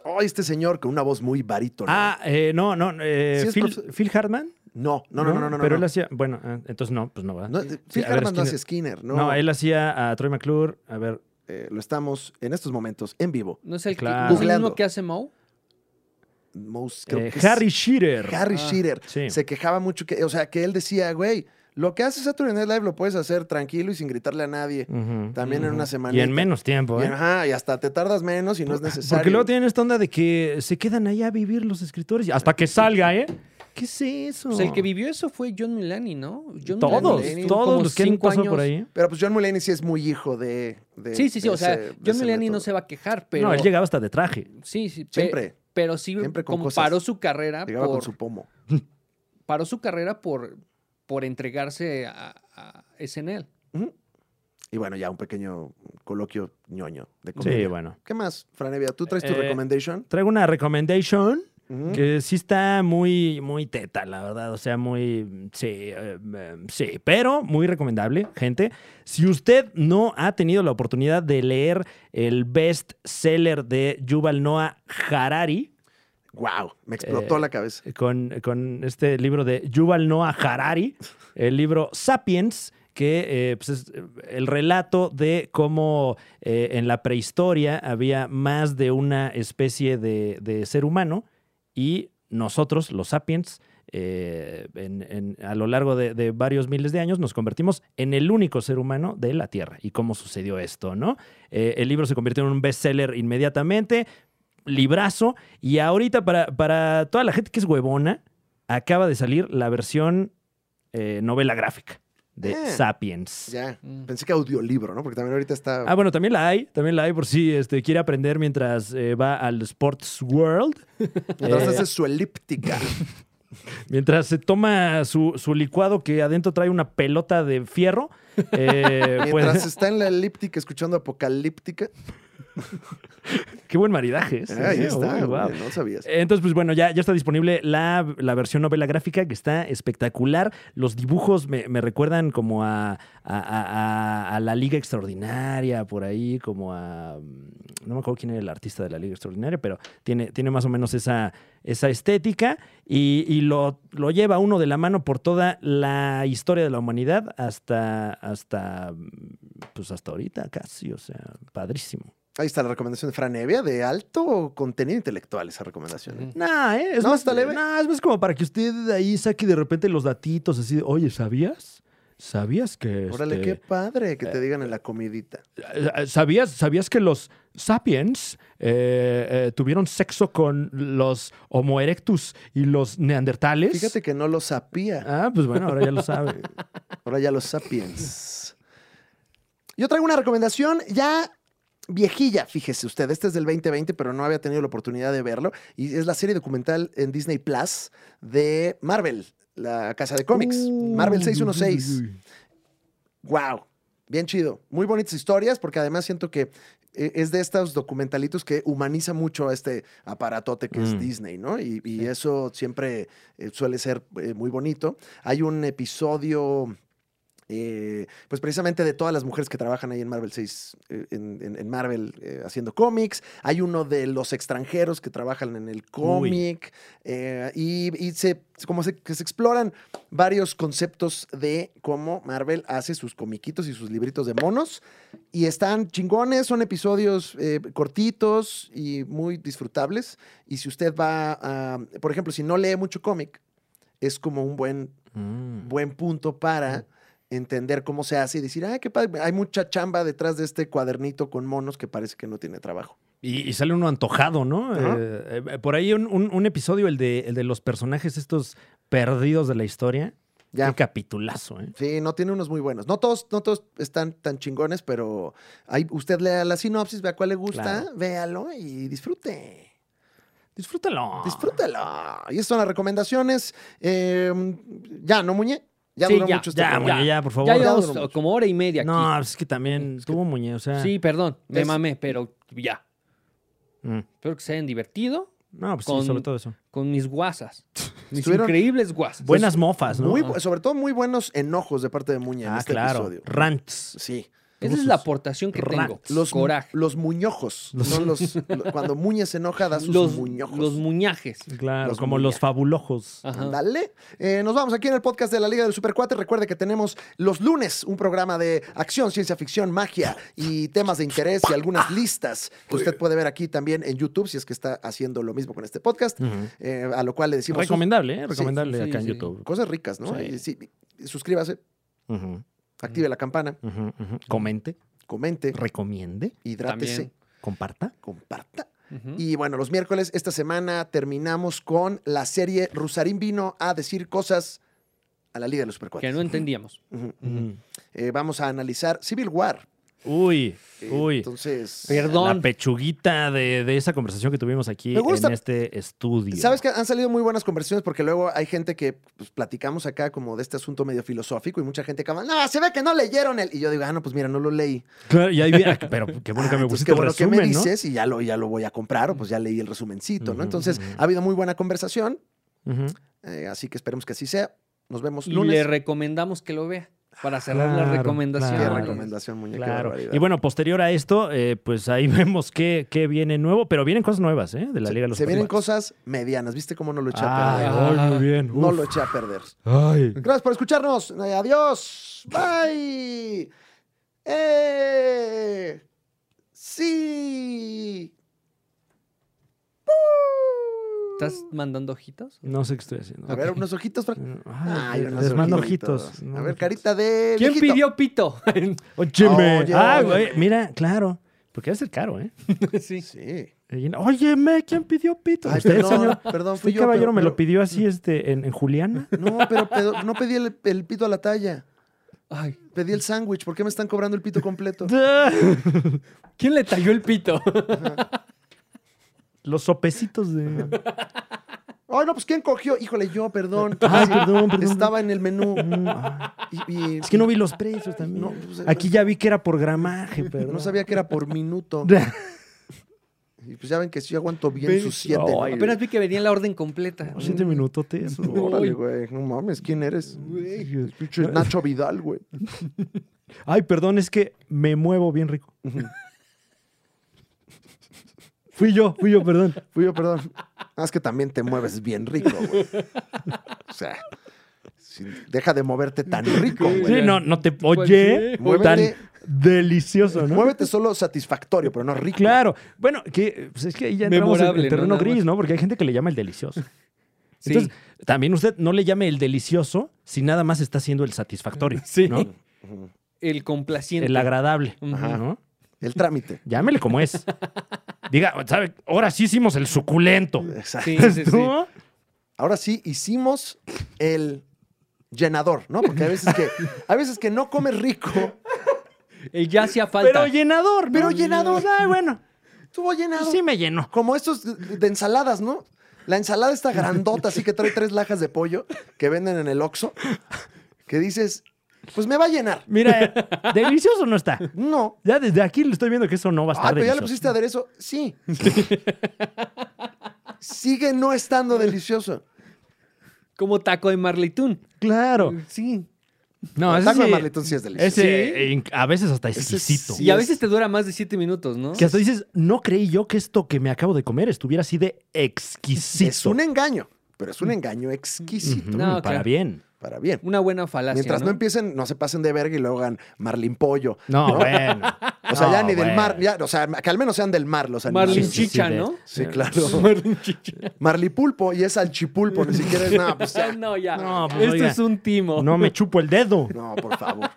Speaker 1: Oh, este señor con una voz muy barítona.
Speaker 2: Ah, eh, no, no, eh,
Speaker 1: Sí, es
Speaker 2: Phil,
Speaker 1: profe-
Speaker 2: Phil Hartman.
Speaker 1: no, no, no, no, no, no.
Speaker 2: Pero
Speaker 1: no.
Speaker 2: él hacía, bueno, ah, entonces no, pues no, ¿verdad?
Speaker 1: No, Phil
Speaker 2: a ver,
Speaker 1: Hartman no
Speaker 2: Skinner.
Speaker 1: hace Skinner, ¿no?
Speaker 2: No, él hacía a Troy McClure, a ver,
Speaker 1: eh, lo estamos en estos momentos en vivo.
Speaker 3: ¿No es el, que-
Speaker 2: Claro.
Speaker 3: ¿no es el
Speaker 1: Googleando.
Speaker 3: mismo que hace Moe?
Speaker 1: Mouse, creo
Speaker 2: eh,
Speaker 1: que es-
Speaker 2: Harry Shearer.
Speaker 1: Harry
Speaker 3: Ah,
Speaker 1: Shearer
Speaker 2: sí.
Speaker 1: se quejaba mucho que, o sea, que él decía, güey, Lo que hace Saturday Night Live lo puedes hacer tranquilo y sin gritarle a nadie.
Speaker 2: Ujú.
Speaker 1: También en una semana.
Speaker 2: Y en menos tiempo,
Speaker 1: Y,
Speaker 2: ¿eh?
Speaker 1: ajá, y hasta te tardas menos y no es necesario.
Speaker 2: Porque luego tienen esta onda de que se quedan ahí a vivir los escritores y hasta que salga, ¿eh? ¿Qué es eso?
Speaker 3: Pues el que vivió eso fue John Mulaney, ¿no? John
Speaker 2: Todos,
Speaker 3: Mulaney estuvo como
Speaker 2: todos los que han
Speaker 3: cinco
Speaker 2: pasado por
Speaker 3: años.
Speaker 2: ahí.
Speaker 1: Pero pues John Mulaney sí es muy hijo de. de-
Speaker 3: Sí, sí, sí.
Speaker 1: de
Speaker 3: O sea,
Speaker 1: ese- de
Speaker 3: John
Speaker 1: ese
Speaker 3: Mulaney no
Speaker 1: método.
Speaker 3: se va a quejar, pero.
Speaker 2: No, él llegaba hasta de traje.
Speaker 3: Sí, sí. pe-
Speaker 1: Siempre.
Speaker 3: Pero sí
Speaker 1: Siempre con
Speaker 3: comparó
Speaker 1: cosas.
Speaker 3: su carrera
Speaker 1: Llegaba
Speaker 3: por,
Speaker 1: con su pomo.
Speaker 3: paró su carrera por, por entregarse a, a SNL.
Speaker 1: Ujú. Y bueno, ya un pequeño coloquio ñoño de
Speaker 2: Sí,
Speaker 1: comedia.
Speaker 2: bueno.
Speaker 1: ¿Qué más, Franevia? ¿Tú traes tu
Speaker 2: Eh,
Speaker 1: recommendation?
Speaker 2: Traigo una recommendation
Speaker 1: Ujú.
Speaker 2: que sí está muy, muy teta, la verdad. O sea, muy. Sí, eh, eh, sí, pero muy recomendable, gente. Si usted no ha tenido la oportunidad de leer el best seller de Yuval Noah Harari,
Speaker 1: Wow, me explotó
Speaker 2: Eh,
Speaker 1: la cabeza.
Speaker 2: con, con este libro de Yuval Noah Harari, el libro Sapiens, que eh, pues es el relato de cómo eh, en la prehistoria había más de una especie de, de ser humano y nosotros, los sapiens, eh, en- en- a lo largo de, de varios miles de años nos convertimos en el único ser humano de la Tierra. ¿Y cómo sucedió esto? ¿no? Eh, el libro se convirtió en un bestseller inmediatamente, librazo, y ahorita para, para toda la gente que es huevona, acaba de salir la versión eh, novela gráfica de
Speaker 1: Ah,
Speaker 2: Sapiens.
Speaker 1: Ya.
Speaker 3: Mm.
Speaker 1: Pensé que audiolibro, ¿no? Porque también ahorita está.
Speaker 2: Ah, bueno, también la hay, también la hay por si este, quiere aprender mientras eh, va al Sports World.
Speaker 1: Mientras
Speaker 2: eh.
Speaker 1: hace su elíptica.
Speaker 2: Mientras se toma su, su licuado que adentro trae una pelota de fierro, eh,
Speaker 1: Mientras
Speaker 2: pues,
Speaker 1: está en la elíptica escuchando apocalíptica. Ah,
Speaker 2: qué buen maridaje. es,
Speaker 1: ahí
Speaker 2: eh,
Speaker 1: está.
Speaker 2: uy, wow.
Speaker 1: güey, No sabías.
Speaker 2: Entonces, pues bueno, ya, ya está disponible la, la versión novela gráfica que está espectacular. Los dibujos me, me recuerdan como a, a- a- a- a la Liga Extraordinaria, por ahí, como a... mm, No me acuerdo quién era el artista de la Liga Extraordinaria, pero tiene, tiene más o menos esa, esa estética y, y lo, lo lleva uno de la mano por toda la historia de la humanidad hasta, hasta, mm, pues hasta ahorita casi, o sea, padrísimo.
Speaker 1: Ahí está la recomendación de Franevia de alto contenido intelectual, esa recomendación. ¿eh?
Speaker 3: Ujú.
Speaker 2: Nah, ¿eh? Es
Speaker 1: No,
Speaker 2: más,
Speaker 1: está leve.
Speaker 2: nah, es más como para que usted de ahí saque de repente los datitos así de, oye, ¿sabías? ¿Sabías que...
Speaker 1: Órale, qué
Speaker 2: este,
Speaker 1: padre que te digan en la comidita.
Speaker 2: eh, ¿sabías, ¿Sabías que los sapiens eh, eh, tuvieron sexo con los Homo erectus y los neandertales?
Speaker 1: Fíjate que no lo sabía.
Speaker 2: Ah, pues bueno, ahora ya lo sabe.
Speaker 1: Ahora ya lo sapiens. Yo traigo una recomendación ya viejilla, fíjese usted. Este es del 2020, pero no había tenido la oportunidad de verlo. Y es la serie documental en Disney Plus de Marvel, la casa de cómics.
Speaker 2: Uh.
Speaker 1: Marvel 616. Wow, bien chido. Muy bonitas historias, porque además siento que eh, es de estos documentalitos que humaniza mucho a este aparatote que
Speaker 2: Mm.
Speaker 1: es Disney, ¿no? Y, y eso siempre eh, suele ser eh, muy bonito. Hay un episodio. eh, pues precisamente de todas las mujeres que trabajan ahí en Marvel 6, eh, en, en- en Marvel eh, haciendo cómics. Hay uno de los extranjeros que trabajan en el cómic. eh, y y se, como se- que se exploran varios conceptos de cómo Marvel hace sus comiquitos y sus libritos de monos. Y están chingones, son episodios eh, cortitos y muy disfrutables. Y si usted va a, por ejemplo, si no lee mucho cómic, es como un buen,
Speaker 2: Mm.
Speaker 1: buen punto para entender cómo se hace y decir, ah, qué padre, hay mucha chamba detrás de este cuadernito con monos que parece que no tiene trabajo.
Speaker 2: Y, y sale uno antojado, ¿no?
Speaker 1: Ajá.
Speaker 2: Eh, eh, por ahí un, un- un episodio, el de, el de los personajes estos perdidos de la historia.
Speaker 1: Ya.
Speaker 2: Qué capitulazo, ¿eh?
Speaker 1: Sí, no tiene unos muy buenos. No todos, no todos están tan chingones, pero ahí usted lea la sinopsis, vea cuál le gusta,
Speaker 2: Claro.
Speaker 1: véalo y disfrute.
Speaker 2: Disfrútalo.
Speaker 1: Disfrútelo. Y estas son las recomendaciones. Eh, ya, ¿no, Muñe? Ya
Speaker 3: Sí,
Speaker 1: duró
Speaker 3: ya,
Speaker 1: mucho este
Speaker 2: Ya,
Speaker 1: programa.
Speaker 2: Muñe, ya, por favor.
Speaker 3: Ya
Speaker 1: llevamos
Speaker 3: llevamos como hora y media aquí.
Speaker 2: No, pues es que también tuvo Muñe, o sea.
Speaker 3: sí, perdón, me
Speaker 1: es-
Speaker 3: mamé, pero ya.
Speaker 2: Mm.
Speaker 3: Espero que se hayan divertido
Speaker 2: No, pues
Speaker 3: Con-
Speaker 2: sí, sobre todo eso.
Speaker 3: con mis guasas. mis
Speaker 1: Estuvieron
Speaker 3: increíbles guasas.
Speaker 2: Buenas mofas, ¿no?
Speaker 1: Muy bu- sobre todo muy buenos enojos de parte de Muñe en
Speaker 2: ah,
Speaker 1: este
Speaker 2: claro.
Speaker 1: episodio.
Speaker 2: Rants.
Speaker 1: Sí.
Speaker 3: Esa es la aportación que tengo.
Speaker 2: Rats.
Speaker 1: Los,
Speaker 3: Los
Speaker 1: mu-
Speaker 3: coraje.
Speaker 1: los muñojos. Son los, lo- cuando Muñe se enoja, da sus
Speaker 3: Los,
Speaker 1: muñojos.
Speaker 3: los muñajes.
Speaker 2: Claro,
Speaker 1: Los
Speaker 2: como
Speaker 1: Muñe. Ah.
Speaker 2: los fabulojos.
Speaker 3: Ajá.
Speaker 1: Dale. Eh, nos vamos aquí en el podcast de la Liga del Super 4. Recuerde que tenemos los lunes un programa de acción, ciencia ficción, magia y temas de interés y algunas listas que usted puede ver aquí también en YouTube si es que está haciendo lo mismo con este podcast.
Speaker 2: Ujú.
Speaker 1: Eh, a lo cual le decimos.
Speaker 2: Recomendable, ¿eh?
Speaker 1: Sí,
Speaker 2: Recomendable
Speaker 3: sí,
Speaker 2: acá en
Speaker 3: sí.
Speaker 2: YouTube.
Speaker 1: Cosas ricas, ¿no?
Speaker 2: Sí.
Speaker 1: Y sí, suscríbase,
Speaker 2: Ujú,
Speaker 1: active la campana,
Speaker 2: ujú, ujú. Comente,
Speaker 1: comente,
Speaker 2: recomiende,
Speaker 1: hidrátese,
Speaker 3: También.
Speaker 2: comparta.
Speaker 1: comparta.
Speaker 3: Ujú.
Speaker 1: Y bueno, los miércoles esta semana terminamos con la serie Rusarín vino a decir cosas a la Liga de pues, los
Speaker 3: que
Speaker 1: Supercuates.
Speaker 3: no entendíamos.
Speaker 1: Ujú. Eh, vamos a analizar Civil War.
Speaker 2: Mm. Uy,
Speaker 1: Eh,
Speaker 2: uy.
Speaker 1: Entonces,
Speaker 2: La
Speaker 3: Perdón.
Speaker 2: pechuguita de, de esa conversación que tuvimos aquí
Speaker 1: Me gusta.
Speaker 2: en este estudio.
Speaker 1: sabes que han salido muy buenas conversaciones porque luego hay gente que pues, platicamos acá como de este asunto medio filosófico y mucha gente acaba, no, se ve que no leyeron el. Y yo digo, ah, no, pues mira, no lo leí.
Speaker 2: Claro, y ahí viene- ah, pero qué bueno que
Speaker 1: Ah,
Speaker 2: me
Speaker 1: entonces,
Speaker 2: pusiste
Speaker 1: qué
Speaker 2: el
Speaker 1: bueno
Speaker 2: resumen,
Speaker 1: que me
Speaker 2: ¿no?
Speaker 1: dices y ya lo, ya lo voy a comprar o pues ya leí el resumencito, ¿no?
Speaker 2: Ujú,
Speaker 1: Entonces,
Speaker 2: ujú.
Speaker 1: ha habido muy buena conversación,
Speaker 2: Ujú.
Speaker 1: eh, así que esperemos que así sea. Nos vemos
Speaker 3: Y
Speaker 1: lunes.
Speaker 3: le recomendamos que lo vea para cerrar
Speaker 2: Claro,
Speaker 3: la recomendación.
Speaker 1: Qué
Speaker 2: claro.
Speaker 1: recomendación, muñeca.
Speaker 2: Ah, Claro. Y bueno, posterior a esto, eh, pues ahí vemos qué, qué viene nuevo, pero vienen cosas nuevas, ¿eh? De la
Speaker 1: se,
Speaker 2: Liga de los
Speaker 1: se vienen
Speaker 2: Supercuates.
Speaker 1: cosas medianas. ¿Viste cómo no lo eché a
Speaker 2: Ay,
Speaker 1: perder?
Speaker 3: Ah.
Speaker 2: ay, muy bien.
Speaker 1: No
Speaker 2: Uf.
Speaker 1: lo eché a perder.
Speaker 2: Ay.
Speaker 1: Gracias por escucharnos. Eh, Adiós. Bye. Eh. Sí.
Speaker 3: ¿Estás mandando ojitos?
Speaker 2: No sé qué estoy haciendo.
Speaker 1: A ver, unos ojitos. Fran.
Speaker 2: Ay,
Speaker 1: unos
Speaker 2: les mando
Speaker 1: ojitos.
Speaker 2: ojitos.
Speaker 1: A ver, carita de.
Speaker 3: ¿Quién
Speaker 1: viejito.
Speaker 3: pidió pito?
Speaker 2: Óyeme.
Speaker 1: Oye,
Speaker 2: ah,
Speaker 1: óyeme.
Speaker 2: güey, mira, claro. Porque va a ser caro, ¿eh?
Speaker 3: sí.
Speaker 1: Sí.
Speaker 2: Y- Óyeme, ¿quién pidió pito?
Speaker 1: Ay,
Speaker 2: Usted,
Speaker 1: perdón,
Speaker 2: señor,
Speaker 1: perdón,
Speaker 2: usted,
Speaker 1: fui yo,
Speaker 2: caballero,
Speaker 1: pero-
Speaker 2: me
Speaker 1: pero-
Speaker 2: lo pidió así este, en, en Juliana.
Speaker 1: No, pero pedo- no pedí el, el pito a la talla.
Speaker 3: Ay,
Speaker 1: Pedí el sándwich. ¿Por qué me están cobrando el pito completo?
Speaker 3: ¿Quién le talló el pito?
Speaker 2: Los sopecitos de...
Speaker 1: Ah, Ay, no, pues ¿quién cogió? Híjole, yo, perdón.
Speaker 2: Ay, perdón, perdón.
Speaker 1: Estaba en el menú.
Speaker 2: Mm, ay.
Speaker 1: Y- y-
Speaker 2: Ah, Es que no vi los precios también.
Speaker 1: No, pues, eh,
Speaker 2: Aquí ya vi que era por gramaje, pero...
Speaker 1: No sabía que era por minuto. Y pues ya ven que sí aguanto bien
Speaker 2: Ve-
Speaker 1: sus siete.
Speaker 2: Ay,
Speaker 1: ¿no?
Speaker 2: güey.
Speaker 3: Apenas vi que venía la orden completa.
Speaker 1: Mm.
Speaker 2: Siete minutotes. Oh,
Speaker 1: Órale, güey. No mames, ¿quién eres? El pinche Nacho Vidal, güey.
Speaker 2: Ay, perdón, es que me muevo bien rico. Fui yo, fui yo, perdón.
Speaker 1: Fui yo, perdón. Ah, es que también te mueves bien rico, güey. O sea, sí, deja de moverte tan rico, güey.
Speaker 2: Sí, no, no te...
Speaker 3: Pues
Speaker 2: Oye,
Speaker 1: sí. Muévete.
Speaker 2: tan delicioso, ¿no?
Speaker 1: Muévete solo satisfactorio, pero no rico.
Speaker 2: Claro. Bueno, que pues es que ahí ya entramos en- en,
Speaker 3: Memorable, ¿no?
Speaker 2: terreno
Speaker 3: Nada
Speaker 2: gris,
Speaker 3: más.
Speaker 2: ¿no? Porque hay gente que le llama el delicioso.
Speaker 3: Sí.
Speaker 2: Entonces, también usted no le llame el delicioso si nada más está haciendo el satisfactorio,
Speaker 3: Sí.
Speaker 2: ¿no?
Speaker 1: Ujú.
Speaker 3: El complaciente.
Speaker 2: El agradable,
Speaker 3: Ajá.
Speaker 2: ¿no?
Speaker 1: El trámite.
Speaker 2: Llámele como es. Diga, ¿sabe? Ahora sí hicimos el suculento.
Speaker 1: Exacto.
Speaker 3: Sí, sí, sí.
Speaker 2: ¿No?
Speaker 1: Ahora sí, hicimos el llenador, ¿no? Porque hay veces que, hay veces que no comes rico.
Speaker 3: El ya hacía
Speaker 2: Pero
Speaker 3: falta.
Speaker 2: llenador. ¿no?
Speaker 1: Pero llenador.
Speaker 2: Ay, bueno,
Speaker 1: Estuvo llenado.
Speaker 2: sí me llenó.
Speaker 1: Como estos de ensaladas, ¿no? La ensalada está grandota, así que trae tres lajas de pollo que venden en el Oxxo. Que dices, pues me va a llenar.
Speaker 2: Mira, eh, delicioso no está.
Speaker 1: No.
Speaker 2: Ya desde aquí le estoy viendo que eso no va a estar
Speaker 1: Ah, pero ya le
Speaker 2: delicioso.
Speaker 1: pusiste aderezo. Sí. Sigue no estando delicioso.
Speaker 3: Como taco de marlitún.
Speaker 2: Claro.
Speaker 3: Sí.
Speaker 2: No,
Speaker 1: El
Speaker 2: ese
Speaker 1: taco de
Speaker 2: sí-
Speaker 1: maletón sí es delicioso.
Speaker 2: Ese,
Speaker 3: Sí.
Speaker 2: eh, inc- a veces hasta
Speaker 1: Ese
Speaker 2: exquisito.
Speaker 1: sí.
Speaker 3: Y a
Speaker 1: es.
Speaker 3: veces te dura más de siete minutos, ¿no?
Speaker 2: Que hasta dices, no creí yo que esto que me acabo de comer estuviera así de exquisito.
Speaker 1: es un engaño, pero es un engaño exquisito.
Speaker 2: Ujú,
Speaker 3: No,
Speaker 2: para
Speaker 3: claro.
Speaker 2: bien.
Speaker 1: Para bien.
Speaker 3: Una buena falacia.
Speaker 1: Mientras no, empiecen, no se pasen de verga y luego hagan marlin pollo.
Speaker 2: No, bueno.
Speaker 1: O sea, ya
Speaker 2: No,
Speaker 1: ni del
Speaker 2: bueno.
Speaker 1: mar, ya, o sea, que al menos sean del mar los animales.
Speaker 3: Marlin
Speaker 2: Sí, sí, sí,
Speaker 3: Chicha,
Speaker 2: de-
Speaker 3: ¿no?
Speaker 1: Sí, claro.
Speaker 3: Marlin Chicha.
Speaker 1: Marlipulpo y es salchipulpo, ni siquiera es nada. Pues ya.
Speaker 3: no, ya.
Speaker 2: No, pues,
Speaker 3: Esto
Speaker 2: oiga.
Speaker 3: es un timo.
Speaker 2: No me chupo el dedo.
Speaker 1: No, por favor.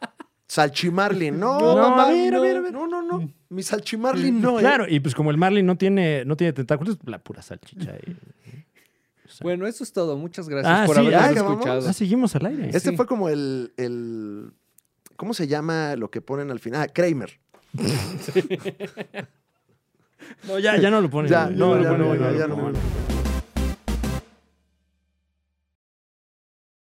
Speaker 1: Salchimarlin, no,
Speaker 2: No,
Speaker 1: mamá.
Speaker 2: a ver, a
Speaker 1: no.
Speaker 2: ver, a ver.
Speaker 1: No, no, no. Mi salchimarlin no, ¿eh?
Speaker 2: Claro, y pues como el Marlin no tiene, no tiene tentáculos, la pura salchicha. eh.
Speaker 3: Bueno, eso es todo. Muchas gracias
Speaker 2: Ah,
Speaker 3: por
Speaker 2: sí,
Speaker 3: habernos
Speaker 1: ah, que vamos.
Speaker 3: escuchado.
Speaker 2: Ah, seguimos al aire.
Speaker 1: Este
Speaker 3: Sí.
Speaker 1: fue como el, el- ¿Cómo se llama lo que ponen al final? Ah, Kramer.
Speaker 2: No, ya, ya no lo ponen.
Speaker 1: Ya,
Speaker 2: Ya
Speaker 1: no,
Speaker 2: lo
Speaker 1: ya
Speaker 2: ponen,
Speaker 1: no,
Speaker 2: ya
Speaker 1: ya
Speaker 2: lo
Speaker 1: ya no.
Speaker 2: ponen.